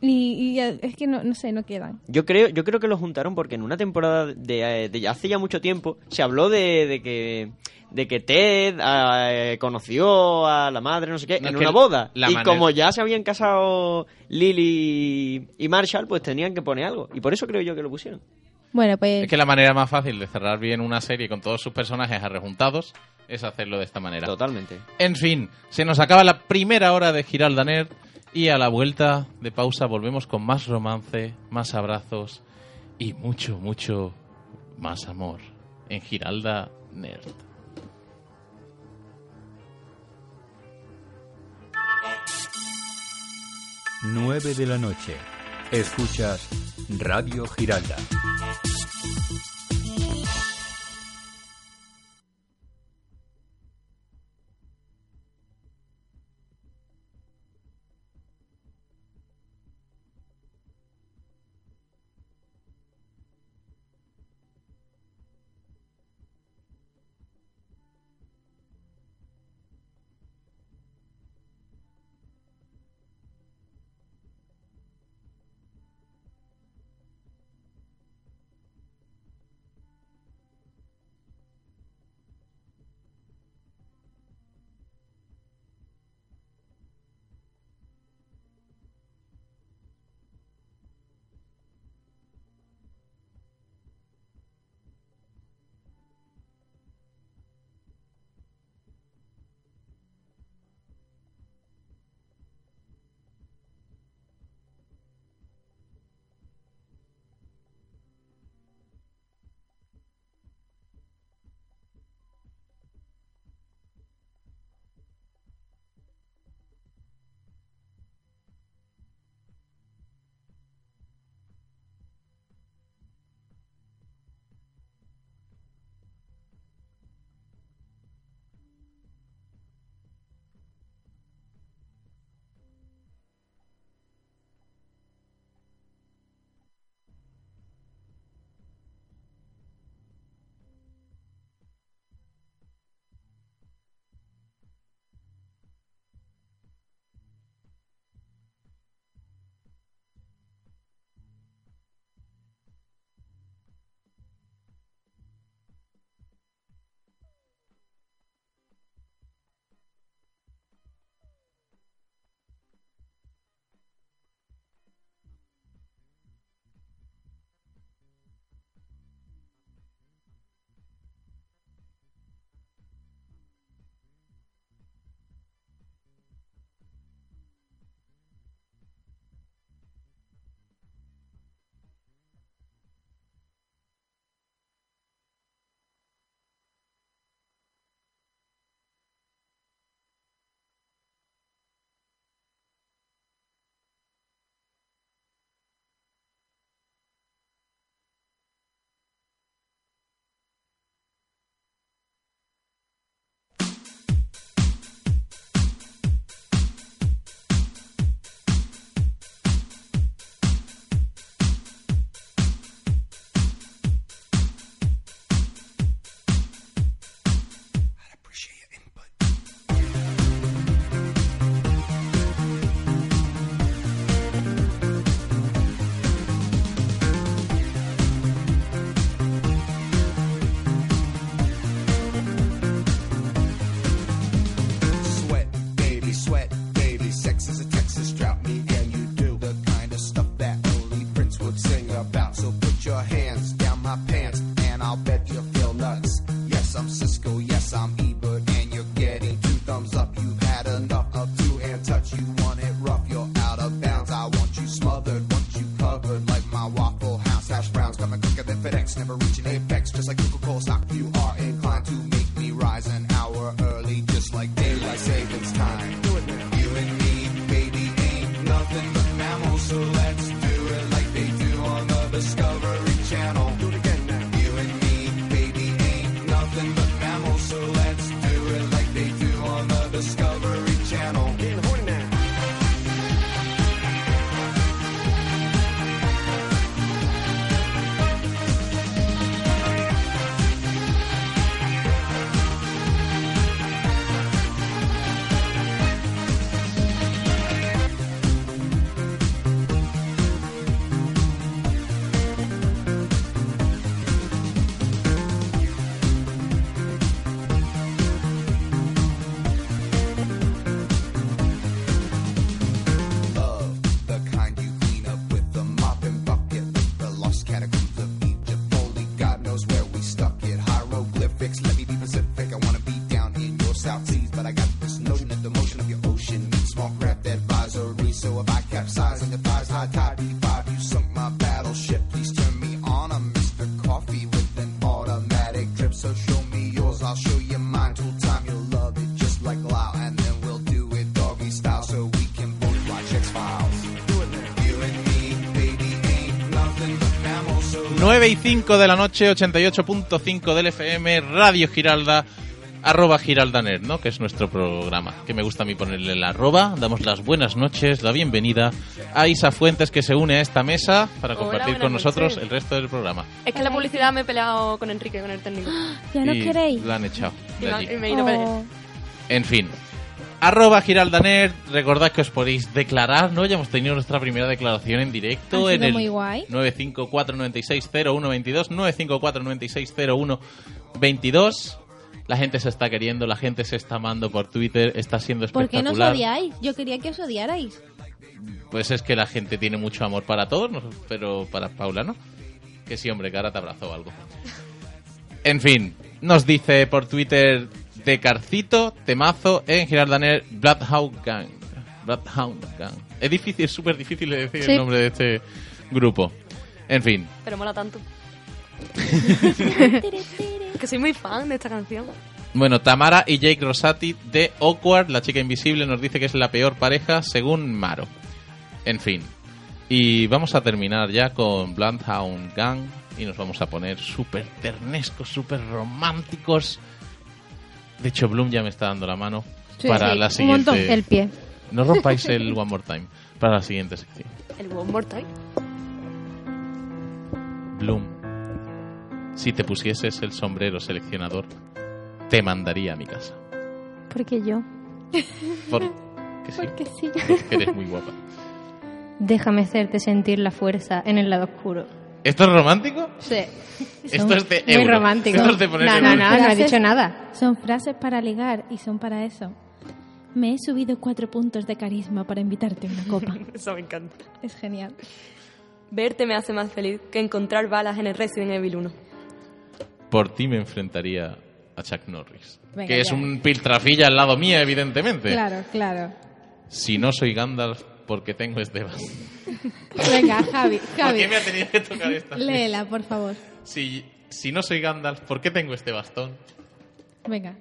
Speaker 5: Y, y, eh, es que no, no sé, no quedan.
Speaker 6: Yo creo, yo creo que lo juntaron porque en una temporada de, eh, de hace ya mucho tiempo se habló de, de que de que Ted eh, conoció a la madre, no sé qué,
Speaker 1: No,
Speaker 6: en
Speaker 1: es que
Speaker 6: una boda.
Speaker 1: la
Speaker 6: y
Speaker 1: manera-
Speaker 6: como ya se habían casado Lily y Marshall, pues tenían que poner algo. Y por eso creo yo que lo pusieron.
Speaker 5: Bueno, pues
Speaker 1: Es que la manera más fácil de cerrar bien una serie con todos sus personajes arrejuntados es hacerlo de esta manera.
Speaker 6: Totalmente.
Speaker 1: En fin, se nos acaba la primera hora de Giralda Nerd y a la vuelta de pausa volvemos con más romance, más abrazos y mucho, mucho más amor en Giralda Nerd.
Speaker 14: Sweat, baby, sweat, baby. Sex is a Texas drought. Me and you do the kind of stuff that only Prince would sing about. So put your hands down my pants, and I'll bet you feel nuts. Yes, I'm Cisco. Yes, I'm Ebert, and you're getting two thumbs up. You've had enough of two hand touch. You want it rough? You're out of bounds. I want you smothered, want you covered like my waffle house hash browns. Coming quicker than FedEx, never reaching apex. Just like Coca-Cola stock, you are inclined to make me rise an hour early, just like daylight savings time. You and me, baby, ain't nothing but mammals, so let's do it like they do on the Discovery Channel. Do it again now. You and me, baby, ain't nothing but mammals.
Speaker 7: So show me yours, I'll show you mine. Till time you'll love it just like Lyle. And then we'll do it doggy style so we can both watch X Files. You and me, baby, ain't nothing but mammals. So
Speaker 1: 9 y 5 de la noche, 88.5 del FM, Radio Giralda, arroba giraldanet, ¿no? Que es nuestro programa, que me gusta a mí ponerle el arroba. Damos las buenas noches, la bienvenida a Isa Fuentes, que se une a esta mesa para
Speaker 12: Hola,
Speaker 1: compartir
Speaker 12: buenas
Speaker 1: con nosotros
Speaker 12: noches.
Speaker 1: el resto del programa.
Speaker 12: Es que en la publicidad me he peleado con Enrique, con el técnico.
Speaker 2: ¿Ya no
Speaker 1: Y
Speaker 2: queréis?
Speaker 1: La han echado.
Speaker 12: Y
Speaker 1: de
Speaker 12: me-
Speaker 1: allí.
Speaker 12: y me he ido a pelear.
Speaker 2: Oh,
Speaker 1: En fin. Arroba Giraldaner, recordad que os podéis declarar, ¿no? Ya hemos tenido nuestra primera declaración en directo
Speaker 5: Ha
Speaker 1: en
Speaker 5: sido
Speaker 1: el
Speaker 5: muy guay.
Speaker 1: 954-960122, 954-960122. La gente se está queriendo, la gente se está amando por Twitter, está siendo
Speaker 5: ¿Por qué
Speaker 1: espectacular.
Speaker 5: no os odiáis? Yo quería que os odiarais.
Speaker 1: Pues es que la gente tiene mucho amor para todos, no- pero para Paula no. Que sí, hombre, que ahora te abrazo o algo. En fin, nos dice por Twitter de Carcito, temazo en Girardaner, Bloodhound Gang. Bloodhound Gang. Es difícil, es súper difícil de decir
Speaker 4: Sí.
Speaker 1: el nombre de este grupo. En fin,
Speaker 12: Pero mola tanto. que soy muy fan de esta canción.
Speaker 1: bueno, Tamara y Jake Rosati de Awkward, la chica invisible, nos dice que es la peor pareja según Maro. En fin, y vamos a terminar ya con Bloodhound Gang y nos vamos a poner súper ternescos, súper románticos. De hecho, Bloom ya me está dando la mano
Speaker 4: Sí,
Speaker 1: para
Speaker 4: sí,
Speaker 1: la
Speaker 4: un
Speaker 1: siguiente.
Speaker 4: montón. El pie.
Speaker 1: No rompáis el One More Time para la siguiente sección.
Speaker 12: El One More Time.
Speaker 1: Bloom, si te pusieses el sombrero seleccionador, te mandaría a mi casa.
Speaker 4: Porque yo.
Speaker 1: Porque sí,
Speaker 4: Porque sí.
Speaker 1: porque eres muy guapa.
Speaker 4: Déjame hacerte sentir la fuerza en el lado oscuro.
Speaker 1: ¿Esto es romántico?
Speaker 4: Sí.
Speaker 1: Esto es de
Speaker 4: Muy
Speaker 1: euro.
Speaker 4: romántico.
Speaker 1: Esto es de poner
Speaker 4: no,
Speaker 1: euro.
Speaker 4: no, no, no he
Speaker 5: Gracias.
Speaker 4: dicho nada.
Speaker 5: Son frases para ligar y son para eso. Me he subido cuatro puntos de carisma para invitarte a una copa.
Speaker 12: Eso me encanta.
Speaker 5: es genial.
Speaker 12: Verte me hace más feliz que encontrar balas en el Resident Evil 1.
Speaker 1: Por ti me enfrentaría a Chuck Norris.
Speaker 5: Venga,
Speaker 1: que es
Speaker 5: ya.
Speaker 1: un piltrafilla al lado mío, evidentemente.
Speaker 5: Claro, claro.
Speaker 1: Si no soy Gandalf, porque tengo este vaso.
Speaker 5: Venga, Javi,
Speaker 1: ¿Por
Speaker 5: Javi.
Speaker 1: qué me ha tenido que tocar esta?
Speaker 5: Léela, por favor.
Speaker 1: Si, si no soy Gandalf, ¿por qué tengo este bastón?
Speaker 5: Venga.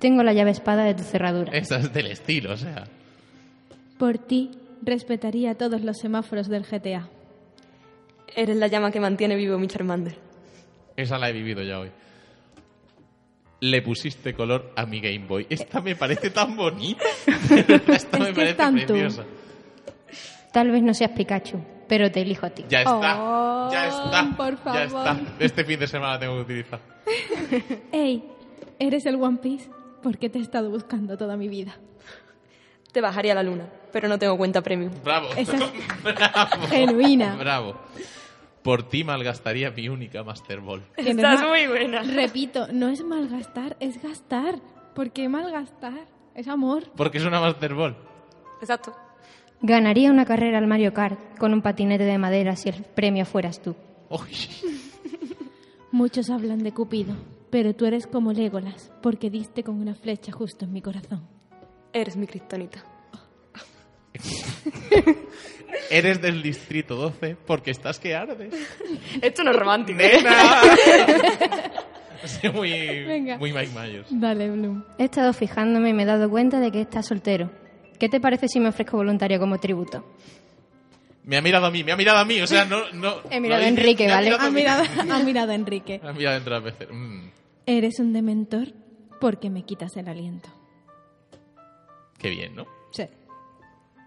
Speaker 4: Tengo la llave espada de tu cerradura.
Speaker 1: Esa es del estilo, o sea.
Speaker 5: Por ti respetaría todos los semáforos del GTA.
Speaker 12: Eres la llama que mantiene vivo mi Charmander.
Speaker 1: Esa la he vivido ya hoy. Le pusiste color a mi Game Boy. Esta me parece tan bonita. Esta me
Speaker 5: que es
Speaker 1: parece
Speaker 5: tan tú.
Speaker 1: preciosa.
Speaker 4: Tal vez no seas Pikachu, pero te elijo a ti.
Speaker 1: Ya está.
Speaker 5: Oh,
Speaker 1: ya está.
Speaker 5: por
Speaker 1: Ya
Speaker 5: favor.
Speaker 1: está. Este fin de semana la tengo que utilizar.
Speaker 5: Ey, eres el One Piece porque te he estado buscando toda mi vida.
Speaker 12: Te bajaría a la luna, pero no tengo cuenta premium.
Speaker 1: Bravo.
Speaker 5: Esa es
Speaker 1: Bravo.
Speaker 5: genuina.
Speaker 1: Bravo. Por ti malgastaría mi única Master Ball.
Speaker 5: que no es
Speaker 12: Estás
Speaker 5: ma-
Speaker 12: muy buena.
Speaker 5: Repito, no es malgastar, es gastar. ¿Por qué malgastar? Es amor.
Speaker 1: Porque es una Master Ball.
Speaker 12: Exacto.
Speaker 4: Ganaría una carrera al Mario Kart con un patinete de madera si el premio fueras tú.
Speaker 1: Uy.
Speaker 5: Muchos hablan de Cupido, pero tú eres como Legolas porque diste con una flecha justo en mi corazón.
Speaker 12: Eres mi kriptonita.
Speaker 1: Eres del distrito 12 porque estás que ardes.
Speaker 12: Esto no es romántico. ¿eh?
Speaker 1: Nena. Sí, muy,
Speaker 5: Venga.
Speaker 1: muy Mike Myers.
Speaker 5: Dale, Bloom.
Speaker 4: He estado fijándome y me he dado cuenta de que estás soltero. ¿Qué te parece si me ofrezco voluntario como tributo?
Speaker 1: Me ha mirado a mí, me ha mirado a mí. O sea, no. no
Speaker 4: He mirado
Speaker 1: no
Speaker 4: a Enrique,
Speaker 1: me
Speaker 4: ¿vale?
Speaker 1: a
Speaker 5: Ha
Speaker 1: mí.
Speaker 5: mirado, ha mirado a Enrique.
Speaker 1: Me ha mirado entre las veces. Mm,
Speaker 5: Eres un dementor porque me quitas el aliento.
Speaker 1: qué bien, ¿no?
Speaker 5: Sí.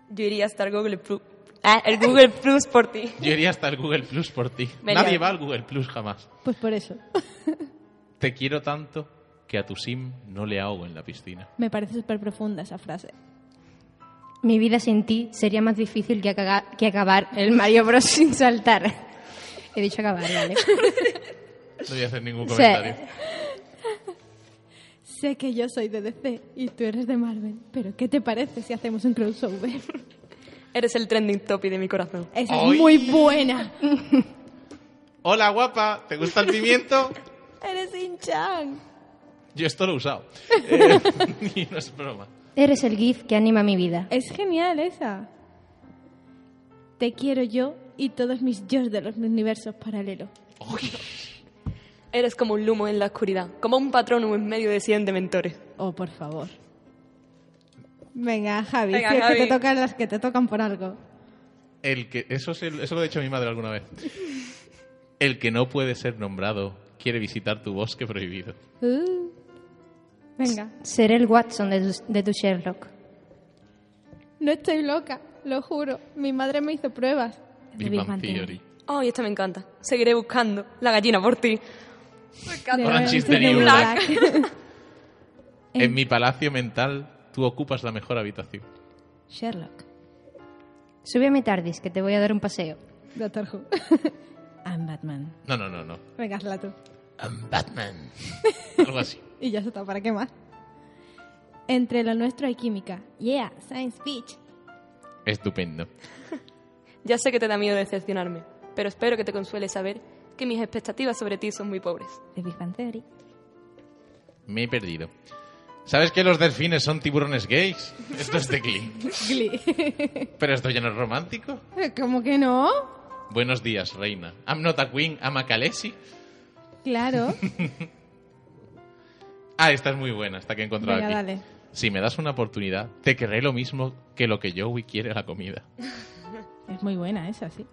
Speaker 12: Yo iría hasta el Google Plus. Ah, el Google Plus por ti.
Speaker 1: Yo iría hasta el Google Plus por ti.
Speaker 12: Me
Speaker 1: Nadie
Speaker 12: liado.
Speaker 1: va al Google Plus jamás.
Speaker 5: Pues por eso.
Speaker 1: Te quiero tanto que a tu sim no le ahogo en la piscina.
Speaker 5: Me parece súper profunda esa frase.
Speaker 4: Mi vida sin ti sería más difícil que, acaga- que acabar el Mario Bros sin saltar. He dicho acabar, ¿vale?
Speaker 1: No voy a hacer ningún
Speaker 4: Sí.
Speaker 1: comentario.
Speaker 5: Sé que yo soy de DC y tú eres de Marvel, pero ¿qué te parece si hacemos un crossover?
Speaker 12: Eres el trending topic de mi corazón.
Speaker 5: Esa
Speaker 1: ¡Ay!
Speaker 5: es muy buena.
Speaker 1: Hola, guapa, ¿te gusta el pimiento?
Speaker 5: Eres Inchan.
Speaker 1: Yo esto lo he usado. Eh, y no es broma.
Speaker 4: Eres el GIF que anima mi vida.
Speaker 5: Es genial esa. Te quiero yo y todos mis yo de los universos paralelos.
Speaker 12: Eres como un lumo en la oscuridad, como un patronum en medio de cien dementores.
Speaker 5: Oh, por favor. Venga, Javi,
Speaker 12: Venga,
Speaker 5: si es
Speaker 12: Javi.
Speaker 5: que te tocan las que te tocan por algo.
Speaker 1: El que, eso, es el- eso lo ha dicho mi madre alguna vez. El que no puede ser nombrado quiere visitar tu bosque prohibido.
Speaker 5: Uh. Venga.
Speaker 4: Seré el Watson de tu, de tu Sherlock.
Speaker 5: No estoy loca, lo juro. Mi madre me hizo pruebas.
Speaker 1: Big
Speaker 5: Big
Speaker 1: Bang
Speaker 5: Bang Theory.
Speaker 1: Theory.
Speaker 12: Ay, esta me encanta. Seguiré buscando la gallina por ti. Me encanta.
Speaker 1: Orange is the New En mi palacio mental, tú ocupas la mejor habitación.
Speaker 5: Sherlock.
Speaker 4: Sube a mi TARDIS, que te voy a dar un paseo.
Speaker 5: Doctor Who. I'm Batman.
Speaker 1: No, no, no, no.
Speaker 5: Venga, hazla tú.
Speaker 1: I'm Batman. Algo así.
Speaker 5: Y ya está, ¿para qué más? Entre lo nuestro hay química. Yeah, science bitch.
Speaker 1: Estupendo.
Speaker 12: Ya sé que te da miedo decepcionarme, pero espero que te consuele saber que mis expectativas sobre ti son muy pobres.
Speaker 5: De Big Bang Theory.
Speaker 1: Me he perdido. ¿Sabes que los delfines son tiburones gays? Esto es de Glee.
Speaker 5: Glee.
Speaker 1: Pero esto ya no es romántico.
Speaker 5: ¿Cómo que no?
Speaker 1: Buenos días, reina. I'm not a queen, I'm a Khaleesi.
Speaker 5: Claro.
Speaker 1: Ah, esta es muy buena, esta que he encontrado
Speaker 5: Venga,
Speaker 1: aquí.
Speaker 5: dale.
Speaker 1: Si me das una oportunidad, te querré lo mismo que lo que Joey quiere a la comida.
Speaker 5: Es muy buena esa, sí.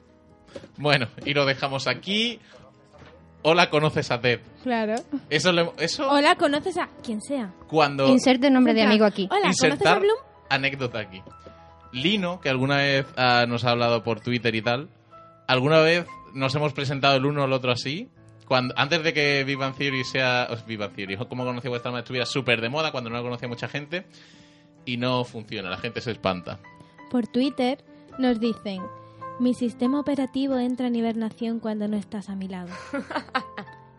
Speaker 1: Bueno, y lo dejamos aquí. Hola, conoces a Ted.
Speaker 5: Claro.
Speaker 1: Eso, lo- eso
Speaker 5: Hola, ¿conoces a quien sea?
Speaker 1: cuando
Speaker 4: Inserte nombre de
Speaker 5: Venga.
Speaker 4: amigo aquí.
Speaker 5: Hola, ¿conoces a
Speaker 1: insertar
Speaker 5: Bloom?
Speaker 1: anécdota aquí. Lino, que alguna vez ah, nos ha hablado por Twitter y tal, alguna vez nos hemos presentado el uno o el otro así. Cuando, antes de que Vivan Theory sea. os- Big Bang Theory, o como conocía vuestra madre, estuviera súper de moda cuando no la conocía mucha gente. Y no funciona, la gente se espanta.
Speaker 5: Por Twitter nos dicen, mi sistema operativo entra en hibernación cuando no estás a mi lado.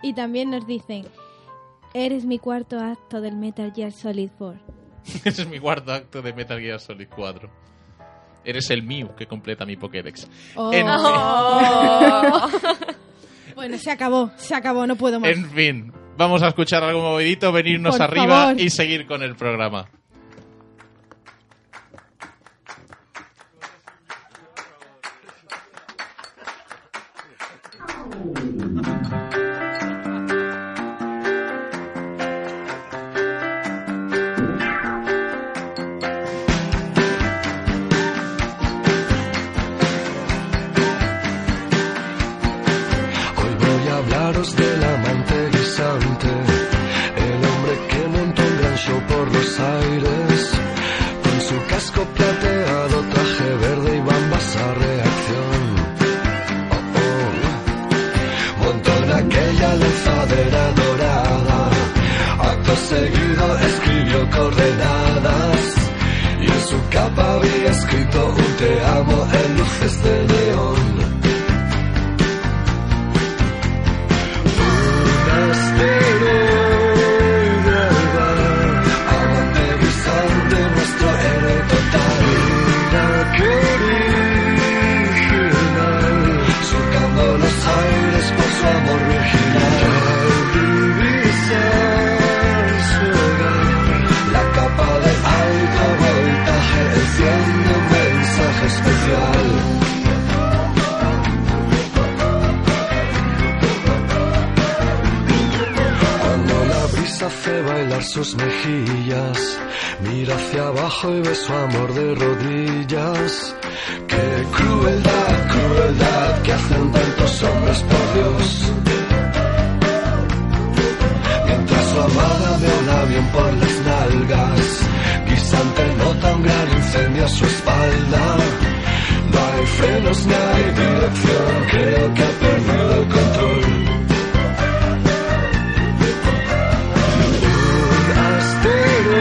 Speaker 5: y también nos dicen, eres mi cuarto acto del Metal Gear Solid 4.
Speaker 1: Ese es mi cuarto acto de Metal Gear Solid 4. Eres el Mew que completa mi Pokédex.
Speaker 5: Oh.
Speaker 1: En,
Speaker 5: Bueno, se acabó, se acabó, no puedo más.
Speaker 1: en fin, vamos a escuchar algo movidito, venirnos
Speaker 5: Por
Speaker 1: arriba
Speaker 5: favor.
Speaker 1: y seguir con el programa.
Speaker 7: Hoy voy a hablaros del amante guisante, el hombre que montó un gran show por los aires. Con su casco plateado, traje verde y bambas a reacción. Oh, oh. Montó en aquella lanzadera dorada, acto seguido escribió coordenadas. Y en su capa había escrito un te amo en luces de león. asteroide va, amante guisante, nuestro héroe total. Vida que original, surcando los aires por su amor virginal. Al divisar su hogar, la capa de alto voltaje enciende un mensaje especial. Cuando la brisa hace bailar sus mejillas, mira hacia abajo y ve su amor de rodillas. Qué crueldad, crueldad que hacen tantos hombres por Dios. Mientras su amada ve un avión por las nalgas, guisante nota un gran incendio a su espalda. No hay frenos ni hay dirección, creo que ha perdido el control.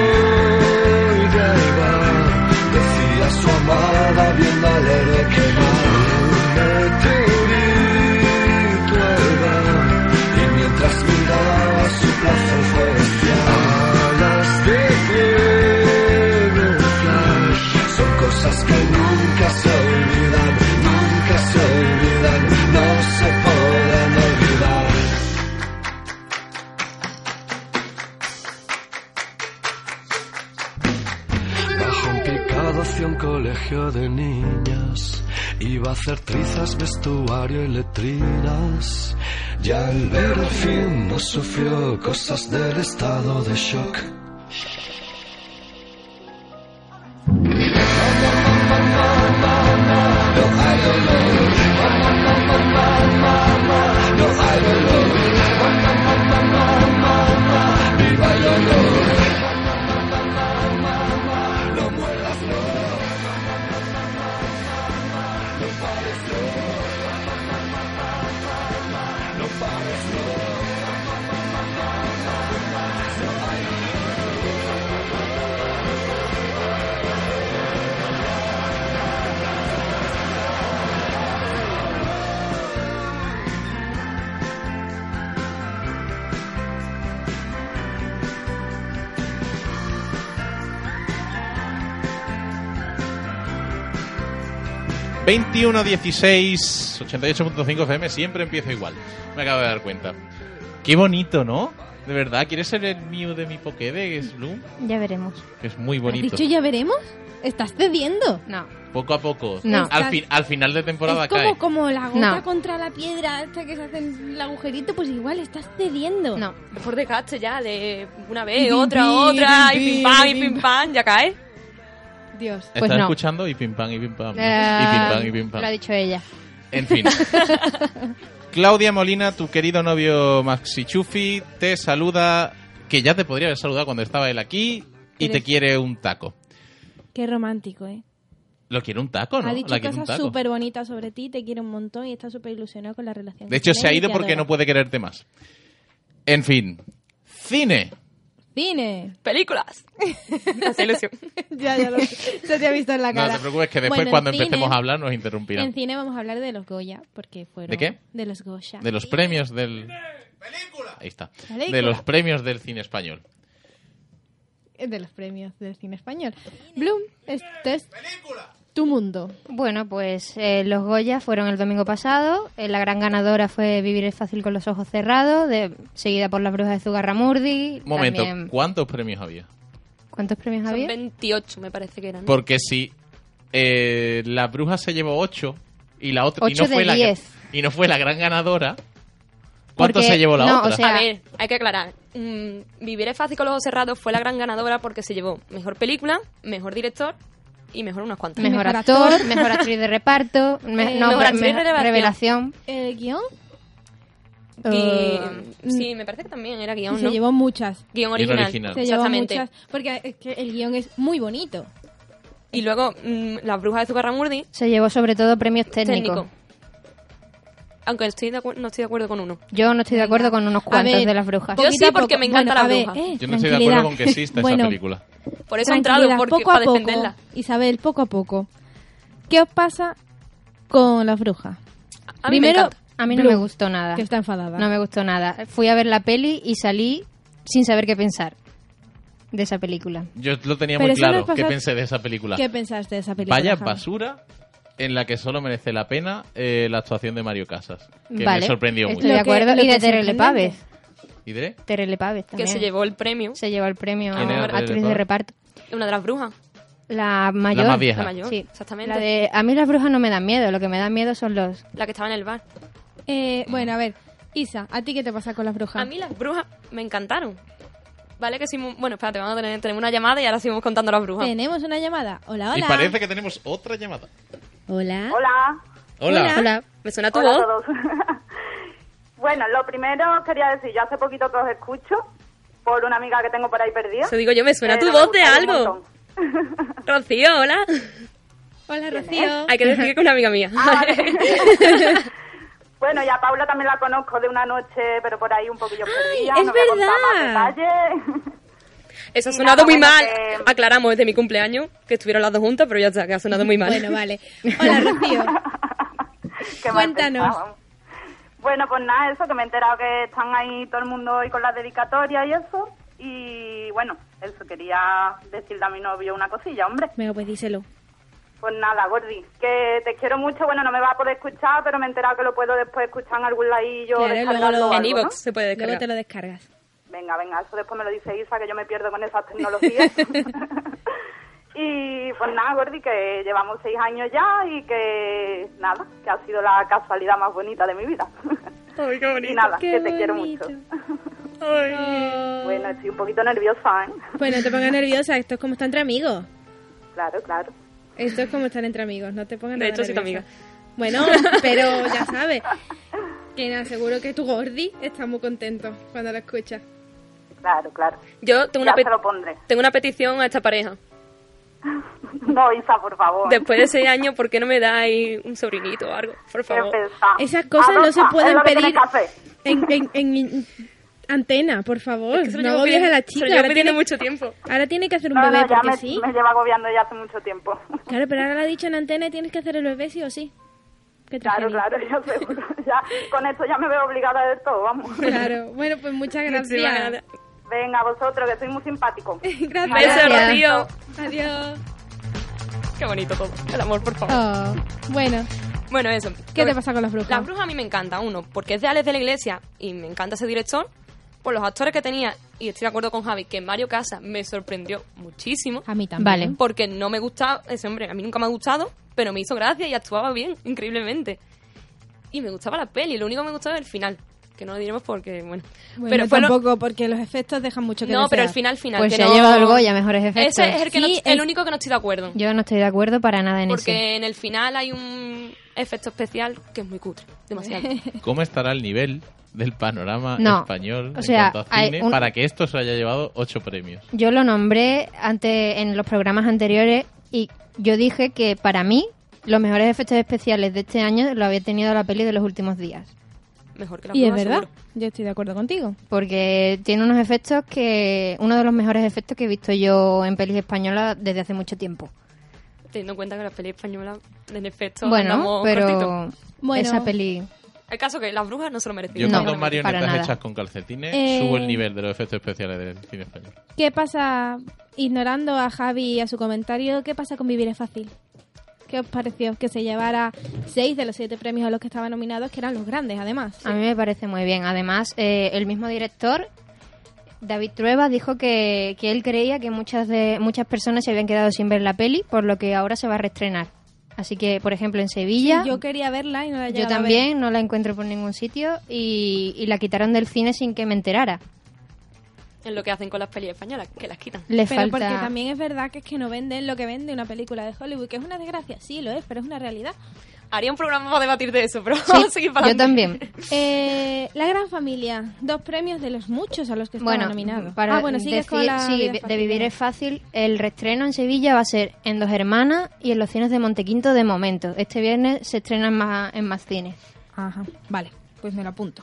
Speaker 7: asteroide ahí va, decía su amada viendo al héroe quemar. Un meteorito ahí va, y mientras miraba su placer fue bestial. Alas de hielo, flash, son cosas que nunca se olvidan, nunca se olvidan, no se podrán olvidar. Bajo un picado hacia un colegio de niñas
Speaker 15: Iba a hacer trizas, vestuario y letrinas. Ya el ver fin no sufrió cosas del estado de shock.
Speaker 1: Veintiuno, 16 88.5 FM, siempre empiezo igual. Me acabo de dar cuenta. Qué bonito, ¿no? De verdad, ¿quieres ser el mío de mi Pokédex, Bloom?
Speaker 4: Ya veremos.
Speaker 1: Que es muy
Speaker 5: ¿Has
Speaker 1: bonito.
Speaker 5: dicho ya veremos? ¿Estás cediendo?
Speaker 4: No.
Speaker 1: Poco a poco.
Speaker 4: No.
Speaker 1: Al, fin- al final de temporada
Speaker 5: Es como,
Speaker 1: cae.
Speaker 5: como la gota
Speaker 4: No.
Speaker 5: contra la piedra hasta que se hace el agujerito, pues igual estás cediendo.
Speaker 4: No.
Speaker 12: Mejor desgaste ya, de una vez,
Speaker 5: Pim,
Speaker 12: otra,
Speaker 5: pim,
Speaker 12: otra,
Speaker 5: pim,
Speaker 12: y pim
Speaker 5: pim,
Speaker 12: pam, y
Speaker 5: pim,
Speaker 12: pim
Speaker 5: pam.
Speaker 12: pam, ya cae.
Speaker 5: Dios.
Speaker 4: pues
Speaker 1: Estás
Speaker 4: no.
Speaker 1: escuchando y pim pam y pim pam. ¿no? y pim
Speaker 4: Eh,
Speaker 1: pam y pim pam.
Speaker 4: Lo ha dicho ella.
Speaker 1: En fin. Claudia Molina, tu querido novio Maxi Chufi, te saluda, que ya te podría haber saludado cuando estaba él aquí, y te
Speaker 5: Eres-
Speaker 1: quiere un taco.
Speaker 5: Qué romántico, ¿eh?
Speaker 1: ¿Lo quiere un taco, no?
Speaker 5: ha dicho
Speaker 1: La quiere un
Speaker 5: cosas
Speaker 1: taco.
Speaker 5: súper bonitas sobre ti, te quiere un montón y está súper ilusionado con la relación.
Speaker 1: De
Speaker 5: que
Speaker 1: hecho,
Speaker 5: tiene
Speaker 1: se ha
Speaker 5: y
Speaker 1: ido
Speaker 5: te
Speaker 1: porque
Speaker 5: adora.
Speaker 1: no puede quererte más. En fin. Cine.
Speaker 5: ¡Cine!
Speaker 12: Películas. Hace ilusión.
Speaker 5: ya, ya lo Se te ha visto en la
Speaker 1: No
Speaker 5: cara.
Speaker 1: te preocupes que después
Speaker 5: Bueno, en
Speaker 1: cuando
Speaker 5: cine-
Speaker 1: empecemos a hablar nos interrumpirán.
Speaker 5: En cine vamos a hablar de los Goya, porque fueron...
Speaker 1: ¿De qué?
Speaker 5: De los Goya.
Speaker 1: De los premios del... Ahí está.
Speaker 5: Película.
Speaker 1: De los premios del cine español.
Speaker 5: de los premios del cine español. Bloom, este es tu mundo.
Speaker 4: Bueno, pues eh, los Goya fueron el domingo pasado. Eh, la gran ganadora fue Vivir es fácil con los ojos cerrados, de- seguida por Las Brujas de Zugarramurdi.
Speaker 1: Momento,
Speaker 4: también-
Speaker 1: ¿cuántos premios había?
Speaker 4: ¿Cuántos premios
Speaker 12: Son
Speaker 4: había?
Speaker 12: 28, me parece que eran.
Speaker 1: Porque si eh, la bruja se llevó 8 y la otra y
Speaker 4: Ocho
Speaker 1: no
Speaker 4: de
Speaker 1: fue la
Speaker 4: diez.
Speaker 1: y no fue la gran ganadora, ¿cuánto
Speaker 4: Porque-
Speaker 1: se llevó la
Speaker 4: no,
Speaker 1: otra?
Speaker 4: o sea-
Speaker 12: A ver, hay que aclarar. Mm, Vivir es fácil con los ojos cerrados fue la gran ganadora porque se llevó mejor película, mejor director y mejor unas cuantas.
Speaker 4: Mejor
Speaker 5: Mejor
Speaker 4: actor,
Speaker 5: actor.
Speaker 4: mejor actriz de reparto, me-
Speaker 12: Eh,
Speaker 4: no,
Speaker 12: mejor
Speaker 4: me-
Speaker 12: actriz
Speaker 4: me-
Speaker 12: de revelación.
Speaker 4: revelación.
Speaker 5: ¿El Eh, guión?
Speaker 12: Y,
Speaker 4: mm.
Speaker 5: Eh,
Speaker 12: sí, me parece que también era guión,
Speaker 5: se
Speaker 12: ¿no?
Speaker 5: llevó muchas.
Speaker 12: Guión
Speaker 1: Guión
Speaker 12: original.
Speaker 1: original.
Speaker 5: Se llevó
Speaker 12: Exactamente.
Speaker 5: muchas. Porque es que el guión es muy bonito.
Speaker 12: Y luego mm, Las Brujas de Zugarramurdi,
Speaker 4: Se llevó sobre todo premios técnicos.
Speaker 12: técnico. Aunque estoy de acu- no estoy de acuerdo con uno.
Speaker 4: Yo no estoy de acuerdo con unos cuantos
Speaker 5: ver,
Speaker 4: de las brujas.
Speaker 12: Yo sí,
Speaker 5: Poquito a
Speaker 12: porque
Speaker 5: poco.
Speaker 12: me
Speaker 5: Bueno,
Speaker 12: encanta la
Speaker 5: a ver,
Speaker 12: bruja.
Speaker 5: eh,
Speaker 1: Yo no estoy de acuerdo
Speaker 5: tranquilidad.
Speaker 1: con que exista
Speaker 5: Bueno,
Speaker 1: esa película.
Speaker 12: Por eso he entrado,
Speaker 5: tranquilidad,
Speaker 12: porque,
Speaker 5: poco a
Speaker 12: para
Speaker 5: poco.
Speaker 12: defenderla.
Speaker 5: Oh, Isabel, poco a poco. ¿Qué os pasa con las brujas?
Speaker 12: A mí me
Speaker 5: Primero,
Speaker 12: encanta.
Speaker 4: A mí no
Speaker 5: Blue,
Speaker 4: me gustó nada.
Speaker 5: Que está enfadada.
Speaker 4: No me gustó nada. Fui a ver la peli y salí sin saber qué pensar de esa película.
Speaker 1: Yo lo tenía
Speaker 5: Pero
Speaker 1: muy
Speaker 5: eso no
Speaker 1: claro,
Speaker 5: es pasar-
Speaker 1: qué pensé de esa película.
Speaker 5: ¿Qué pensaste de esa película?
Speaker 1: Vaya
Speaker 5: Javi?
Speaker 1: basura en la que solo merece la pena eh, la actuación de Mario Casas, que
Speaker 4: Vale.
Speaker 1: me sorprendió
Speaker 4: Estoy
Speaker 5: Lo
Speaker 1: mucho.
Speaker 4: de
Speaker 5: que-
Speaker 4: acuerdo.
Speaker 5: lo
Speaker 4: y de
Speaker 5: que
Speaker 4: Terele
Speaker 5: sorprendente.
Speaker 4: Pávez.
Speaker 1: ¿Y diré?
Speaker 4: Terele Pávez también.
Speaker 12: que se llevó el premio,
Speaker 4: Se llevó el premio
Speaker 1: ¿Quién era
Speaker 4: a
Speaker 1: Terele
Speaker 4: actriz de
Speaker 1: Pávez?
Speaker 4: reparto.
Speaker 12: una de las brujas.
Speaker 4: La mayor.
Speaker 1: La más vieja.
Speaker 12: La mayor,
Speaker 4: Sí.
Speaker 12: exactamente.
Speaker 4: La de, a mí las brujas no me dan miedo, lo que me dan miedo son los...
Speaker 12: La que estaba en el bar.
Speaker 5: Eh, bueno, a ver. Isa, ¿a ti qué te pasa con las brujas?
Speaker 12: A mí las brujas me encantaron. Vale, que sí. mu- Bueno, espérate, vamos a tener tenemos una llamada y ahora seguimos contando las brujas.
Speaker 5: Tenemos una llamada. Hola,
Speaker 1: Y
Speaker 5: hola.
Speaker 1: parece que tenemos otra llamada.
Speaker 5: Hola.
Speaker 16: Hola,
Speaker 1: Hola.
Speaker 4: Hola.
Speaker 12: ¿Me suena tu
Speaker 16: hola a
Speaker 12: voz?
Speaker 16: todos. bueno, lo primero quería decir, yo hace poquito que os escucho por una amiga que tengo por ahí perdida.
Speaker 12: Eso digo yo, me suena tu
Speaker 16: pero
Speaker 12: voz
Speaker 16: Eh, me
Speaker 12: de
Speaker 16: gustáis un
Speaker 12: algo.
Speaker 16: montón.
Speaker 12: Rocío, hola.
Speaker 5: Hola, Rocío.
Speaker 12: Hay que decir que es una amiga mía.
Speaker 16: Ah, Bueno, y a Paula también la conozco de una noche, pero por ahí un poquillo perdida.
Speaker 12: es
Speaker 16: no voy a contar
Speaker 12: verdad.
Speaker 16: más detalles.
Speaker 12: Eso ha
Speaker 16: Y
Speaker 12: sonado
Speaker 16: nada,
Speaker 12: muy
Speaker 16: bueno,
Speaker 12: mal.
Speaker 16: que-
Speaker 12: Aclaramos, es de mi cumpleaños, que estuvieron las dos juntas, pero ya está, que ha sonado muy mal.
Speaker 5: Bueno, vale. Hola, Rocío.
Speaker 16: Qué mal
Speaker 5: Cuéntanos.
Speaker 16: pensado. Bueno, pues nada, eso, que me he enterado que están ahí todo el mundo hoy con la dedicatoria y eso. Y bueno, eso, quería decirle a mi novio una cosilla, hombre.
Speaker 5: Venga, pues díselo.
Speaker 16: Pues nada, Gordi, que te quiero mucho. Bueno, no me va a poder escuchar, pero me he enterado que lo puedo después escuchar en algún ladillo.
Speaker 5: Claro,
Speaker 16: descargarlo
Speaker 5: luego lo-
Speaker 16: o
Speaker 12: en
Speaker 16: algo,
Speaker 12: iVoox
Speaker 16: ¿no?
Speaker 12: se puede
Speaker 5: Luego
Speaker 12: descargar.
Speaker 5: te lo descargas.
Speaker 16: Venga, venga, eso después me lo dice Isa, que yo me pierdo con esas tecnologías. Y pues nada, Gordi, que llevamos seis años ya y que nada, que ha sido la casualidad más bonita de mi vida.
Speaker 12: Ay, qué bonito.
Speaker 16: Y nada,
Speaker 12: Qué
Speaker 16: que te quiero mucho. Bueno, estoy un poquito nerviosa, ¿eh?
Speaker 5: Pues no te pongas nerviosa, esto es como estar entre amigos.
Speaker 16: Claro, claro.
Speaker 5: Esto es como estar entre amigos, no te pongas
Speaker 12: De
Speaker 5: nada
Speaker 12: hecho, soy tu
Speaker 5: nerviosa. Bueno, pero ya sabes. Que nada, seguro que tu Gordi está muy contento cuando lo escuchas.
Speaker 16: Claro, claro.
Speaker 12: Yo tengo
Speaker 16: Ya
Speaker 12: una, pe-
Speaker 16: se lo pondré.
Speaker 12: tengo una petición a esta pareja.
Speaker 16: No, Isa, por favor.
Speaker 12: Después de seis años, ¿por qué no me dais un sobrinito o algo? Por favor.
Speaker 5: Esas cosas no se
Speaker 16: Adopta, es
Speaker 5: pueden
Speaker 16: lo que
Speaker 5: pedir
Speaker 16: tienes que hacer.
Speaker 5: en, en- en- en antena, por favor.
Speaker 12: se lo
Speaker 5: no
Speaker 12: llevo
Speaker 5: agobies
Speaker 12: pidiendo-
Speaker 5: a la
Speaker 12: se lo
Speaker 5: chica.
Speaker 12: llevo
Speaker 5: ahora
Speaker 12: pidiendo
Speaker 5: tiene-
Speaker 12: mucho tiempo.
Speaker 5: Ahora tiene que hacer un
Speaker 16: No,
Speaker 5: bebé
Speaker 16: no, ya
Speaker 5: porque
Speaker 16: me,
Speaker 5: sí.
Speaker 16: me lleva agobiando ya hace mucho tiempo.
Speaker 5: Claro, pero ahora lo ha dicho en antena y tienes que hacer el bebé sí o sí. Qué
Speaker 16: Claro,
Speaker 5: tragedia.
Speaker 16: claro, yo seguro. Ya, con esto ya me veo obligada del todo, vamos.
Speaker 5: Claro. Bueno, pues muchas gracias.
Speaker 12: Muchísimas gracias.
Speaker 16: Venga, vosotros, que sois muy simpáticos.
Speaker 5: gracias.
Speaker 12: Besos, Rocío.
Speaker 5: Gracias. Adiós.
Speaker 12: Qué bonito todo. El amor, por favor.
Speaker 5: Oh, bueno,
Speaker 12: Bueno, eso.
Speaker 5: ¿qué te pasa con las brujas?
Speaker 12: Las brujas a mí me encanta, uno, porque es de Alex de la Iglesia y me encanta ese director, por los actores que tenía, y estoy de acuerdo con Javi, que Mario Casas me sorprendió muchísimo.
Speaker 2: A mí también.
Speaker 4: Vale.
Speaker 12: Porque no me gustaba, ese hombre, a mí nunca me ha gustado, pero me hizo gracia y actuaba bien, increíblemente. Y me gustaba la peli, lo único que me gustaba era el final, que no lo diremos porque, bueno.
Speaker 5: pero
Speaker 12: pero fue lo-
Speaker 5: tampoco, porque los efectos dejan mucho que
Speaker 12: No, pero el
Speaker 5: desear.
Speaker 12: final, final.
Speaker 4: Pues
Speaker 12: que
Speaker 4: se ha
Speaker 12: no-
Speaker 4: llevado el Goya, mejores efectos.
Speaker 12: Ese es el, que no-
Speaker 5: Sí,
Speaker 12: el
Speaker 5: es-
Speaker 12: único que no estoy de acuerdo.
Speaker 4: Yo no estoy de acuerdo para nada en
Speaker 12: porque
Speaker 4: eso.
Speaker 12: en el final hay un efecto especial que es muy cutre, demasiado.
Speaker 1: ¿Cómo estará el nivel del panorama
Speaker 4: No,
Speaker 1: español
Speaker 4: o sea,
Speaker 1: en cuanto a
Speaker 4: hay
Speaker 1: cine
Speaker 4: un-
Speaker 1: para que esto se haya llevado ocho premios?
Speaker 4: Yo lo nombré ante, en los programas anteriores y yo dije que para mí los mejores efectos especiales de este año lo había tenido la peli de los últimos días.
Speaker 12: Mejor que la
Speaker 5: Y es
Speaker 12: broma,
Speaker 5: verdad,
Speaker 12: seguro.
Speaker 5: yo estoy de acuerdo contigo.
Speaker 4: Porque tiene unos efectos que. Uno de los mejores efectos que he visto yo en pelis españolas desde hace mucho tiempo.
Speaker 12: Teniendo en cuenta que la peli española, en efecto,
Speaker 4: bueno,
Speaker 12: andamos cortito.
Speaker 4: pero.
Speaker 5: Bueno.
Speaker 4: Esa peli.
Speaker 12: El caso que las brujas no se lo merecen.
Speaker 1: Yo
Speaker 4: No,
Speaker 1: cuando marionetas
Speaker 4: para nada.
Speaker 1: hechas con calcetines
Speaker 5: Eh,
Speaker 1: subo el nivel de los efectos especiales del cine español.
Speaker 5: ¿Qué pasa, ignorando a Javi y a su comentario, qué pasa con Vivir es Fácil? ¿Qué os pareció que se llevara seis de los siete premios a los que estaban nominados, que eran los grandes, además?
Speaker 4: A mí me parece muy bien. Además, eh, el mismo director, David Trueba, dijo que, que él creía que muchas, de, muchas personas se habían quedado sin ver la peli, por lo que ahora se va a reestrenar. Así que, por ejemplo, en Sevilla,
Speaker 5: Yo
Speaker 4: yo,
Speaker 5: quería verla y no la he llegado a ver.
Speaker 4: también no la encuentro por ningún sitio y, y la quitaron del cine sin que me enterara.
Speaker 12: Es lo que hacen con las pelis españolas, que las quitan.
Speaker 4: Le
Speaker 5: Pero
Speaker 4: falta...
Speaker 5: porque también es verdad que es que no venden lo que vende una película de Hollywood, que es una desgracia, sí lo es, pero es una realidad.
Speaker 12: Haría un programa para debatir de eso, pero
Speaker 4: Sí,
Speaker 12: vamos a seguir para
Speaker 4: yo
Speaker 12: adelante.
Speaker 4: también.
Speaker 5: Eh, la Gran Familia, dos premios de los muchos a los que estaban
Speaker 4: Bueno,
Speaker 5: nominados.
Speaker 4: para
Speaker 5: ah, bueno, sigues con
Speaker 4: decir-
Speaker 5: la
Speaker 4: sí,
Speaker 5: vida
Speaker 4: de- de
Speaker 5: fácil,
Speaker 4: Vivir
Speaker 5: venga.
Speaker 4: es Fácil, el reestreno en Sevilla va a ser en Dos Hermanas y en los cines de Montequinto de momento. Este viernes se estrena en más, en más cines.
Speaker 5: Ajá, vale, pues me lo apunto.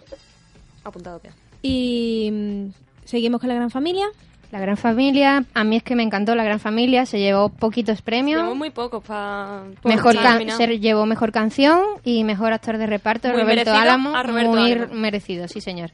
Speaker 12: Apuntado queda.
Speaker 5: Y mm, seguimos con la gran familia.
Speaker 4: La Gran Familia, a mí es que me encantó La Gran Familia, se llevó poquitos premios.
Speaker 12: Llevamos muy pocos para...
Speaker 5: Pues
Speaker 4: Mejor can- se llevó mejor canción y mejor actor de reparto
Speaker 12: Muy
Speaker 4: Roberto
Speaker 12: merecido
Speaker 4: Álamo,
Speaker 12: a Roberto
Speaker 4: muy
Speaker 12: Álamo.
Speaker 4: merecido, sí señor.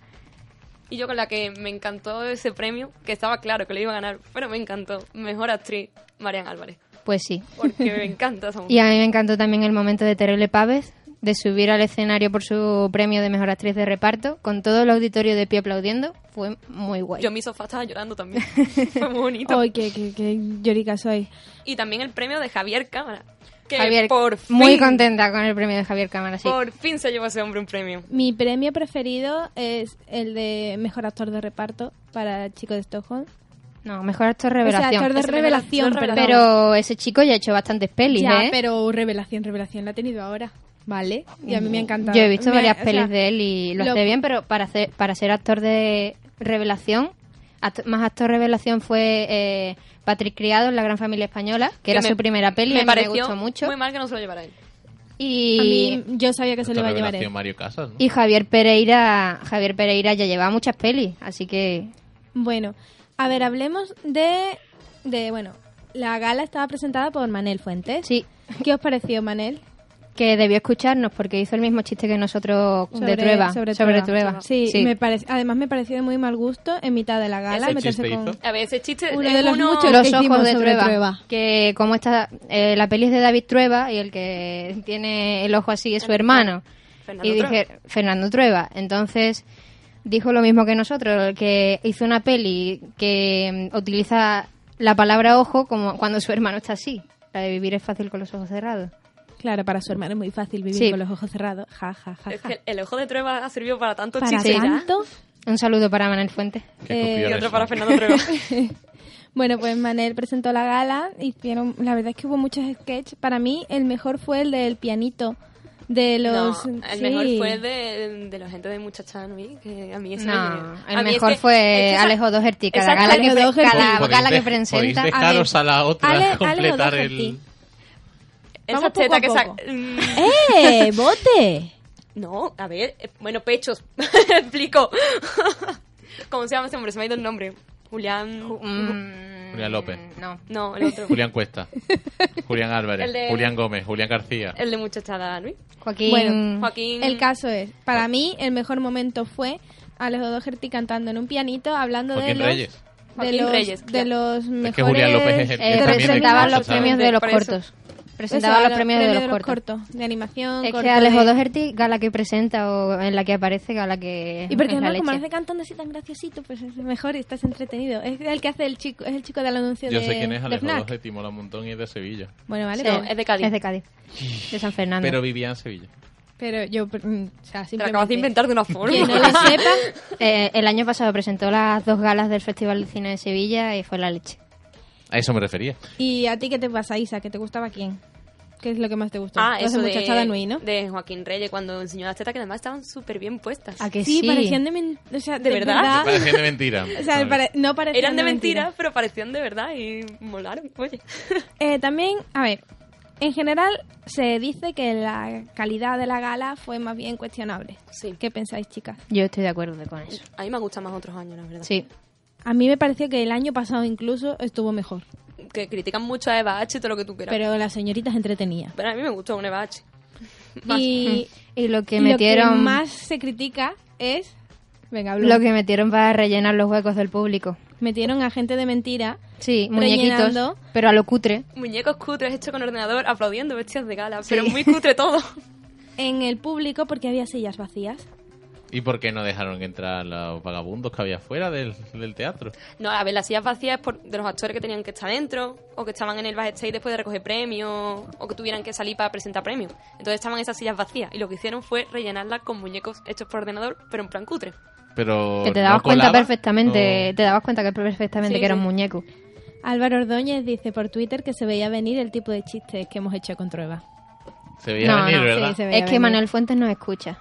Speaker 12: Y yo con la que me encantó ese premio, que estaba claro que lo iba a ganar, pero me encantó. Mejor actriz, Marian Álvarez.
Speaker 4: Pues sí.
Speaker 12: Porque me encanta esa mujer.
Speaker 4: Y a mí me encantó también el momento de Terele Pávez de subir al escenario por su premio de mejor actriz de reparto con todo el auditorio de pie aplaudiendo, fue muy guay.
Speaker 12: Yo en mi sofá estaba llorando también. Fue muy bonito.
Speaker 5: Ay, qué, qué, qué llorica soy.
Speaker 12: Y también el premio de Javier Cámara. Que
Speaker 4: Javier,
Speaker 12: por fin,
Speaker 4: muy contenta con el premio de Javier Cámara, sí.
Speaker 12: Por fin se llevó ese hombre un premio.
Speaker 5: Mi premio preferido es el de mejor actor de reparto para el chico de Stockholm.
Speaker 4: No, mejor actor
Speaker 5: O sea,
Speaker 4: revelación.
Speaker 5: actor de
Speaker 12: Ese
Speaker 5: revelación,
Speaker 12: revelación,
Speaker 5: perdón.
Speaker 4: Pero ese chico ya ha hecho bastantes pelis,
Speaker 5: ya,
Speaker 4: ¿eh?
Speaker 5: pero revelación, revelación la ha tenido ahora. Vale, y a mí me ha encantado.
Speaker 4: Mm, Yo he visto
Speaker 5: Me- o
Speaker 4: varias
Speaker 5: sea,
Speaker 4: pelis de él y lo,
Speaker 5: lo-
Speaker 4: hace bien, pero para hacer, para ser actor de revelación, act- más actor revelación fue eh, Patrick Criado en La Gran Familia Española, que, era
Speaker 12: me-
Speaker 4: su primera peli,
Speaker 12: me
Speaker 4: a mí
Speaker 12: pareció
Speaker 4: me gustó mucho.
Speaker 12: muy mal que no se lo llevara él.
Speaker 4: Y,
Speaker 5: A mí, yo sabía que se le iba
Speaker 1: Otra
Speaker 5: a llevar
Speaker 1: revelación,
Speaker 5: él.
Speaker 1: Mario Casas, ¿no?
Speaker 4: y Javier Pereira, Javier Pereira ya llevaba muchas pelis, así que
Speaker 5: Bueno, a ver, hablemos de, de. Bueno, la gala estaba presentada por Manel Fuentes.
Speaker 4: sí,
Speaker 5: ¿Qué os pareció, Manel?
Speaker 4: que debió escucharnos porque hizo el mismo chiste que nosotros de Trueba, sobre, Trueba.
Speaker 5: Sí, me parece- además me pareció de muy mal gusto en mitad de la gala
Speaker 1: ¿Ese
Speaker 5: meterse
Speaker 1: chiste
Speaker 5: con.
Speaker 1: hizo?
Speaker 12: A ver, ese chiste
Speaker 5: Uno
Speaker 12: es
Speaker 5: de los muchos.
Speaker 4: los
Speaker 5: que
Speaker 4: ojos
Speaker 5: hicimos
Speaker 4: de
Speaker 5: sobre
Speaker 4: Trueba,
Speaker 5: Trueba.
Speaker 4: que como está eh, la peli es de David Trueba y el que tiene el ojo así es su hermano
Speaker 12: Fernando
Speaker 4: y dije Fernando Trueba entonces dijo lo mismo que nosotros que hizo una peli que mm, utiliza la palabra ojo como cuando su hermano está así. La de vivir es fácil con los ojos cerrados.
Speaker 5: Claro, para su hermano es muy fácil vivir
Speaker 4: Sí.
Speaker 5: con los ojos cerrados. Ja, ja, ja,
Speaker 12: Es
Speaker 5: ja.
Speaker 12: que el ojo de Trueba ha servido para tantos
Speaker 5: Para
Speaker 12: chistes.
Speaker 5: tanto.
Speaker 4: Un saludo para Manuel Fuentes.
Speaker 5: Eh,
Speaker 12: y otro para Fernando Trueba.
Speaker 5: Bueno, pues Manel presentó la gala. Hicieron, la verdad es que hubo muchos sketches. Para mí, el mejor fue el del pianito. De los.
Speaker 12: No, el
Speaker 5: sí.
Speaker 12: mejor fue el de, de la gente de Muchacha Nui, que a mí ese
Speaker 4: No,
Speaker 12: me-
Speaker 4: el
Speaker 12: a mí es
Speaker 4: mejor
Speaker 12: que-
Speaker 4: fue
Speaker 12: es que esa-
Speaker 4: Alejo Doherty, cada
Speaker 12: Exacto,
Speaker 4: gala que,
Speaker 12: Alejo
Speaker 4: pre-
Speaker 12: Doherty.
Speaker 4: cada
Speaker 1: Podéis
Speaker 4: gala que
Speaker 1: de-
Speaker 4: presenta.
Speaker 1: podéis dejaros a, la otra
Speaker 4: Ale- Ale
Speaker 1: completar el...
Speaker 4: O'Doherty.
Speaker 12: Esa
Speaker 5: Vamos poco
Speaker 12: teta
Speaker 5: a
Speaker 12: que
Speaker 5: poco.
Speaker 12: saca. Mm.
Speaker 5: ¡Eh! ¡Bote!
Speaker 12: No, a ver, eh, bueno, pechos. Explico. ¿Cómo se llama ese hombre? Se me ha ido el nombre. Julián.
Speaker 5: Mm,
Speaker 1: Julián López.
Speaker 4: no.
Speaker 12: Mm, No, el otro.
Speaker 1: Julián Cuesta. Julián Álvarez.
Speaker 12: El de-
Speaker 1: Julián Gómez. Julián García.
Speaker 12: El de Muchachada Nui.
Speaker 4: Joaquín.
Speaker 5: Bueno,
Speaker 12: Joaquín.
Speaker 5: El caso es, para mí, el mejor momento fue Alejo Doherty cantando en un pianito, hablando
Speaker 1: Joaquín
Speaker 5: de los...
Speaker 1: Reyes.
Speaker 5: De
Speaker 12: Joaquín
Speaker 5: los,
Speaker 12: Reyes,
Speaker 5: de los mejores... eh,
Speaker 1: Es que Julián López es el- es también de
Speaker 4: presentaba
Speaker 1: Muchachada.
Speaker 4: los premios de los
Speaker 12: Por eso.
Speaker 4: cortos. Presentaba
Speaker 5: Eso,
Speaker 4: los premios de los cortos.
Speaker 5: cortos. De animación,
Speaker 4: Es que
Speaker 5: corto
Speaker 4: Alejo
Speaker 5: de-
Speaker 4: Doherty, gala que presenta o en la que aparece, gala que.
Speaker 5: Y porque
Speaker 4: es la
Speaker 5: además, como lo
Speaker 4: leche.
Speaker 5: hace cantando así tan graciosito, pues es mejor y estás entretenido. Es el que hace el chico, es el chico del anuncio
Speaker 1: Yo
Speaker 5: de
Speaker 1: sé quién es
Speaker 5: de
Speaker 1: Alejo
Speaker 5: Fnac.
Speaker 1: Doherty, mola un montón y es de Sevilla.
Speaker 5: Bueno, vale,
Speaker 4: Sí.
Speaker 5: pero,
Speaker 12: Es de Cádiz.
Speaker 4: Es de Cádiz. De San Fernando.
Speaker 1: Pero vivía en Sevilla.
Speaker 5: pero yo, mm, o sea,
Speaker 12: Te
Speaker 5: simplemente...
Speaker 12: lo acabas de inventar de una forma.
Speaker 5: Quien no lo sepa,
Speaker 4: Eh, el año pasado presentó las dos galas del Festival de Cine de Sevilla y fue la leche.
Speaker 1: A eso me refería.
Speaker 5: ¿Y a ti qué te pasa, Isa? ¿Qué te gustaba quién? ¿Qué es lo que más te gustó?
Speaker 12: Ah,
Speaker 5: Los de
Speaker 12: eso de,
Speaker 5: Muchachada Nui, ¿no?
Speaker 12: de Joaquín Reyes cuando enseñó las tetas que además estaban súper bien puestas.
Speaker 4: ¿A que sí?
Speaker 5: sí, parecían de men- o sea,
Speaker 12: ¿De verdad?
Speaker 1: Parecía de mentira.
Speaker 5: O sea, pare- no parecían
Speaker 12: Eran de mentira, pero parecían de verdad y molaron. Oye.
Speaker 5: Eh, también, a ver, en general se dice que la calidad de la gala fue más bien cuestionable.
Speaker 12: Sí.
Speaker 5: ¿Qué pensáis, chicas?
Speaker 4: Yo estoy de acuerdo con eso.
Speaker 12: A mí me gustan más otros años, la verdad.
Speaker 4: Sí.
Speaker 5: A mí me pareció que el año pasado incluso estuvo mejor,
Speaker 12: Que critican mucho a Eva H y todo lo que tú quieras. Pero,
Speaker 5: pero las señoritas entretenían.
Speaker 12: a mí me gustó un Eva H.
Speaker 5: Y
Speaker 4: Mm. Y lo que
Speaker 5: lo
Speaker 4: metieron.
Speaker 5: más se critica es... Venga, Blue.
Speaker 4: Lo que metieron para rellenar los huecos del público.
Speaker 5: Metieron a gente de mentira.
Speaker 4: Sí,
Speaker 5: Rellenando.
Speaker 4: muñequitos. Pero a lo cutre.
Speaker 12: Muñecos cutres hechos con ordenador, aplaudiendo bestias de gala. Pero muy cutre todo.
Speaker 5: en el público porque había sillas vacías.
Speaker 1: ¿Y por qué no dejaron entrar los vagabundos que había fuera del, del teatro?
Speaker 12: No, a ver, las sillas vacías es por, de los actores que tenían que estar dentro, o que estaban en el backstage después de recoger premios, o que tuvieran que salir para presentar premios. Entonces estaban esas sillas vacías, y lo que hicieron fue rellenarlas con muñecos hechos por ordenador, pero en plan cutre.
Speaker 1: Pero
Speaker 4: Que te
Speaker 1: ¿no
Speaker 4: dabas cuenta
Speaker 1: colaba?
Speaker 4: perfectamente.
Speaker 1: ¿O-
Speaker 4: Te dabas cuenta que perfectamente
Speaker 12: Sí,
Speaker 4: que era un
Speaker 12: sí.
Speaker 4: muñeco.
Speaker 5: Álvaro Ordóñez dice por Twitter que se veía venir el tipo de chistes que hemos hecho con Trueba.
Speaker 1: Se veía
Speaker 4: No,
Speaker 1: venir,
Speaker 4: no,
Speaker 1: ¿verdad?
Speaker 5: sí, se
Speaker 4: Es
Speaker 5: veía
Speaker 4: que
Speaker 5: venir.
Speaker 4: Manuel Fuentes no escucha.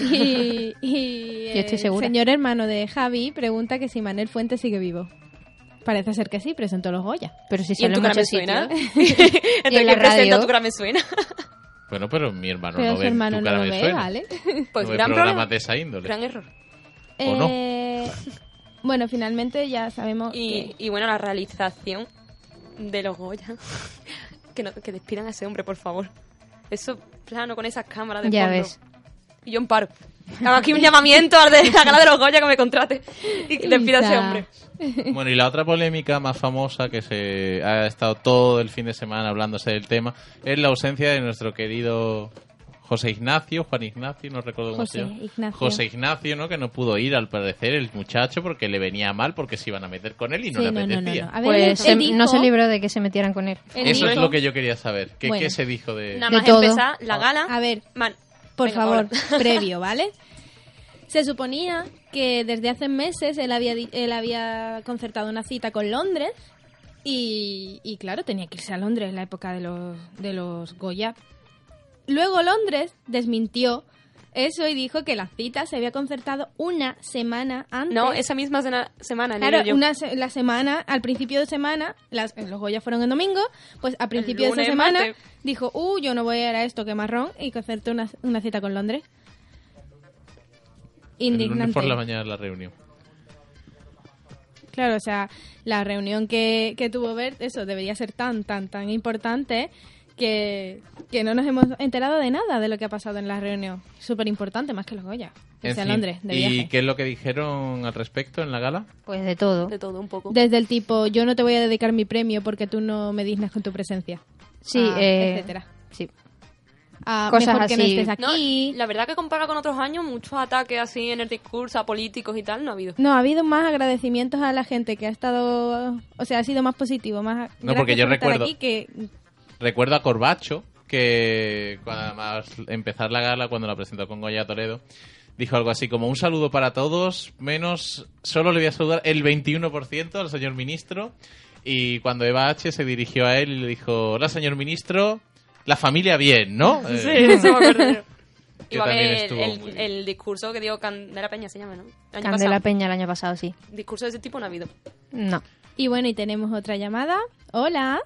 Speaker 5: Y, y
Speaker 4: Yo estoy segura.
Speaker 5: el señor hermano de Javi pregunta que si Manel Fuentes sigue vivo. Parece ser que sí, presentó los Goya.
Speaker 4: Pero si
Speaker 12: Y en
Speaker 4: sale
Speaker 12: tu
Speaker 4: en
Speaker 12: cara me
Speaker 4: muchos
Speaker 12: suena.
Speaker 4: sitios.
Speaker 12: Entre
Speaker 4: en
Speaker 12: el
Speaker 4: la
Speaker 12: que presenta
Speaker 4: radio.
Speaker 12: tu cara me suena.
Speaker 1: Bueno, pero mi hermano
Speaker 5: Pero
Speaker 1: no
Speaker 5: su
Speaker 1: ve.
Speaker 5: hermano
Speaker 1: tu
Speaker 5: no
Speaker 1: cara
Speaker 5: lo
Speaker 1: me
Speaker 5: ve,
Speaker 1: suena.
Speaker 5: ¿vale.
Speaker 12: Pues
Speaker 1: no ve
Speaker 12: gran
Speaker 1: programas
Speaker 12: problema.
Speaker 1: de esa índole.
Speaker 12: Gran error.
Speaker 1: ¿O no?
Speaker 5: Eh, bueno, finalmente ya sabemos
Speaker 12: Y,
Speaker 5: que...
Speaker 12: y bueno, la realización de los Goya. que, no- que despidan a ese hombre, por favor. Eso plano con esas cámaras de
Speaker 4: Ya
Speaker 12: fondo.
Speaker 4: ves.
Speaker 12: Y yo en paro. Hago aquí un llamamiento al de la gala de los Goya que me contrate y que despida a ese
Speaker 5: Isa.
Speaker 12: hombre.
Speaker 1: Bueno, y la otra polémica más famosa que se ha estado todo el fin de semana hablándose del tema es la ausencia de nuestro querido José Ignacio, Juan Ignacio, no recuerdo cómo
Speaker 5: José
Speaker 1: se llama.
Speaker 5: Ignacio.
Speaker 1: José Ignacio, ¿no? Que no pudo ir, al parecer, el muchacho, porque le venía mal, porque se iban a meter con él y no
Speaker 5: Sí,
Speaker 1: le
Speaker 5: no, no, no,
Speaker 1: apetecía.
Speaker 5: no. A ver, él-
Speaker 4: Pues se-
Speaker 5: él dijo-
Speaker 4: no se libró de que se metieran con él.
Speaker 5: él
Speaker 1: Eso es
Speaker 5: dijo-
Speaker 1: lo que yo quería saber. ¿Qué,
Speaker 5: Bueno.
Speaker 1: qué se dijo de...?
Speaker 12: Pues,
Speaker 1: Oh.
Speaker 12: Nada
Speaker 4: De
Speaker 12: más
Speaker 4: todo.
Speaker 12: empezar la gala.
Speaker 5: A ver,
Speaker 12: Man,
Speaker 5: por
Speaker 12: venga,
Speaker 5: favor,
Speaker 12: ahora.
Speaker 5: previo, ¿vale? Se suponía que desde hace meses él había, di- él había concertado una cita con Londres y, y claro, tenía que irse a Londres en la época de los, de los Goya. Luego Londres desmintió eso y dijo que la cita se había concertado una semana antes.
Speaker 12: No, esa misma sena- semana. le digo
Speaker 5: Claro,
Speaker 12: yo.
Speaker 5: una se- la semana, al principio de semana, las, los Goya fueron el domingo, pues a principio de
Speaker 12: lunes,
Speaker 5: esa semana
Speaker 12: martes.
Speaker 5: dijo, uh, yo no voy a ir a esto, que marrón, y que hacerte una, una cita con Londres.
Speaker 1: El lunes
Speaker 5: Indignante.
Speaker 1: por la mañana la reunión.
Speaker 5: Claro, o sea, la reunión que, que tuvo Bert, eso debería ser tan, tan, tan importante que, que no nos hemos enterado de nada de lo que ha pasado en la reunión. Súper importante, más que los Goya. O
Speaker 1: En
Speaker 5: sea,
Speaker 1: fin,
Speaker 5: Londres, de viaje.
Speaker 1: ¿Y qué es lo que dijeron al respecto en la gala?
Speaker 4: Pues de todo.
Speaker 12: De todo un poco.
Speaker 5: Desde el tipo, yo no te voy a dedicar mi premio porque tú no me dignas con tu presencia.
Speaker 4: Sí,
Speaker 5: Ah,
Speaker 4: eh,
Speaker 5: etcétera.
Speaker 4: Sí.
Speaker 5: a
Speaker 4: Cosas
Speaker 5: mejor que no
Speaker 4: así.
Speaker 5: estés aquí.
Speaker 12: No, la verdad que compara con otros años, muchos ataques así en el discurso a políticos y tal no ha habido.
Speaker 5: No, ha habido más agradecimientos a la gente que ha estado, o sea, ha sido más positivo, más
Speaker 1: No, porque
Speaker 5: gracias
Speaker 1: yo
Speaker 5: por estar
Speaker 1: recuerdo-
Speaker 5: aquí que
Speaker 1: Recuerdo a Corbacho, que cuando además empezar la gala, cuando la presentó con Goya Toledo, dijo algo así como un saludo para todos, menos solo le voy a saludar el 21% al señor ministro. Y cuando Eva H se dirigió a él y le dijo, hola señor ministro, la familia bien, ¿no?
Speaker 12: Sí,
Speaker 1: Eh,
Speaker 12: eso me acuerdo. yo.
Speaker 1: que
Speaker 12: Igual
Speaker 1: también
Speaker 12: que el,
Speaker 1: estuvo
Speaker 12: el-
Speaker 1: muy bien.
Speaker 12: el discurso que dio Candela Peña se llama, ¿no? El año
Speaker 4: Candela
Speaker 12: pasado.
Speaker 4: Peña el año pasado, sí.
Speaker 12: Discurso de ese tipo no ha habido.
Speaker 4: No.
Speaker 5: Y bueno, y tenemos otra llamada. Hola.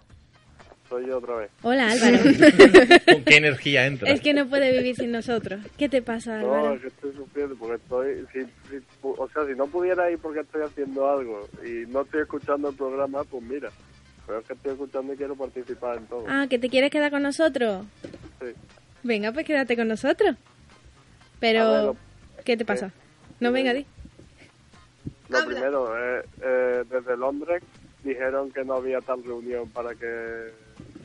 Speaker 11: Soy yo otra vez.
Speaker 17: Hola, Álvaro.
Speaker 1: ¿Con qué energía entra?
Speaker 17: es que no puede vivir sin nosotros. ¿Qué te pasa,
Speaker 11: No, es
Speaker 17: Álvaro?
Speaker 11: que estoy sufriendo porque estoy. Si, si- o sea, si no pudiera ir porque estoy haciendo algo y no estoy escuchando el programa, pues mira. Pero es que estoy escuchando y quiero participar en todo.
Speaker 17: Ah, ¿que te quieres quedar con nosotros?
Speaker 11: Sí.
Speaker 17: Venga, pues quédate con nosotros.
Speaker 11: A ver, lo-
Speaker 17: Pero, ¿qué te pasa?
Speaker 11: Eh,
Speaker 17: No, venga, di.
Speaker 11: Lo primero, eh, eh, desde Londres dijeron que no había tal reunión para que.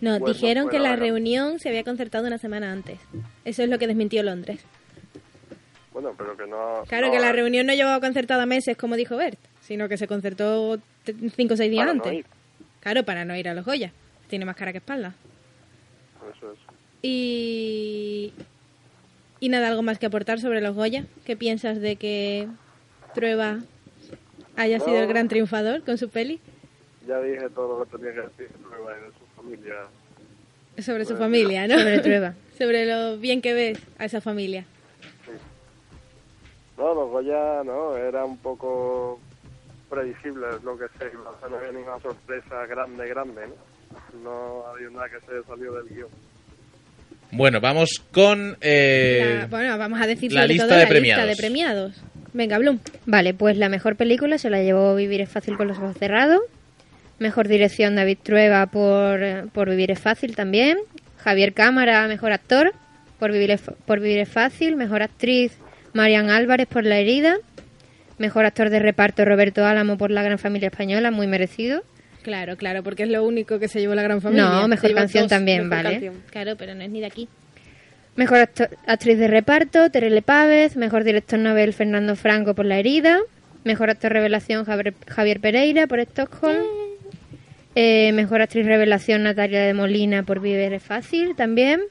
Speaker 17: No,
Speaker 11: Bueno,
Speaker 17: dijeron que
Speaker 11: fuera
Speaker 17: la
Speaker 11: la-
Speaker 17: reunión se había concertado una semana antes. Eso es lo que desmintió Londres.
Speaker 11: Bueno, pero que no.
Speaker 17: Claro
Speaker 11: no,
Speaker 17: que la
Speaker 11: eh,
Speaker 17: reunión no llevaba concertada meses, como dijo Bert, sino que se concertó t- cinco o seis días
Speaker 11: Para no
Speaker 17: antes.
Speaker 11: ir.
Speaker 17: Claro, para no ir a los Goya. Tiene más cara que espalda.
Speaker 11: Eso es.
Speaker 17: Y... Y nada, algo más que aportar sobre los Goya. ¿Qué piensas de que Trueba haya sido el gran triunfador con su peli?
Speaker 11: Ya dije todo lo que tenía que decir pero bueno, de su familia.
Speaker 17: Sobre su
Speaker 11: Bueno,
Speaker 17: familia, ¿no?
Speaker 11: sobre Trueba.
Speaker 17: sobre lo bien que ves a esa familia.
Speaker 11: No, los Goya, no, era un poco predecible lo que se iba a hacer, no había ninguna sorpresa grande, grande, ¿no? No había nada que se salió del guión.
Speaker 1: Bueno, vamos con... eh,
Speaker 17: La- bueno, vamos a decir
Speaker 1: la
Speaker 17: sobre
Speaker 1: lista
Speaker 17: todo
Speaker 1: de
Speaker 17: la
Speaker 1: premiados.
Speaker 17: lista de premiados. Venga, Bloom.
Speaker 4: Vale, pues la mejor película se la llevó Vivir es fácil con los ojos cerrados. Mejor dirección David Trueba por, eh, por Vivir es fácil también. Javier Cámara, mejor actor por Vivir es, por Vivir es fácil. Mejor actriz Marian Álvarez por La herida. Mejor actor de reparto Roberto Álamo por La gran familia española, muy merecido.
Speaker 17: Claro, claro, porque es lo único que se llevó la gran familia.
Speaker 4: No,
Speaker 17: Se
Speaker 4: mejor
Speaker 17: llevó
Speaker 4: canción
Speaker 17: dos.
Speaker 4: también, vale.
Speaker 17: Claro, pero no es ni de aquí.
Speaker 4: Mejor acto- actriz de reparto, Terele Pávez. Mejor director novel, Fernando Franco por La herida. Mejor actor revelación, Jabre- Javier Pereira por Stockholm. Eh, mejor actriz revelación, Natalia de Molina por Vivir es fácil también.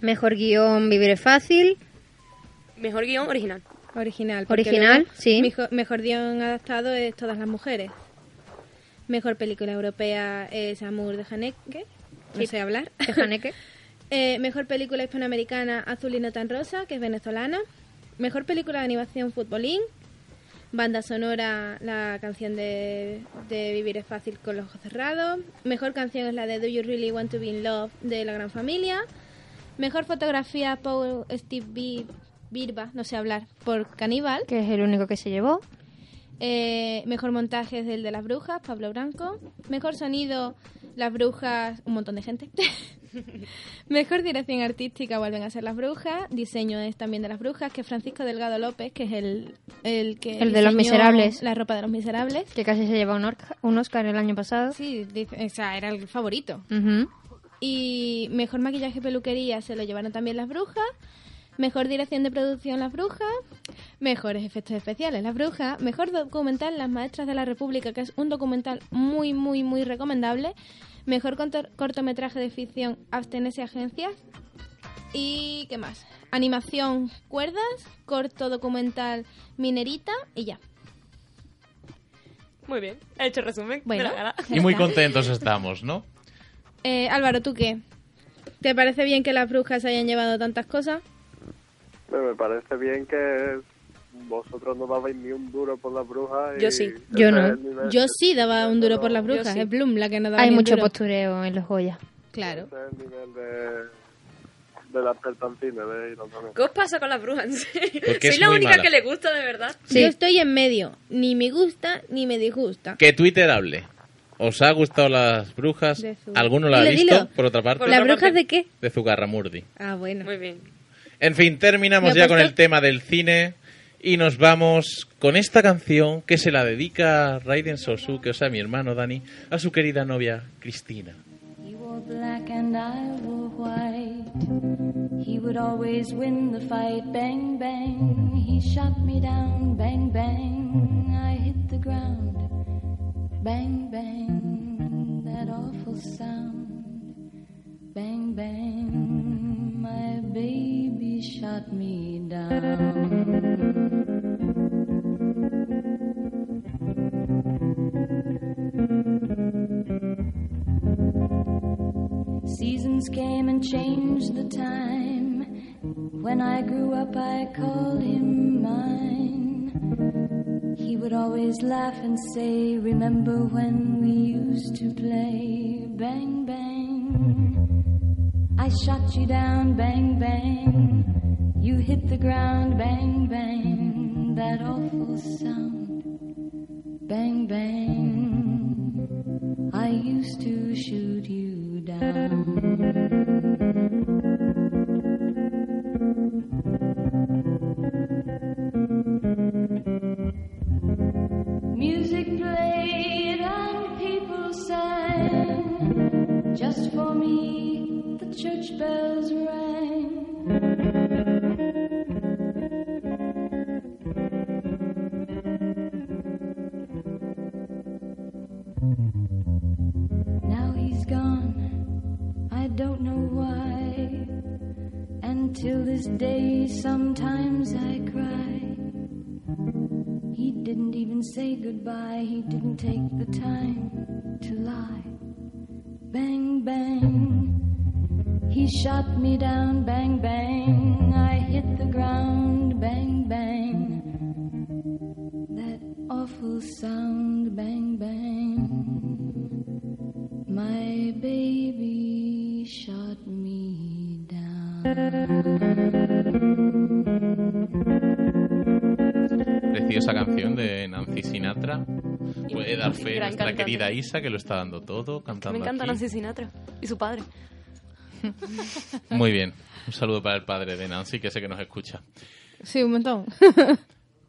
Speaker 4: Mejor guión, Vivir es fácil.
Speaker 12: Mejor guión original.
Speaker 17: Original. porque
Speaker 4: Original,
Speaker 17: luego
Speaker 4: sí.
Speaker 17: Mejor, mejor guión adaptado es Todas las mujeres. Mejor película europea es Amour de Haneke. No
Speaker 4: Sí.
Speaker 17: sé hablar.
Speaker 4: De Haneke.
Speaker 17: Eh, mejor película hispanoamericana Azul y no tan rosa, que es venezolana. Mejor película de animación Futbolín. Banda sonora, la canción de, de Vivir es fácil con los ojos cerrados. Mejor canción es la de Do You Really Want to Be in Love de La Gran Familia.
Speaker 5: mejor fotografía Paul Steve B- Birba, no sé hablar, por Caníbal.
Speaker 4: Que es el único que se llevó.
Speaker 5: Eh, mejor montaje es el de las brujas, Pablo Branco. Mejor sonido, las brujas, un montón de gente. mejor dirección artística, vuelven a ser las brujas. Diseño es también de las brujas, que es Francisco Delgado López, que es el, el que.
Speaker 4: El de los
Speaker 5: diseñó
Speaker 4: miserables.
Speaker 5: La ropa de los miserables.
Speaker 4: Que casi se llevó un, Orca- un Oscar el año pasado.
Speaker 5: Sí, dice- o sea, era el favorito.
Speaker 4: Ujú.
Speaker 5: Y mejor maquillaje y peluquería se lo llevaron también las brujas. Mejor dirección de producción las brujas. Mejores efectos especiales las brujas. Mejor documental las maestras de la República, que es un documental muy, muy, muy recomendable. Mejor contor- cortometraje de ficción Abstenencia Agencias. ¿Y qué más? Animación Cuerdas, corto documental Minerita y ya.
Speaker 12: Muy bien. He hecho resumen
Speaker 5: Bueno.
Speaker 12: de la gala.
Speaker 1: Y muy contentos estamos, ¿no?
Speaker 17: Eh, Álvaro, ¿tú qué? ¿Te parece bien que las brujas hayan llevado tantas cosas?
Speaker 11: Pero me parece bien que vosotros no dabais ni un duro por las brujas. y
Speaker 17: Yo sí.
Speaker 11: ese
Speaker 4: Yo no.
Speaker 11: es el nivel-
Speaker 17: Yo sí daba un duro por las
Speaker 11: Yo
Speaker 17: brujas.
Speaker 11: sí.
Speaker 17: Es Bloom la que no daba
Speaker 4: Hay
Speaker 17: ni un
Speaker 4: mucho
Speaker 17: duro.
Speaker 4: postureo en los Goya.
Speaker 17: Claro.
Speaker 11: ese es el nivel de, de la espertancina, de ir a dormir.
Speaker 12: ¿Qué os pasa con las brujas?
Speaker 1: Porque
Speaker 12: Soy
Speaker 1: es
Speaker 12: la
Speaker 1: muy
Speaker 12: única
Speaker 1: mala.
Speaker 12: que le gusta, de verdad.
Speaker 17: Yo estoy en medio. Ni me gusta ni me disgusta.
Speaker 1: Que Twitter hable. ¿Os ha gustado las brujas?
Speaker 17: De su-
Speaker 1: ¿Alguno la ha
Speaker 17: Dilo,
Speaker 1: visto?
Speaker 17: dilo.
Speaker 1: Por otra parte.
Speaker 17: ¿Las brujas de qué?
Speaker 1: De Zugarramurdi.
Speaker 17: Ah, bueno.
Speaker 12: Muy bien.
Speaker 1: En fin, terminamos
Speaker 17: Me
Speaker 1: ya
Speaker 17: apuesto-
Speaker 1: con el tema del cine y nos vamos con esta canción que se la dedica Raiden Sosuke, o sea, mi hermano Dani, a su querida novia Cristina.
Speaker 18: black and I were white. could always win the fight. Bang, bang, he shot me down. Bang, bang, I hit the ground. Bang, bang, that awful sound. Bang, bang, my baby shot me down. Seasons came and changed the time. When I grew up, I called him mine. He would always laugh and say, Remember when we used to play? Bang, bang. I shot you down, bang, bang. You hit the ground, bang, bang. That awful sound, bang, bang. I used to shoot you down. Music played and people sang. Just for me, the church bells rang. Now he's gone, I don't know why. And till this day, sometimes I cry. He didn't even say goodbye, he didn't take the time to lie. Bang, bang, he shot me down. Bang, bang, I hit the ground. Bang, bang, that awful sound. Bang, bang. My baby shot me down.
Speaker 1: Preciosa canción de Nancy Sinatra. Puede dar fe
Speaker 12: gran
Speaker 1: nuestra
Speaker 12: cantante.
Speaker 1: querida Isa, que lo está dando todo, cantando
Speaker 12: Me encanta
Speaker 1: aquí.
Speaker 12: Nancy Sinatra y su padre.
Speaker 1: Muy bien. Un saludo para el padre de Nancy, que sé que nos escucha.
Speaker 17: Sí, un montón.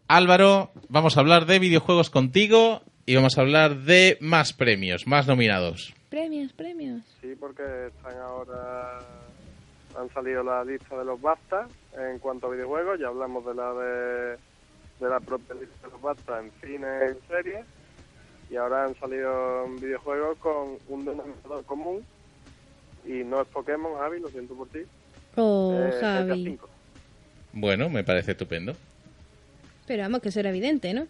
Speaker 1: Álvaro, vamos a hablar de videojuegos contigo y vamos a hablar de más premios, más nominados.
Speaker 17: premios, premios.
Speaker 11: Sí, porque están ahora. Han salido la lista de los BAFTA en cuanto a videojuegos. Ya hablamos de la de, de la propia lista de los BAFTA en cine, en series. Y ahora han salido en videojuegos con un denominador común. Y no es Pokémon, Javi, lo siento por ti.
Speaker 17: Oh,
Speaker 11: Eh, GTA
Speaker 17: Javi.
Speaker 11: V.
Speaker 1: Bueno, me parece estupendo.
Speaker 17: Pero vamos, que eso era evidente, ¿no?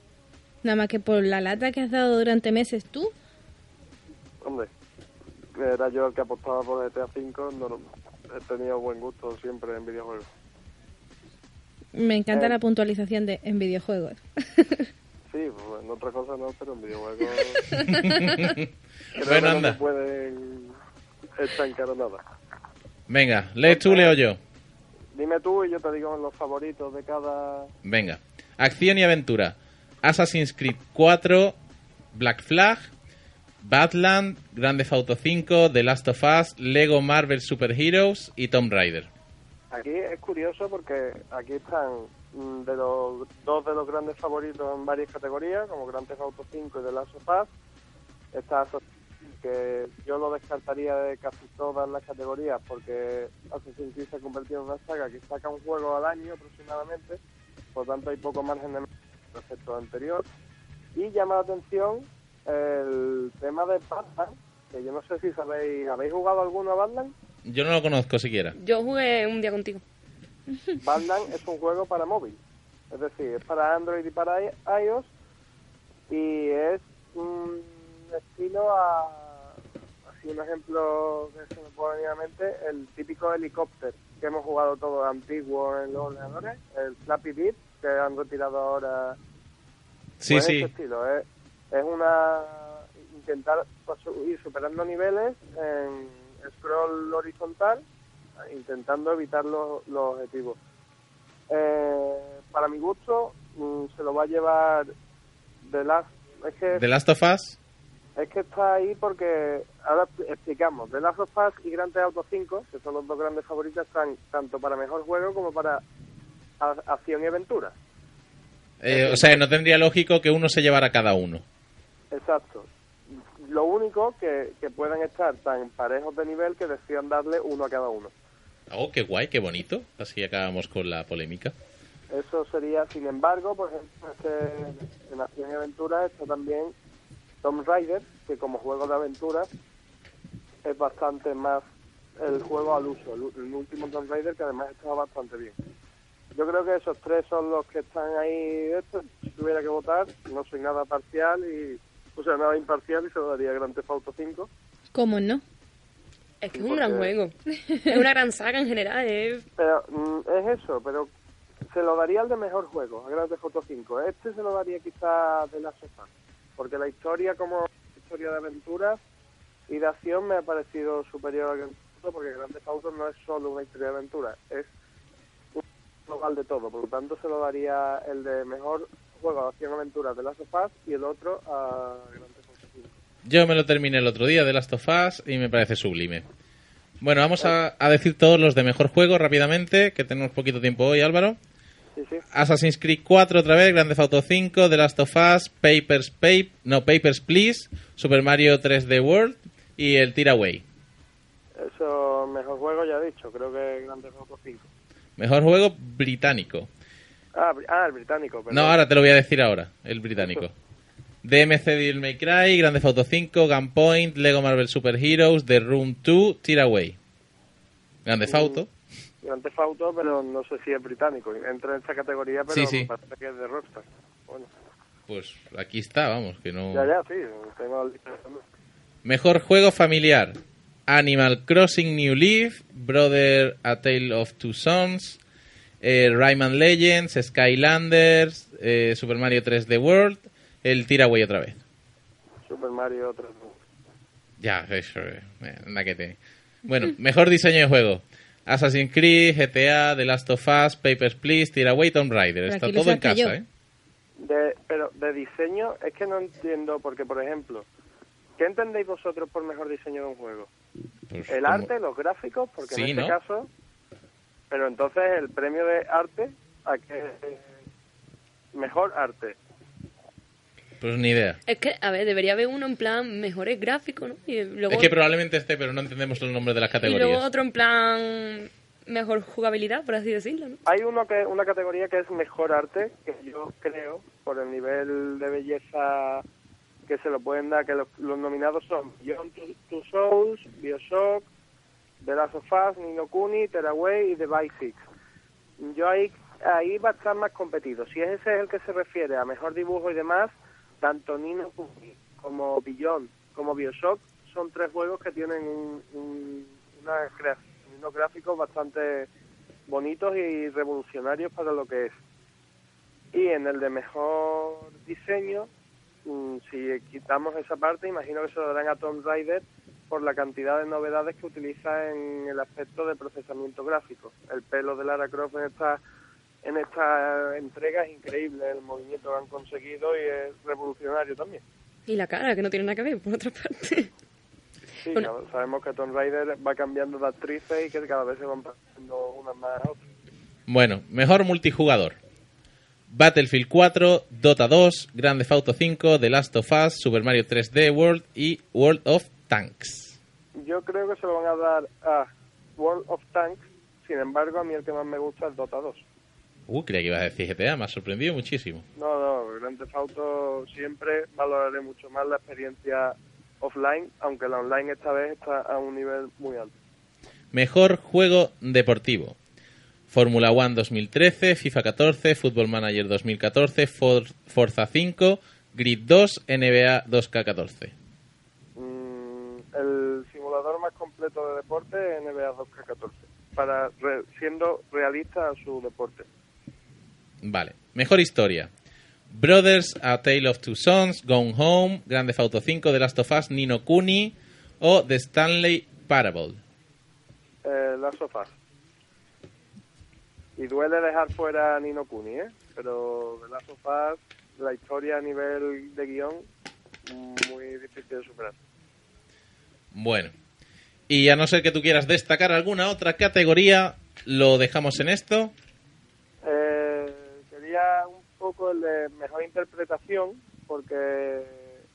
Speaker 17: Nada más que por la lata que has dado durante meses tú.
Speaker 11: Hombre, era yo el que apostaba por GTA V. No, no- he tenido buen gusto siempre en videojuegos.
Speaker 17: Me encanta
Speaker 11: Eh.
Speaker 17: la puntualización de en videojuegos.
Speaker 11: Sí, pues, en otras cosas no, pero en videojuegos. creo
Speaker 1: Bueno,
Speaker 11: que No
Speaker 1: anda.
Speaker 11: se pueden estancar nada.
Speaker 1: Venga, lees tú, leo yo.
Speaker 11: Dime tú y yo te digo los favoritos de cada.
Speaker 1: Venga. Acción y aventura. Assassin's Creed 4, Black Flag, Badland, Grand Theft Auto 5, The Last of Us, Lego Marvel Super Heroes y Tomb Raider.
Speaker 11: Aquí es curioso porque aquí están mm, de los dos de los grandes favoritos en varias categorías, como Grand Theft Auto 5 y The Last of Us. Está Assassin's Creed, que yo lo descartaría de casi todas las categorías porque Assassin's Creed se ha convertido en una saga que saca un juego al año aproximadamente, por tanto hay poco margen de mejora respecto al anterior. Y llama la atención el tema de Batman, que yo no sé si sabéis, ¿habéis jugado alguno a Batman?
Speaker 1: Yo no lo conozco siquiera.
Speaker 12: Yo jugué un día contigo.
Speaker 11: Batman es un juego para móvil. Es decir, es para Android y para i- iOS. Y es un estilo a. Así un ejemplo que se me puede venir a la mente: el típico helicóptero que hemos jugado todos antiguos en los ordenadores. El Flappy Beat que han retirado ahora.
Speaker 1: Sí,
Speaker 11: Pues
Speaker 1: sí.
Speaker 11: ese estilo. Es, es una. Intentar pues, ir superando niveles en scroll horizontal, intentando evitar los- los objetivos. Eh, para mi gusto, mm, se lo va a llevar The Last. Es que,
Speaker 1: The Last of Us.
Speaker 11: es que está ahí porque ahora expli- explicamos. The Last of Us y Grand Theft Auto 5, que son los dos grandes favoritas, están tanto para mejor juego como para a- acción y aventura.
Speaker 1: Eh, o sea, no tendría lógico que uno se llevara cada uno.
Speaker 11: Exacto. Lo único que, que puedan estar tan parejos de nivel que decidan darle uno a cada uno.
Speaker 1: Oh, qué guay, qué bonito. Así acabamos con la polémica.
Speaker 11: Eso sería, sin embargo, por ejemplo, este, en Acción y Aventuras está también Tomb Raider, que como juego de aventuras es bastante más el juego al uso, el, el último Tomb Raider que además estaba bastante bien. Yo creo que esos tres son los que están ahí. esto, si tuviera que votar, no soy nada parcial y, o sea, nada imparcial y se lo daría Grand Theft Auto 5.
Speaker 17: ¿Cómo no?
Speaker 19: Es que es un gran juego. Es una gran saga en general. Es...
Speaker 11: Pero mm, es eso, pero se lo daría al de mejor juego, a Grand Theft Auto 5. Este se lo daría quizá de la sopa, porque la historia como historia de aventuras y de acción me ha parecido superior a Grand Theft Auto, porque Grand Theft Auto no es solo una historia de aventuras, es un global de todo. Por lo tanto, se lo daría el de mejor juego de acción aventuras de la sopa y el otro a Grand Theft Auto 5.
Speaker 1: Yo me lo terminé el otro día de Last of Us y me parece sublime. Bueno, vamos a, a decir todos los de mejor juego rápidamente, que tenemos poquito tiempo hoy, Álvaro.
Speaker 11: Sí, sí.
Speaker 1: Assassin's Creed 4 otra vez, Grand Theft Auto 5, The Last of Us, Papers, Pape, no, Papers, Please, Super Mario 3D World y el Tiraway.
Speaker 11: Eso, mejor juego ya he dicho, creo que Grand Theft Auto 5.
Speaker 1: Mejor juego británico.
Speaker 11: Ah, br- ah, el británico, pero
Speaker 1: No, ahora te lo voy a decir ahora, el británico. DMC Devil May Cry, Grand Theft Auto 5, Gunpoint, Lego Marvel Super Heroes, The Room 2, Tiraway. Grand
Speaker 11: Uh.
Speaker 1: Theft Auto.
Speaker 11: Grand Theft Auto, pero no sé si es británico. Entra en esta categoría, pero
Speaker 1: Sí, sí.
Speaker 11: me parece que es de Rockstar. Bueno,
Speaker 1: Pues aquí está, vamos, que no...
Speaker 11: ya, ya, sí, tengo el...
Speaker 1: Mejor juego familiar. Animal Crossing New Leaf, Brother A Tale of Two Sons, eh, Rayman Legends, Skylanders, eh, Super Mario 3D World, el Tiraway otra vez.
Speaker 11: Super Mario 3.
Speaker 1: Ya, eso, eh, anda que te- Bueno, mejor diseño de juego. Assassin's Creed, GTA, The Last of Us, Papers, Please, Tiraway, Tomb Raider.
Speaker 11: Pero
Speaker 1: Está
Speaker 11: aquí lo
Speaker 1: todo en
Speaker 11: saqué yo.
Speaker 1: casa, ¿eh?
Speaker 11: De, pero de diseño es que no entiendo, porque por ejemplo, ¿qué entendéis vosotros por mejor diseño de un juego?
Speaker 1: Pues,
Speaker 11: ¿El
Speaker 1: como-
Speaker 11: arte, los gráficos? Porque en
Speaker 1: Sí,
Speaker 11: este
Speaker 1: ¿no?
Speaker 11: caso... Pero entonces el premio de arte, ¿a qué? Mejor arte.
Speaker 1: Pues ni idea.
Speaker 19: Es que, a ver, debería haber uno en plan mejores gráficos, ¿no? Y luego,
Speaker 1: Es que probablemente esté, pero no entendemos los nombres de las
Speaker 19: y
Speaker 1: categorías.
Speaker 19: luego otro en plan mejor jugabilidad, por así decirlo, ¿no?
Speaker 11: Hay uno que una categoría que es mejor arte, que yo creo, por el nivel de belleza que se lo pueden dar, que los, los nominados son Beyond Two, Two Souls, Bioshock, The Last of Us, Nino Kuni, Teraway y The Vice Six. Yo ahí, ahí va a estar más competido. Si ese es el que se refiere a mejor dibujo y demás, tanto Nino Kuni como Beyond, como Bioshock, son tres juegos que tienen un, un- una crea- unos gráficos bastante bonitos y revolucionarios para lo que es. Y en el de mejor diseño, mm, si quitamos esa parte, imagino que se lo darán a Tomb Raider por la cantidad de novedades que utiliza en el aspecto de procesamiento gráfico. El pelo de Lara Croft en esta, en esta entrega es increíble, el movimiento que han conseguido y es revolucionario también.
Speaker 19: Y la cara, que no tiene nada que ver, por otra parte.
Speaker 11: Sí,
Speaker 19: Bueno.
Speaker 11: ya sabemos que Tomb Raider va cambiando de actrices y que cada vez se van pasando unas más a otras.
Speaker 1: Bueno, mejor multijugador. Battlefield 4, Dota 2, Grand Theft Auto 5, The Last of Us, Super Mario 3D World y World of Tanks.
Speaker 11: Yo creo que se lo van a dar a World of Tanks. Sin embargo, a mí el que más me gusta es Dota 2.
Speaker 1: Uh, creía que ibas a decir GTA, me ha sorprendido muchísimo.
Speaker 11: No, no, Grand Theft Auto siempre valoraré mucho más la experiencia offline, aunque la online esta vez está a un nivel muy alto.
Speaker 1: Mejor juego deportivo. Fórmula 1 2013, FIFA 14, Football Manager 2014, For- Forza 5, Grid 2, NBA 2K14.
Speaker 11: Mm, el simulador más completo de deporte es NBA 2K14, para re- siendo realista a su deporte.
Speaker 1: Vale. Mejor historia. Brothers, A Tale of Two Sons, Gone Home, Grand Theft Auto 5, The Last of Us, Nino Kuni o The Stanley Parable.
Speaker 11: Eh, las sofás. Y duele dejar fuera a Nino Kuni, ¿eh? Pero de las sofás, la historia a nivel de guión, muy difícil de superar.
Speaker 1: Bueno. Y a no ser que tú quieras destacar alguna otra categoría, lo dejamos en esto.
Speaker 11: Eh, quería un poco el de mejor interpretación, porque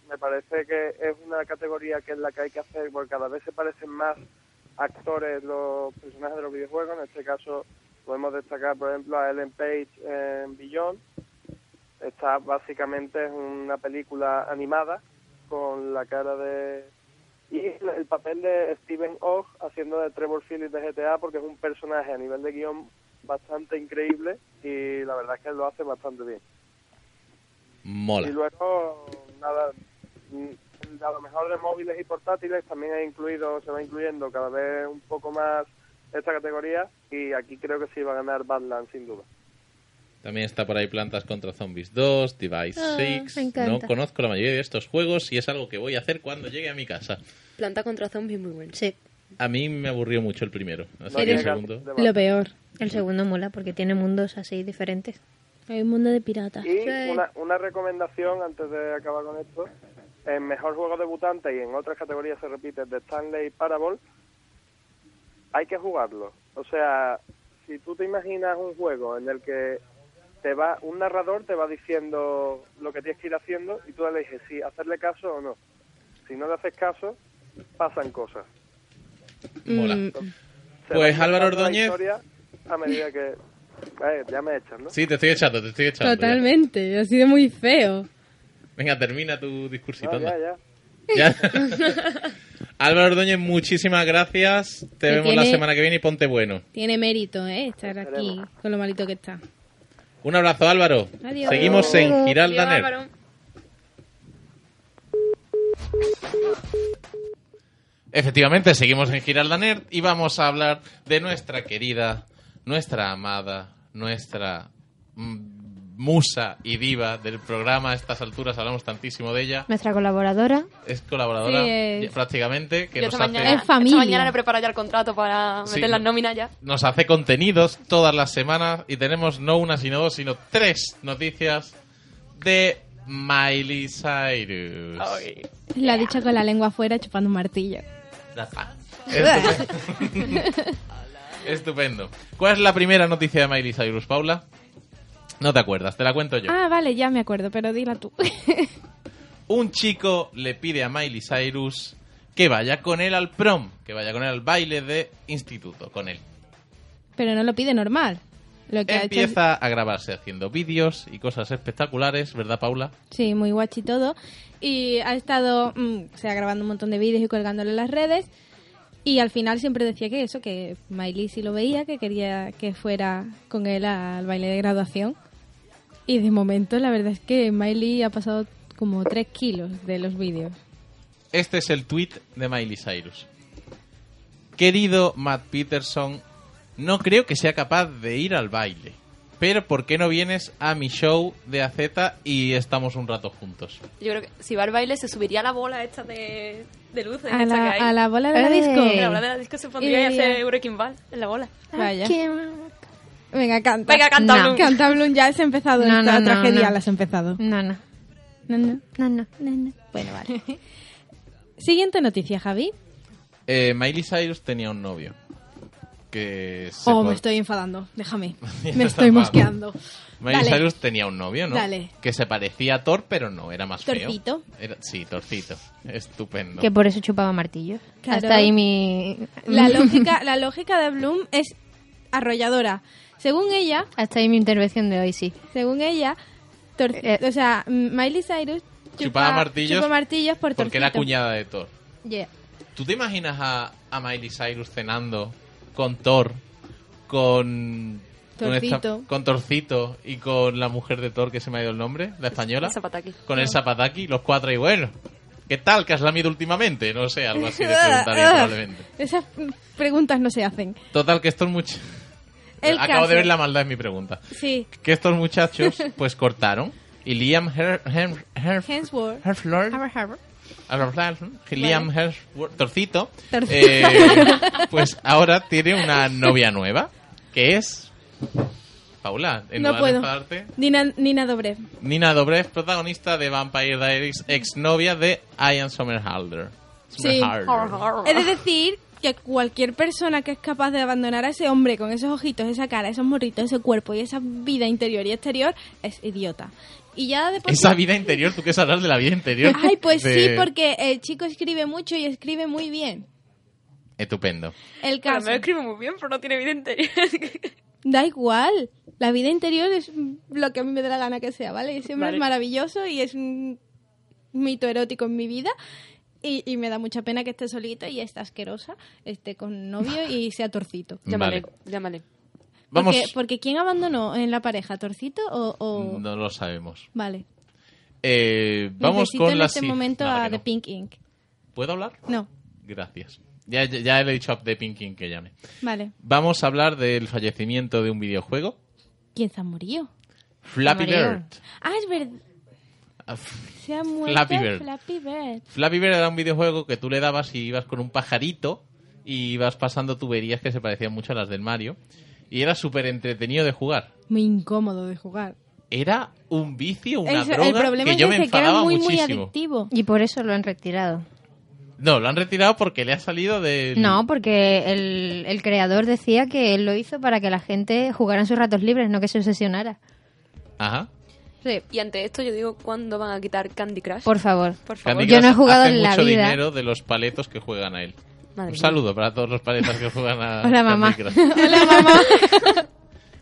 Speaker 11: me parece que es una categoría que es la que hay que hacer, porque cada vez se parecen más actores los personajes de los videojuegos. En este caso podemos destacar, por ejemplo, a Ellen Page en Beyond. Esta básicamente es una película animada con la cara de... Y el papel de Steven Ogg haciendo de Trevor Phillips de GTA porque es un personaje a nivel de guión bastante increíble y la verdad es que lo hace bastante bien.
Speaker 1: Mola.
Speaker 11: Y luego, nada, mm, a lo mejor de móviles y portátiles también ha incluido, se va incluyendo cada vez un poco más esta categoría y aquí creo que sí va a ganar Badlands sin duda.
Speaker 1: También está por ahí Plantas contra Zombies 2, Device
Speaker 20: Ah,
Speaker 1: 6.
Speaker 20: me encanta.
Speaker 1: No conozco la mayoría de estos juegos y es algo que voy a hacer cuando llegue a mi casa.
Speaker 20: Planta contra zombies muy bueno. Sí.
Speaker 1: A mí me aburrió mucho el primero, así
Speaker 20: No
Speaker 1: que el
Speaker 20: llega.
Speaker 1: segundo.
Speaker 5: Lo peor.
Speaker 4: El segundo mola porque tiene mundos así diferentes.
Speaker 5: Hay un mundo de piratas.
Speaker 11: Y una, una recomendación antes de acabar con esto. En mejor juego debutante y en otras categorías se repite de Stanley Parable, hay que jugarlo. O sea, si tú te imaginas un juego en el que te va un narrador te va diciendo lo que tienes que ir haciendo y tú le dices si hacerle caso o no. Si no le haces caso, pasan cosas.
Speaker 1: Mola.
Speaker 11: Se
Speaker 1: Pues
Speaker 11: va
Speaker 1: Álvaro
Speaker 11: contando la
Speaker 1: Ordóñez.
Speaker 11: historia A medida que... eh, ya me echan, ¿no?
Speaker 1: Sí, te estoy echando, te estoy echando. ya.
Speaker 5: Totalmente, ha sido muy feo.
Speaker 1: Venga, termina tu discursito.
Speaker 11: No,
Speaker 1: anda.
Speaker 11: ya, ya.
Speaker 1: Ya. Álvaro Ordóñez, muchísimas gracias. Te
Speaker 5: Que
Speaker 1: vemos la
Speaker 5: tiene-
Speaker 1: semana que viene y ponte bueno.
Speaker 5: Tiene mérito, ¿eh? Estar aquí con lo malito que está.
Speaker 1: Un abrazo, Álvaro.
Speaker 5: Adiós.
Speaker 1: Seguimos en
Speaker 5: Adiós.
Speaker 1: Giral
Speaker 5: Adiós,
Speaker 1: Daner.
Speaker 5: Álvaro.
Speaker 1: Efectivamente, seguimos en Giralda Nerd y vamos a hablar de nuestra querida, nuestra amada, nuestra mm, musa y diva del programa. A estas alturas hablamos tantísimo de ella.
Speaker 4: Nuestra colaboradora.
Speaker 1: Es colaboradora
Speaker 4: Sí, es.
Speaker 1: prácticamente, que
Speaker 12: Yo
Speaker 1: nos
Speaker 12: esta
Speaker 1: hace,
Speaker 12: mañana, esta mañana le preparo ya el contrato para
Speaker 1: Sí.
Speaker 12: meter las nóminas ya.
Speaker 1: nos hace contenidos todas las semanas y tenemos no una, sino dos, sino tres noticias de Miley Cyrus.
Speaker 5: Lo ha dicho con la lengua afuera chupando un martillo.
Speaker 1: La pa- Estupendo. Estupendo. ¿Cuál es la primera noticia de Miley Cyrus, Paula? No te acuerdas, te la cuento yo.
Speaker 5: Ah, vale, ya me acuerdo, pero dila tú.
Speaker 1: Un chico le pide a Miley Cyrus que vaya con él al prom, que vaya con él al baile de instituto, con él.
Speaker 5: pero no lo pide normal. Lo que ha hecho es-
Speaker 1: Empieza a grabarse haciendo vídeos y cosas espectaculares, ¿verdad, Paula?
Speaker 5: Sí, muy guachi todo. Y ha estado, mm, o sea, grabando un montón de vídeos y colgándolo en las redes. Y al final siempre decía que eso, que Miley sí lo veía, que quería que fuera con él al baile de graduación. Y de momento, la verdad es que Miley ha pasado como 3 kilos de los vídeos.
Speaker 1: Este es el tweet de Miley Cyrus. Querido Matt Peterson, no creo que sea capaz de ir al baile. Pero ¿por qué no vienes a mi show de AZ y estamos un rato juntos?
Speaker 12: Yo creo que si va al baile se subiría la bola esta de, de luces.
Speaker 5: A
Speaker 12: esta
Speaker 5: la-
Speaker 12: que hay.
Speaker 5: a la bola de la
Speaker 12: Eh.
Speaker 5: disco.
Speaker 12: A la bola de la disco se pondría y,
Speaker 5: Y diría-
Speaker 12: hace Breaking Ball en la bola.
Speaker 5: Vaya. Venga, canta.
Speaker 12: Venga, canta, Blum.
Speaker 5: Canta, Blum, ya has empezado.
Speaker 4: No,
Speaker 5: esta
Speaker 4: no, no,
Speaker 5: tragedia
Speaker 4: no.
Speaker 5: la has empezado.
Speaker 4: No, no.
Speaker 5: No, no, no, no, no, no. Bueno, vale. Siguiente noticia, Javi.
Speaker 1: Eh, Miley Cyrus tenía un novio. Que se
Speaker 5: Oh,
Speaker 1: pod-
Speaker 5: me estoy enfadando. Déjame.
Speaker 1: Ya
Speaker 5: me
Speaker 1: está
Speaker 5: estoy
Speaker 1: enfadado.
Speaker 5: mosqueando.
Speaker 1: Miley
Speaker 5: Dale.
Speaker 1: Cyrus tenía un novio, ¿no?
Speaker 5: Dale.
Speaker 1: Que se parecía a Thor, pero no, era más
Speaker 4: Torcito.
Speaker 1: feo. Era- Sí, torcito. Estupendo.
Speaker 4: Que por eso chupaba martillos.
Speaker 5: Claro.
Speaker 4: Hasta ahí mi...
Speaker 5: La lógica, la lógica de Bloom es arrolladora. Según ella,
Speaker 4: Hasta ahí mi intervención de hoy, sí. Eh,
Speaker 5: según ella, tor- o sea, M- Miley Cyrus chupa,
Speaker 1: Chupaba martillos
Speaker 5: chupa martillos por
Speaker 1: Porque era
Speaker 5: torcito.
Speaker 1: cuñada de Thor.
Speaker 4: Yeah.
Speaker 1: ¿Tú te imaginas a, a Miley Cyrus cenando con Thor, con... con esta-
Speaker 12: Torcito.
Speaker 1: con Torcito y con la mujer de Thor que se me ha ido el nombre, la española.
Speaker 12: Elsa Pataki.
Speaker 1: Con el Zapataki, los cuatro y bueno. ¿Qué tal que has lamido últimamente? No sé, algo así de preguntaría probablemente.
Speaker 5: Esas mm, preguntas no se hacen.
Speaker 1: Total, que estos muchachos...
Speaker 5: El
Speaker 1: Acabo
Speaker 5: caso.
Speaker 1: de ver la maldad en mi pregunta.
Speaker 5: Sí.
Speaker 1: Que estos muchachos pues cortaron y Liam Her- Hem- Her-
Speaker 5: Hemsworth.
Speaker 1: Herflord. Liam Hemsworth- Torcito,
Speaker 5: Torcito.
Speaker 1: eh, pues ahora tiene una novia nueva, que es... Paula, en
Speaker 5: No
Speaker 1: lugar de
Speaker 5: puedo.
Speaker 1: enfadarte,
Speaker 5: Nina, Nina Dobrev.
Speaker 1: Nina Dobrev, protagonista de Vampire Diaries, exnovia de Ian Somerhalder.
Speaker 5: Sí.
Speaker 1: Somerhalder.
Speaker 5: He de decir que cualquier persona que es capaz de abandonar a ese hombre con esos ojitos, esa cara, esos morritos, ese cuerpo y esa vida interior y exterior es idiota. Y ya de por sí-
Speaker 1: Esa vida interior, ¿tú quieres hablar de la vida interior?
Speaker 5: Ay, pues sí,
Speaker 1: De-
Speaker 5: porque el chico escribe mucho y escribe muy bien.
Speaker 1: Estupendo.
Speaker 5: El
Speaker 12: Pero
Speaker 5: caso.
Speaker 12: me lo escribo muy bien, pero no tiene evidente.
Speaker 5: Da igual. La vida interior es mm, lo que a mí me da la gana que sea, ¿vale? Y siempre
Speaker 12: Vale.
Speaker 5: es maravilloso y es un mito erótico en mi vida. Y, y me da mucha pena que esté solita y esté asquerosa, esté con novio y sea torcito.
Speaker 1: Llámale, Vale.
Speaker 12: llámale.
Speaker 1: Vamos.
Speaker 5: Porque, porque ¿quién abandonó en la pareja? ¿Torcito o...? o-
Speaker 1: No lo sabemos.
Speaker 5: Vale.
Speaker 1: Eh, vamos
Speaker 5: Necesito
Speaker 1: con
Speaker 5: en
Speaker 1: la
Speaker 5: este
Speaker 1: si-
Speaker 5: momento a
Speaker 1: Nada, que
Speaker 5: The
Speaker 1: no.
Speaker 5: Pink Ink.
Speaker 1: ¿Puedo hablar?
Speaker 5: No,
Speaker 1: Gracias. Ya, ya- ya le he dicho a The Pinking que llame.
Speaker 5: vale.
Speaker 1: Vamos a hablar del fallecimiento de un videojuego.
Speaker 5: ¿Quién se ha morido?
Speaker 1: Flappy Bird.
Speaker 5: Ah, es verdad.
Speaker 1: Ah, f-
Speaker 5: Se ha muerto
Speaker 1: Flappy Bird.
Speaker 5: Flappy Bird.
Speaker 1: Flappy Bird era un videojuego que tú le dabas y ibas con un pajarito y ibas pasando tuberías que se parecían mucho a las del Mario. Y era súper entretenido de jugar.
Speaker 5: Muy incómodo de jugar.
Speaker 1: Era un vicio, una
Speaker 5: Eso,
Speaker 1: droga
Speaker 5: el problema
Speaker 1: que
Speaker 5: es
Speaker 1: yo
Speaker 5: que
Speaker 1: me
Speaker 5: se queda
Speaker 1: enfadaba
Speaker 5: muy, muy
Speaker 1: muchísimo.
Speaker 4: Y por eso lo han retirado.
Speaker 1: no, lo han retirado porque le ha salido de...
Speaker 4: No, porque el, el creador decía que él lo hizo para que la gente jugara en sus ratos libres, no que se obsesionara.
Speaker 1: Ajá.
Speaker 12: Y ante esto yo digo, ¿cuándo van a quitar Candy Crush?
Speaker 4: Por favor.
Speaker 12: Por favor.
Speaker 1: Candy
Speaker 4: Yo no he
Speaker 1: Crush
Speaker 4: jugado
Speaker 1: hace
Speaker 4: en la
Speaker 1: mucho
Speaker 4: vida.
Speaker 1: dinero de los paletos que juegan a él.
Speaker 12: Madre
Speaker 1: un
Speaker 12: mía.
Speaker 1: saludo para todos los paletas que juegan a
Speaker 4: Hola, mamá.
Speaker 1: Candy Crush.
Speaker 4: Hola, mamá.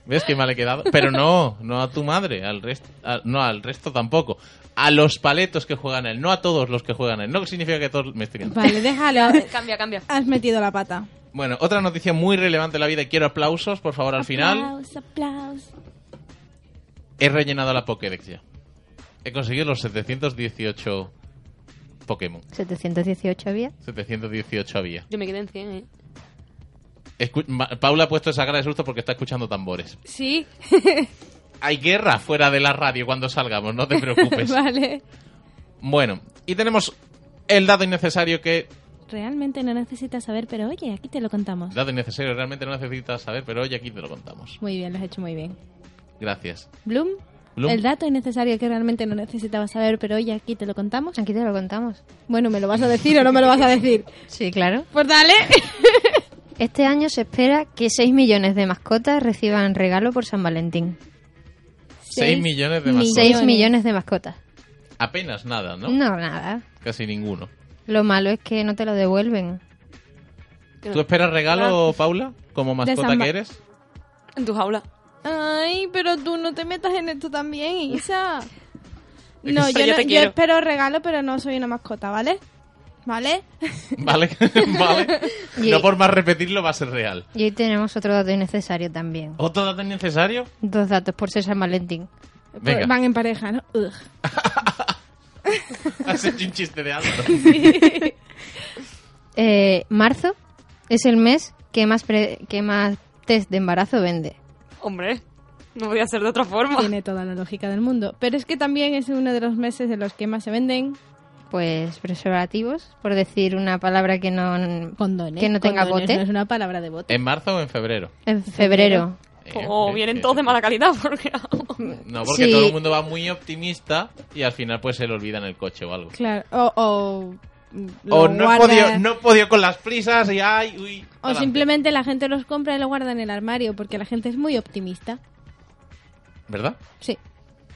Speaker 1: ¿Ves que mal he quedado? Pero no, no a tu madre, al resto, a- no al resto tampoco. A los paletos que juegan a él, no a todos los que juegan a él. No significa que todos me estoy quedando.
Speaker 5: Vale, déjalo.
Speaker 12: cambia, cambia.
Speaker 5: Has metido la pata.
Speaker 1: Bueno, otra noticia muy relevante de la vida y quiero aplausos, por favor, al final.
Speaker 5: Aplausos, aplausos.
Speaker 1: He rellenado la Pokédex ya. He conseguido los 718 Pokémon.
Speaker 4: 718 había.
Speaker 1: 718 había.
Speaker 12: Yo me quedé en 100, ¿eh?
Speaker 1: Escu- Ma- Paula ha puesto esa cara de susto porque está escuchando tambores.
Speaker 12: Sí.
Speaker 1: Hay guerra fuera de la radio cuando salgamos, no te preocupes.
Speaker 5: vale.
Speaker 1: Bueno, y tenemos el dato innecesario que...
Speaker 5: Realmente no necesitas saber, pero oye, aquí te lo contamos.
Speaker 1: Dato innecesario, realmente no necesitas saber, pero hoy aquí te lo contamos.
Speaker 5: Muy bien, lo has hecho muy bien.
Speaker 1: Gracias.
Speaker 5: Bloom,
Speaker 1: Bloom.
Speaker 5: el dato innecesario que realmente no necesitabas saber, pero oye, aquí te lo contamos.
Speaker 4: Aquí te lo contamos.
Speaker 5: Bueno, ¿me lo vas a decir o no me lo vas a decir?
Speaker 4: Sí, claro.
Speaker 5: Pues dale.
Speaker 4: Este año se espera que 6 millones de mascotas reciban regalo por San Valentín.
Speaker 1: 6 millones de
Speaker 4: Seis
Speaker 1: mascotas.
Speaker 4: millones de mascotas.
Speaker 1: Apenas nada, ¿no?
Speaker 4: ¿No? nada.
Speaker 1: Casi ninguno.
Speaker 4: Lo malo es que no te lo devuelven.
Speaker 1: ¿Tú esperas regalo, Paula? Como mascota
Speaker 4: Samba.
Speaker 1: que eres.
Speaker 12: En tu jaula.
Speaker 5: Ay, pero tú no te metas en esto también, Isa.
Speaker 1: que
Speaker 5: No,
Speaker 1: Isa,
Speaker 5: yo,
Speaker 1: yo
Speaker 5: no-
Speaker 1: te
Speaker 5: yo
Speaker 1: quiero.
Speaker 5: espero regalo, pero no soy una mascota, ¿vale? ¿Vale?
Speaker 1: Vale, vale.
Speaker 4: Y-
Speaker 1: No por más repetirlo va a ser real.
Speaker 4: Y hoy tenemos otro dato innecesario también.
Speaker 1: ¿Otro dato innecesario?
Speaker 4: Dos datos por ser San Valentín.
Speaker 1: Venga.
Speaker 5: Van en pareja, ¿no? Ugh.
Speaker 1: Has hecho un chiste de algo.
Speaker 4: Eh, marzo es el mes que más, pre- que más test de embarazo vende.
Speaker 12: Hombre, no podía ser de otra forma.
Speaker 5: Tiene toda la lógica del mundo. Pero es que también es uno de los meses en los que más se venden.
Speaker 4: Pues preservativos, por decir una palabra que no, que no tenga
Speaker 5: Condones,
Speaker 4: bote.
Speaker 5: no es una palabra de bote.
Speaker 1: ¿En marzo o en febrero?
Speaker 4: En febrero.
Speaker 12: O vienen todos de mala calidad, porque...
Speaker 1: No, porque
Speaker 4: Sí.
Speaker 1: todo el mundo va muy optimista y al final pues se le olvida en el coche o algo.
Speaker 5: Claro. O, o, mm,
Speaker 1: O
Speaker 5: lo
Speaker 1: no he,
Speaker 5: guarda-
Speaker 1: podido, no he podido con las prisas y ay, uy.
Speaker 5: o simplemente la gente los compra y lo guarda en el armario porque la gente es muy optimista.
Speaker 1: ¿Verdad?
Speaker 5: Sí.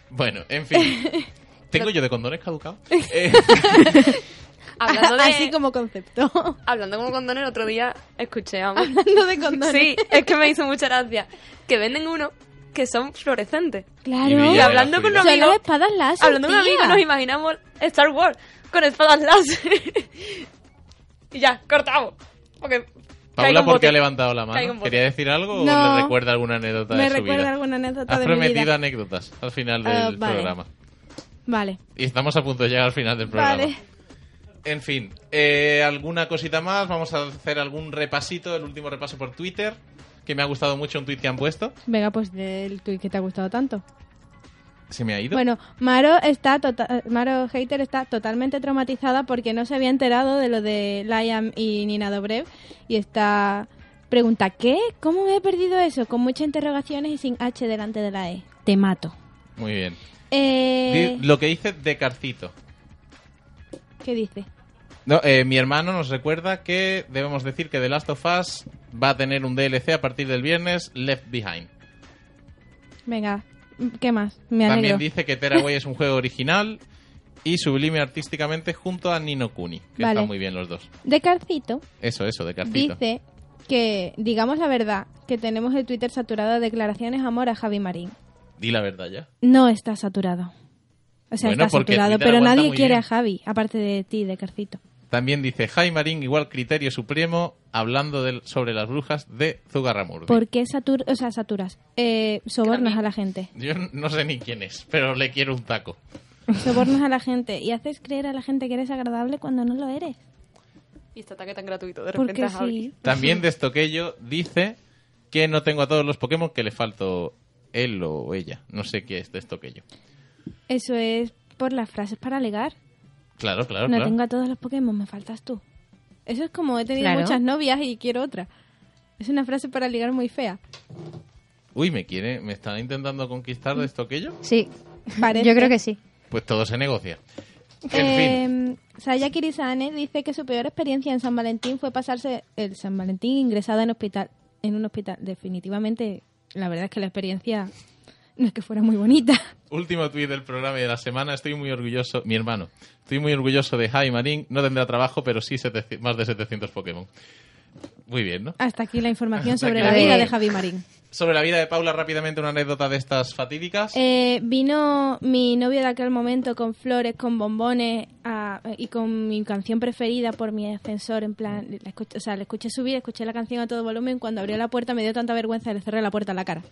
Speaker 1: Bueno, en fin. ¿Tengo yo de condones caducados? Eh,
Speaker 12: Hablando de-
Speaker 5: Así como concepto.
Speaker 12: Hablando como condones, el otro día escuché a
Speaker 5: Hablando de condones.
Speaker 12: Sí, es que me hizo mucha gracia. Que venden uno que son fluorescentes.
Speaker 5: Claro.
Speaker 12: Y,
Speaker 5: Y brilla de
Speaker 12: hablando
Speaker 5: la
Speaker 12: con un
Speaker 5: oscuridad.
Speaker 12: amigo...
Speaker 5: Son las espadas láser,
Speaker 12: Hablando con un
Speaker 5: tía.
Speaker 12: amigo nos imaginamos Star Wars con espadas láser. y ya, cortamos. Porque... caigo
Speaker 1: Paula,
Speaker 12: en
Speaker 1: ¿por
Speaker 12: bote.
Speaker 1: qué ha levantado la
Speaker 12: Caigo en
Speaker 1: mano?
Speaker 12: bote.
Speaker 1: ¿Quería decir algo o
Speaker 5: No.
Speaker 1: le recuerda alguna anécdota
Speaker 5: Me
Speaker 1: de su vida?
Speaker 5: recuerda alguna anécdota
Speaker 1: Has
Speaker 5: de mi
Speaker 1: prometido
Speaker 5: vida.
Speaker 1: anécdotas al final
Speaker 5: Ah,
Speaker 1: del
Speaker 5: vale.
Speaker 1: programa.
Speaker 5: Vale.
Speaker 1: Y estamos a punto de llegar al final del programa.
Speaker 5: Vale.
Speaker 1: En fin, eh, alguna cosita más. Vamos a hacer algún repasito, el último repaso por Twitter, que me ha gustado mucho un tweet que han puesto.
Speaker 5: Venga, pues del tuit que te ha gustado tanto.
Speaker 1: Se me ha ido.
Speaker 5: Bueno, Maro está tota- Maro Hater está totalmente traumatizada porque no se había enterado de lo de Liam y Nina Dobrev y está pregunta ¿qué? ¿Cómo me he perdido eso? Con muchas interrogaciones y sin H delante de la E. Te mato.
Speaker 1: Muy bien.
Speaker 5: Eh,
Speaker 1: Di- Lo que dice de Carcito.
Speaker 5: ¿Qué dice?
Speaker 1: No, eh, mi hermano nos recuerda que debemos decir que The Last of Us va a tener un DLC a partir del viernes, Left Behind.
Speaker 5: Venga, ¿qué más? Me
Speaker 1: También
Speaker 5: alegro.
Speaker 1: dice que Teraway es un juego original y Sublime artísticamente junto a Nino Kuni, que
Speaker 5: Vale.
Speaker 1: están muy bien los dos.
Speaker 5: De Carcito
Speaker 1: Eso, eso, de cartito.
Speaker 5: dice que, digamos la verdad, que tenemos el Twitter saturado de declaraciones amor a Javi Marín.
Speaker 1: Di la verdad ya.
Speaker 5: No está saturado. O sea,
Speaker 1: Bueno,
Speaker 5: está
Speaker 1: porque
Speaker 5: saturado,
Speaker 1: Twitter
Speaker 5: pero
Speaker 1: aguanta
Speaker 5: nadie
Speaker 1: muy
Speaker 5: quiere
Speaker 1: bien.
Speaker 5: a Javi, aparte de ti, de Carcito.
Speaker 1: También dice Jaime Marín igual criterio supremo hablando del- sobre las brujas de Zugarramurdi.
Speaker 5: ¿Por qué satur o sea, saturas? Eh, sobornos a la gente.
Speaker 1: Yo n- no sé ni quién es, pero le quiero un taco.
Speaker 5: Sobornos a la gente y haces creer a la gente que eres agradable cuando no lo eres.
Speaker 12: Y este ataque tan gratuito, de repente
Speaker 5: Porque
Speaker 12: a Javi.
Speaker 5: sí.
Speaker 1: También de Estoquello dice que no tengo a todos los Pokémon, que le falto él o ella. No sé qué es de Estoquello.
Speaker 5: Eso es por las frases para alegar.
Speaker 1: Claro, claro,
Speaker 5: no
Speaker 1: claro.
Speaker 5: tengo a todos los Pokémon, me faltas tú. Eso es como he tenido
Speaker 1: Claro.
Speaker 5: muchas novias y quiero otra. Es una frase para ligar muy fea.
Speaker 1: Uy, ¿me quiere? ¿Me están intentando conquistar de Estoquello?
Speaker 4: Sí,
Speaker 5: Parece.
Speaker 4: yo creo que sí.
Speaker 1: Pues todo se negocia. En fin.
Speaker 5: Eh, Saya Kirisane dice que su peor experiencia en San Valentín fue pasarse el San Valentín ingresada en hospital, en un hospital. Definitivamente, la verdad es que la experiencia no es que fuera muy bonita.
Speaker 1: Último tuit del programa y de la semana. Estoy muy orgulloso, mi hermano. Estoy muy orgulloso de Jaime Marín. No tendrá trabajo, pero sí 700 más de 700 Pokémon. Muy bien, ¿no?
Speaker 5: Hasta aquí la información
Speaker 1: Hasta
Speaker 5: sobre
Speaker 1: aquí
Speaker 5: la
Speaker 1: la
Speaker 5: vida de
Speaker 1: información.
Speaker 5: Javi Marín.
Speaker 1: Sobre la vida de Paula, rápidamente una anécdota de estas fatídicas.
Speaker 5: Eh, vino mi novio de aquel momento con flores, con bombones a- y con mi canción preferida por mi ascensor. En plan, la escuch- o sea, le escuché subir, escuché la canción a todo volumen. Cuando abrió la puerta me dio tanta vergüenza, le cerré la puerta en la cara.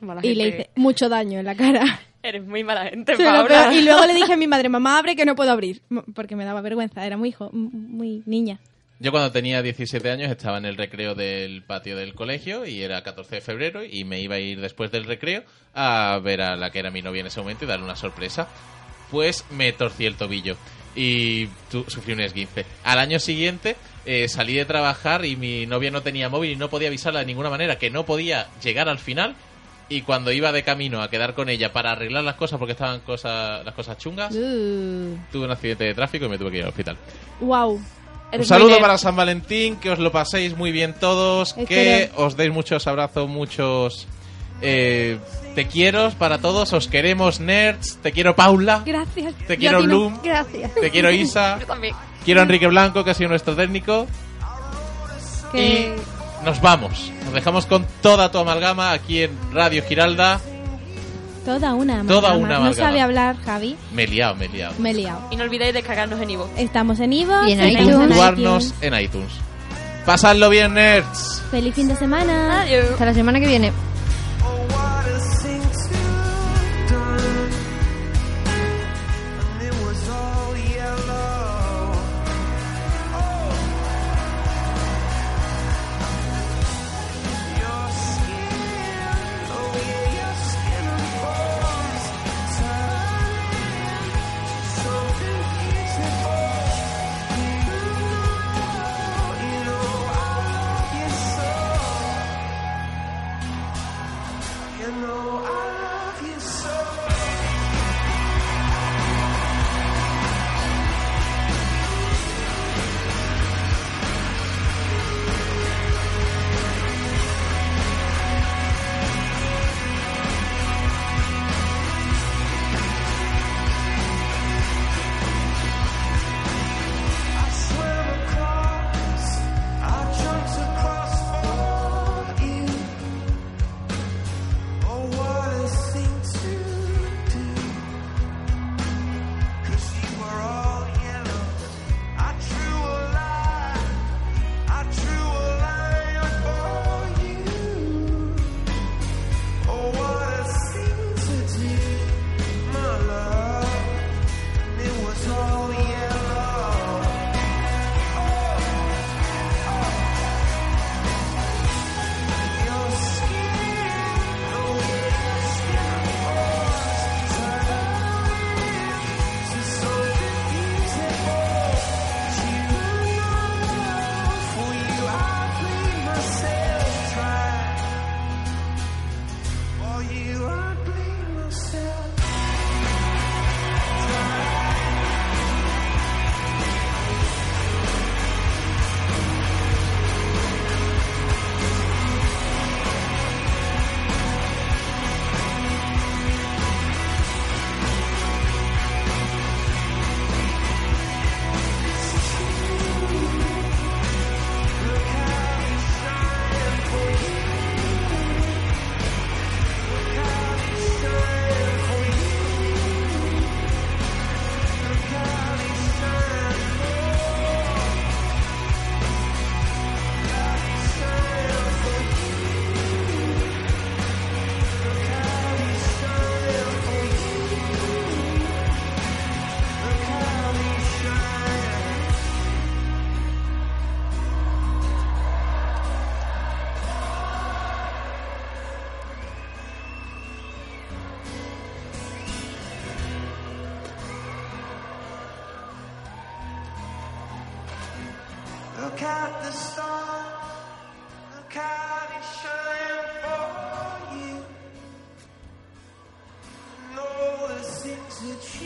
Speaker 12: Mala
Speaker 5: y le
Speaker 12: gente.
Speaker 5: hice mucho daño en la cara.
Speaker 12: Eres muy mala gente,
Speaker 5: Se lo
Speaker 12: Paula.
Speaker 5: veo- y luego le dije a mi madre, mamá, abre que no puedo abrir. M- Porque me daba vergüenza, era muy hijo, m- muy niña.
Speaker 1: Yo cuando tenía 17 años estaba en el recreo del patio del colegio y era 14 de febrero y me iba a ir después del recreo a ver a la que era mi novia en ese momento y darle una sorpresa. Pues me torcí el tobillo y tu- sufrí un esguince. Al año siguiente eh, salí de trabajar y mi novia no tenía móvil y no podía avisarla de ninguna manera que no podía llegar al final. Y cuando iba de camino a quedar con ella para arreglar las cosas porque estaban cosas, las cosas chungas, tuve un accidente de tráfico y me tuve que ir al hospital.
Speaker 5: Wow.
Speaker 1: Un saludo para San Valentín, que os lo paséis muy bien todos, que
Speaker 5: Espero.
Speaker 1: os deis muchos abrazos, muchos eh, te quiero para todos, os queremos nerds, te quiero Paula,
Speaker 5: Gracias.
Speaker 1: Te
Speaker 5: Yo
Speaker 1: quiero,
Speaker 5: a ti no.
Speaker 1: Bloom.
Speaker 5: Gracias.
Speaker 1: Te quiero, Isa. Yo
Speaker 12: también.
Speaker 1: quiero a Enrique Blanco, que ha sido nuestro técnico.
Speaker 12: Eh.
Speaker 5: Que-
Speaker 1: Nos vamos, nos dejamos con toda tu amalgama aquí en Radio Giralda.
Speaker 5: Toda una amalgama.
Speaker 1: Toda una
Speaker 5: No
Speaker 1: amalgama.
Speaker 5: sabe hablar, Javi.
Speaker 1: Me he liado, me he liado.
Speaker 5: Me he liado.
Speaker 12: Y no olvidéis descargarnos en Ivo.
Speaker 5: Estamos en IVA.
Speaker 12: Y en
Speaker 5: estamos en
Speaker 1: Puntuarnos
Speaker 5: iTunes.
Speaker 1: en iTunes. Pasadlo bien, nerds.
Speaker 5: Feliz fin de semana.
Speaker 4: Hasta la semana que viene.
Speaker 2: Oh.
Speaker 3: Oh
Speaker 2: oh, Oh, Oh, Look at the stars, look at it shine for you. And all the things that you